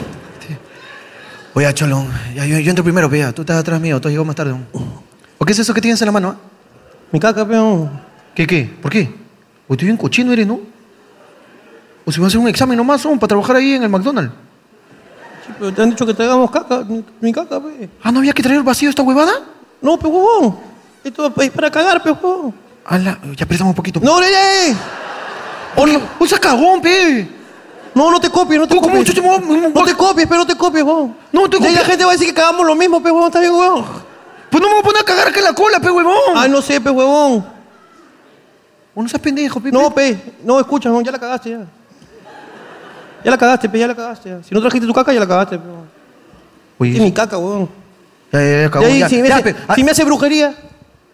Oye, Cholón, ya, yo, yo entro primero, pea. Tú estás atrás mío, tú has llegado más tarde. ¿O qué es eso que tienes en la mano? ah?
Mi caca, peón.
¿Qué, qué? ¿Por qué? Uy, tú bien cochino eres, ¿no? O si vas a hacer un examen nomás, son para trabajar ahí en el McDonald's.
Pero te han dicho que traigamos caca, mi- mi caca, pues. pe.
Ah, ¿no había que traer el vacío esta huevada?
No, pe, huevón. Esto es pues, para cagar, pe, huevón.
Ala, ya prestamos un poquito.
No, no, no.
¡Un cagón, pe!
No, no te copies, no te copies. No te copies, pero no te copies, huevón. No te copies. la gente va a decir que cagamos lo mismo, pe, huevón. Está bien, huevón.
Pues no me voy a poner a cagar acá en la cola, pe, huevón.
Ah, no sé, pe, huevón.
Uno seas pendejo, pe.
No, pe. No, escucha, huevón, ya la cagaste, ya. Ya la cagaste, pe, ya la cagaste. ya. Si no trajiste tu caca, ya la cagaste, pe. huevón.
Oye,
Es mi caca, huevón.
Ya, ya, ya,
De
cagón,
ahí,
ya.
si, me
Ya,
hace,
pe, ah,
si me hace brujería.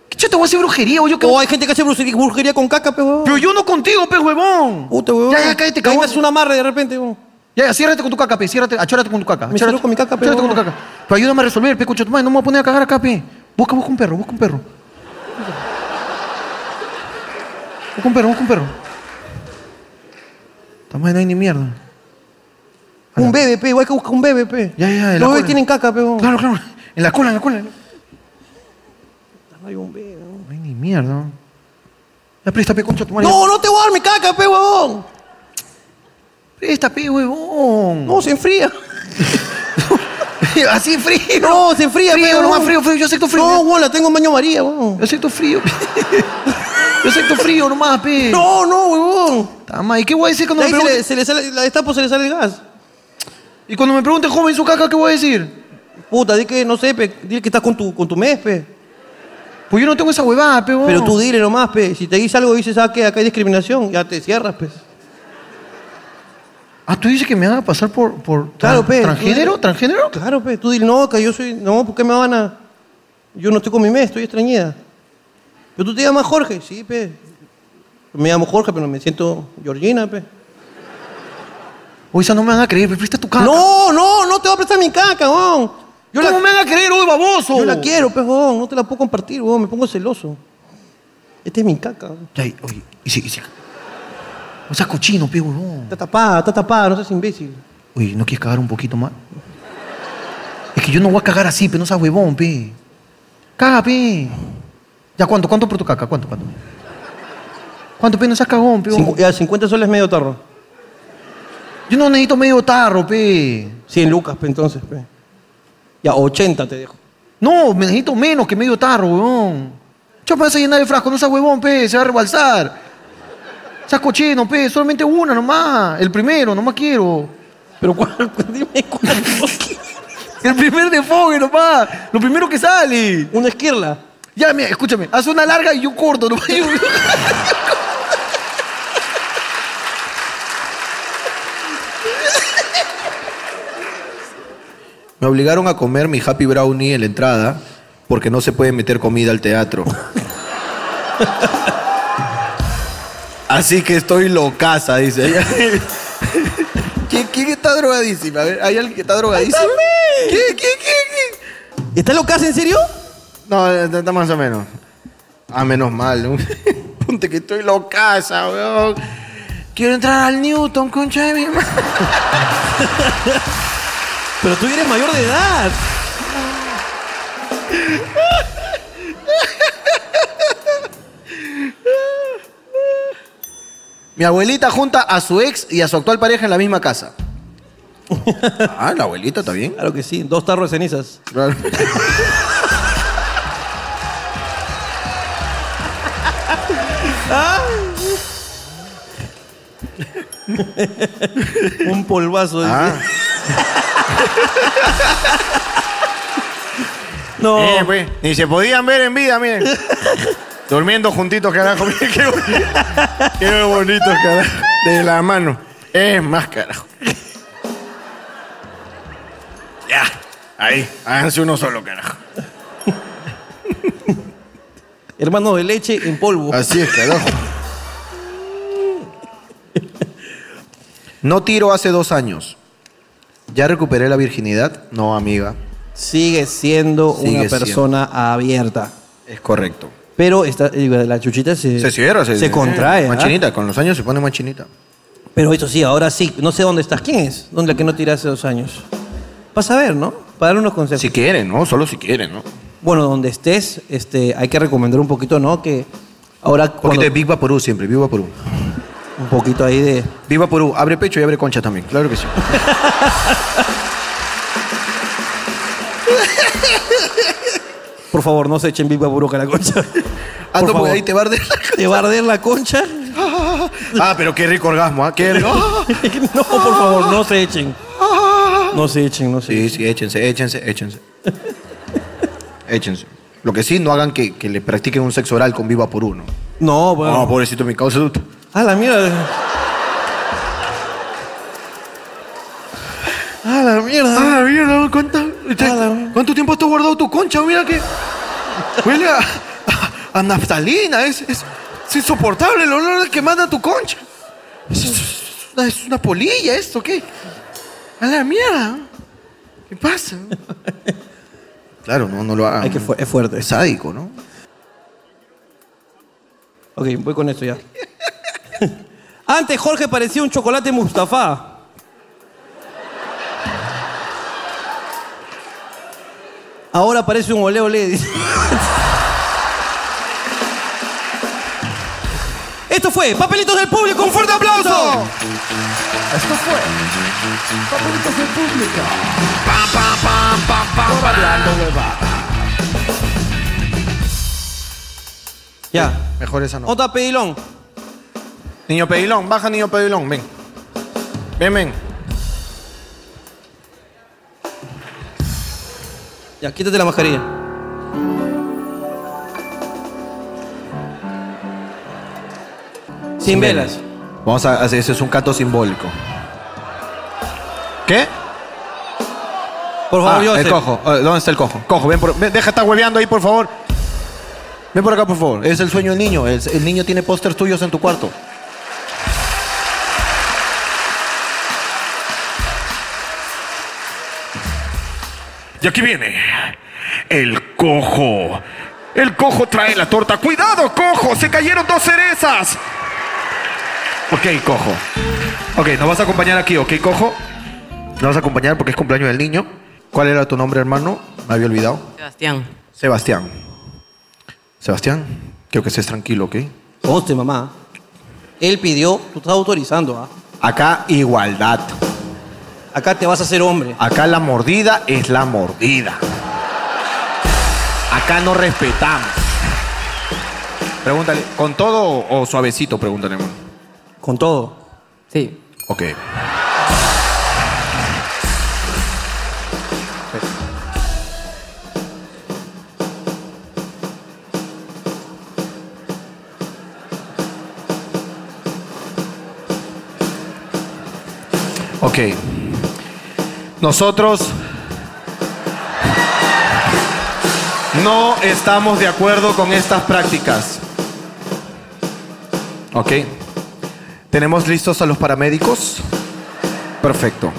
¿Qué te voy a hacer brujería? O, yo
Oh, hay gente que hace brujería, brujería con caca, pe, huevón.
Pero yo no contigo, pe, huevón.
Puta, huevón.
Ya, ya, cállate,
Ahí
cagón.
me hace un amarre de repente, huevón.
Ya, ya, ciérrate con tu caca, pe. Ciérrate, achórate con tu caca.
Me cierro con mi caca, pe,
Achórate con tu
huevón.
caca. Pero ayúdame a resolver, pe, concha tu madre. No me voy a poner a cagar acá, pe. Busca, busca un perro, busca un perro. Busca un perro, busca un perro. Esta madre no hay ni mierda.
Un bebé, pe, hay que buscar un bebé, pe.
Ya, ya, en la
Los bebés
cola.
tienen caca, pe. huevón.
Claro, claro. En la cola, en la cola.
Hay un bebé, huevón.
No hay ni mierda. Ya presta, pe, concha tu madre.
No, no te voy a dar mi caca, pe, huevón.
Presta, pe, huevón.
No, se enfría.
Así frío.
No, se enfría,
Frío,
pe,
no,
huevón.
frío, frío, yo acepto frío.
No, huevón, la tengo en baño María, huevón.
Yo acepto frío. pe. Yo acepto frío nomás, pe.
No, no, huevón.
Tama, ¿y qué voy a decir
De
cuando me
ahí se le,
pregunten?
se le sale, la estapo se le sale el gas.
Y cuando me pregunten, joven, su caca, ¿qué voy a decir?
Puta, di que, no sé, pe, dile que estás con tu, con tu mes, pe.
Pues yo no tengo esa huevada, pe. huevón.
Pero tú dile nomás, pe. Si te dice algo y dices, ah, que acá hay discriminación, ya te cierras, pe.
Ah, tú dices que me van a pasar por, por tra-
Claro, pe.
transgénero,
Tú-
transgénero.
Claro, pe. Tú dile, no, que yo soy, no, ¿por qué me van a...? Yo no estoy con mi mes, estoy extrañida. Pero tú te llamas Jorge, sí, pe. Me llamo Jorge, pero me siento Georgina, pe.
Uy, esa no me van a creer, pe. Presta tu caca.
No, no, no te voy a prestar mi caca, weón. Yo
¿Cómo me van a creer, uy, baboso?
Yo la quiero, pues, weón. No te la puedo compartir, weón. Me pongo celoso. Esta es mi caca. weón.
Ya, y- oye, y sí, y sí. O sea, cochino, pe, huevón.
Está tapada, está tapada. No seas imbécil.
Uy, ¿no quieres cagar un poquito más? Es que yo no voy a cagar así, pe. No seas huevón, pe. Caga, pe. Ya, ¿cuánto? ¿Cuánto por tu caca? ¿Cuánto? ¿Cuánto? ¿Cuánto, pe? No seas cagón, pe.
Cincu- ya, 50 soles medio tarro.
Yo no necesito medio tarro, pe.
100 lucas, pe, entonces, pe. Ya, 80 te dejo.
No, me necesito menos que medio tarro, weón. Chapa, vas a llenar el frasco, no seas huevón, pe, se va a rebalsar. Seas cochino, pe, solamente una nomás. El primero, nomás quiero. Pero cuál, dime cuál. el primer de fogue nomás. Lo primero que sale.
Una esquirla.
Ya, mira, escúchame, haz una larga y yo corto, nomás. Yo- Me obligaron a comer mi Happy Brownie en la entrada porque no se puede meter comida al teatro. Así que estoy locaza, dice. ¿Quién, quién está drogadísima? A ver, ¿hay alguien que está drogadísimo? ¿Quién, quién, quién, quién? ¿Está locaza en serio? No, eh, está más o menos. Ah, menos mal. ¿no? Ponte que estoy locaza, weón. Quiero entrar al Newton, concha de mi madre.
Pero tú eres mayor de edad.
Mi abuelita junta a su ex y a su actual pareja en la misma casa. Ah, la abuelita está bien.
Claro que sí, dos tarros de cenizas.
Claro.
Un polvazo. dice.
Ah, No. Eh, pues, ni se podían ver en vida, miren. Durmiendo juntitos, carajo. Miren qué, bo- qué bonitos, carajo. De la mano. Es más, carajo. Ya. Ahí. Háganse uno solo, carajo.
Hermano de leche en polvo.
Así es, carajo. No tiro hace dos años. ¿Ya recuperé la virginidad? No, amiga.
Sigue siendo
Sigue
una
siendo.
persona abierta.
Es correcto.
Pero esta- eh, la chuchita se,
Se cierra, se,
contrae.
Más
¿ah?
chinita, con los años se pone más chinita.
Pero eso sí, ahora sí. No sé dónde estás. ¿Quién es? ¿Dónde la que no tiré hace dos años? Vas a ver, ¿no? Para dar unos consejos.
Si quieren, ¿no? Solo si quieren, ¿no?
Bueno, donde estés, este, hay que recomendar un poquito, ¿no? Que ahora. Un
poquito de Big Vaporú siempre, Big Vaporú.
Un poquito ahí de.
Big Vaporú, abre pecho y abre concha también, claro que sí.
Por favor, no se echen Big Vaporú a la concha.
Ah,
Por
no,
favor.
porque ahí te va a arder la concha.
Te va a arder la concha.
Ah, pero qué rico orgasmo, ¿ah? Qué rico.
no, por favor, no se echen. No se echen, no se
Sí, sí, échense, échense, échense. échense. Lo que sí, no hagan que, que le practiquen un sexo oral con Viva por uno.
No, bueno.
No, pobrecito, mi causa.
Ah, la mierda. Ah, la mierda.
Ah, la mierda, ¿cuánta- te- ¿cuánto tiempo has tú guardado tu concha? Mira que. Huele a, a- a naftalina, es, es, es insoportable el olor que manda tu concha. Es, es una, es una polilla esto, ¿qué? A la mierda. ¿Qué pasa? Claro, no, no lo hagan.
Hay que fu- es fuerte.
Es sádico, ¿no?
Ok, voy con esto ya. Antes Jorge parecía un chocolate Mustafa. Ahora parece un oleo olé. dice. Esto fue Papelitos del Público. ¡Un fuerte aplauso!
Esto fue Papelitos del Público.
Pam, pam, pam, pam, pam,
Por hablando
pam.
huevadas.
Ya.
Mejor esa no.
Otra pedilón.
Niño pedilón, baja niño pedilón, ven. Ven, ven.
Ya, quítate la mascarilla. Sin, velas.
Vamos a hacer, ese es un canto simbólico. ¿Qué?
Por favor,
Ah,
yo.
el cojo. Eh, ¿Dónde está el cojo? Cojo, ven, por, ven, deja de estar hueveando ahí, por favor. Ven por acá, por favor. Es el sueño del niño. El, el niño tiene pósters tuyos en tu cuarto.
Y aquí viene el cojo. El cojo trae la torta. ¡Cuidado, cojo! ¡Se cayeron dos cerezas!
Ok, cojo. Ok, nos vas a acompañar aquí, ¿ok, cojo? Nos vas a acompañar porque es cumpleaños del niño. ¿Cuál era tu nombre, hermano? Me había olvidado.
Sebastián.
Sebastián. Sebastián, quiero que estés tranquilo, ¿ok?
Conste, mamá. Él pidió, tú estás autorizando, ¿ah?
Acá igualdad.
Acá te vas a hacer hombre.
Acá la mordida es la mordida. Acá no respetamos. Pregúntale, ¿con todo o suavecito? Pregúntale, amor.
¿Con todo?
Sí. Ok. Ok. Nosotros no estamos de acuerdo con estas prácticas. Ok. ¿Tenemos listos a los paramédicos? Perfecto.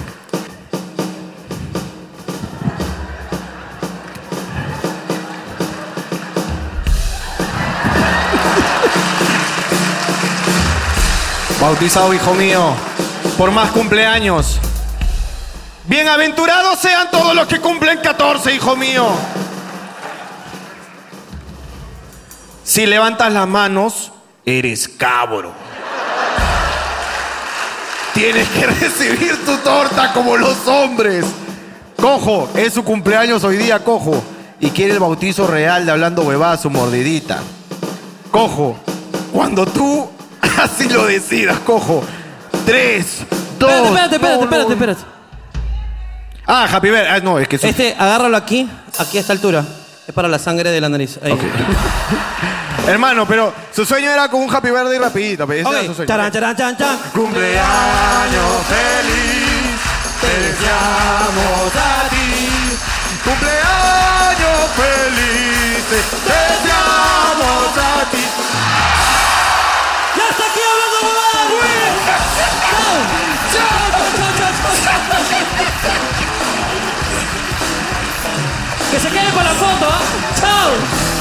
Bautizado, hijo mío, por más cumpleaños. Bienaventurados sean todos los que cumplen 14, hijo mío. Si levantas las manos, eres cabro. Tienes que recibir tu torta como los hombres. Cojo, es su cumpleaños hoy día, cojo. Y quiere el bautizo real de hablando huevadas, su mordidita. Cojo, cuando tú así lo decidas, cojo. Tres, dos.
Espérate, espérate,
no,
espérate, espérate,
no.
espérate.
Ah, Happy Bear. Ah, no, es que eso-
Este, agárralo aquí, aquí a esta altura. Es para la sangre de la nariz. Ahí.
Hermano, pero su sueño era con un Happy Verde y rapidito. pe, ese
Ok,
era su sueño.
tarán, tarán, chan, chan.
Cumpleaños feliz,
te deseamos a ti. Cumpleaños feliz, te deseamos a ti.
¡Ya está aquí hablando
¡Chao!
Que se quede con la foto, ¿ah? ¡Chao!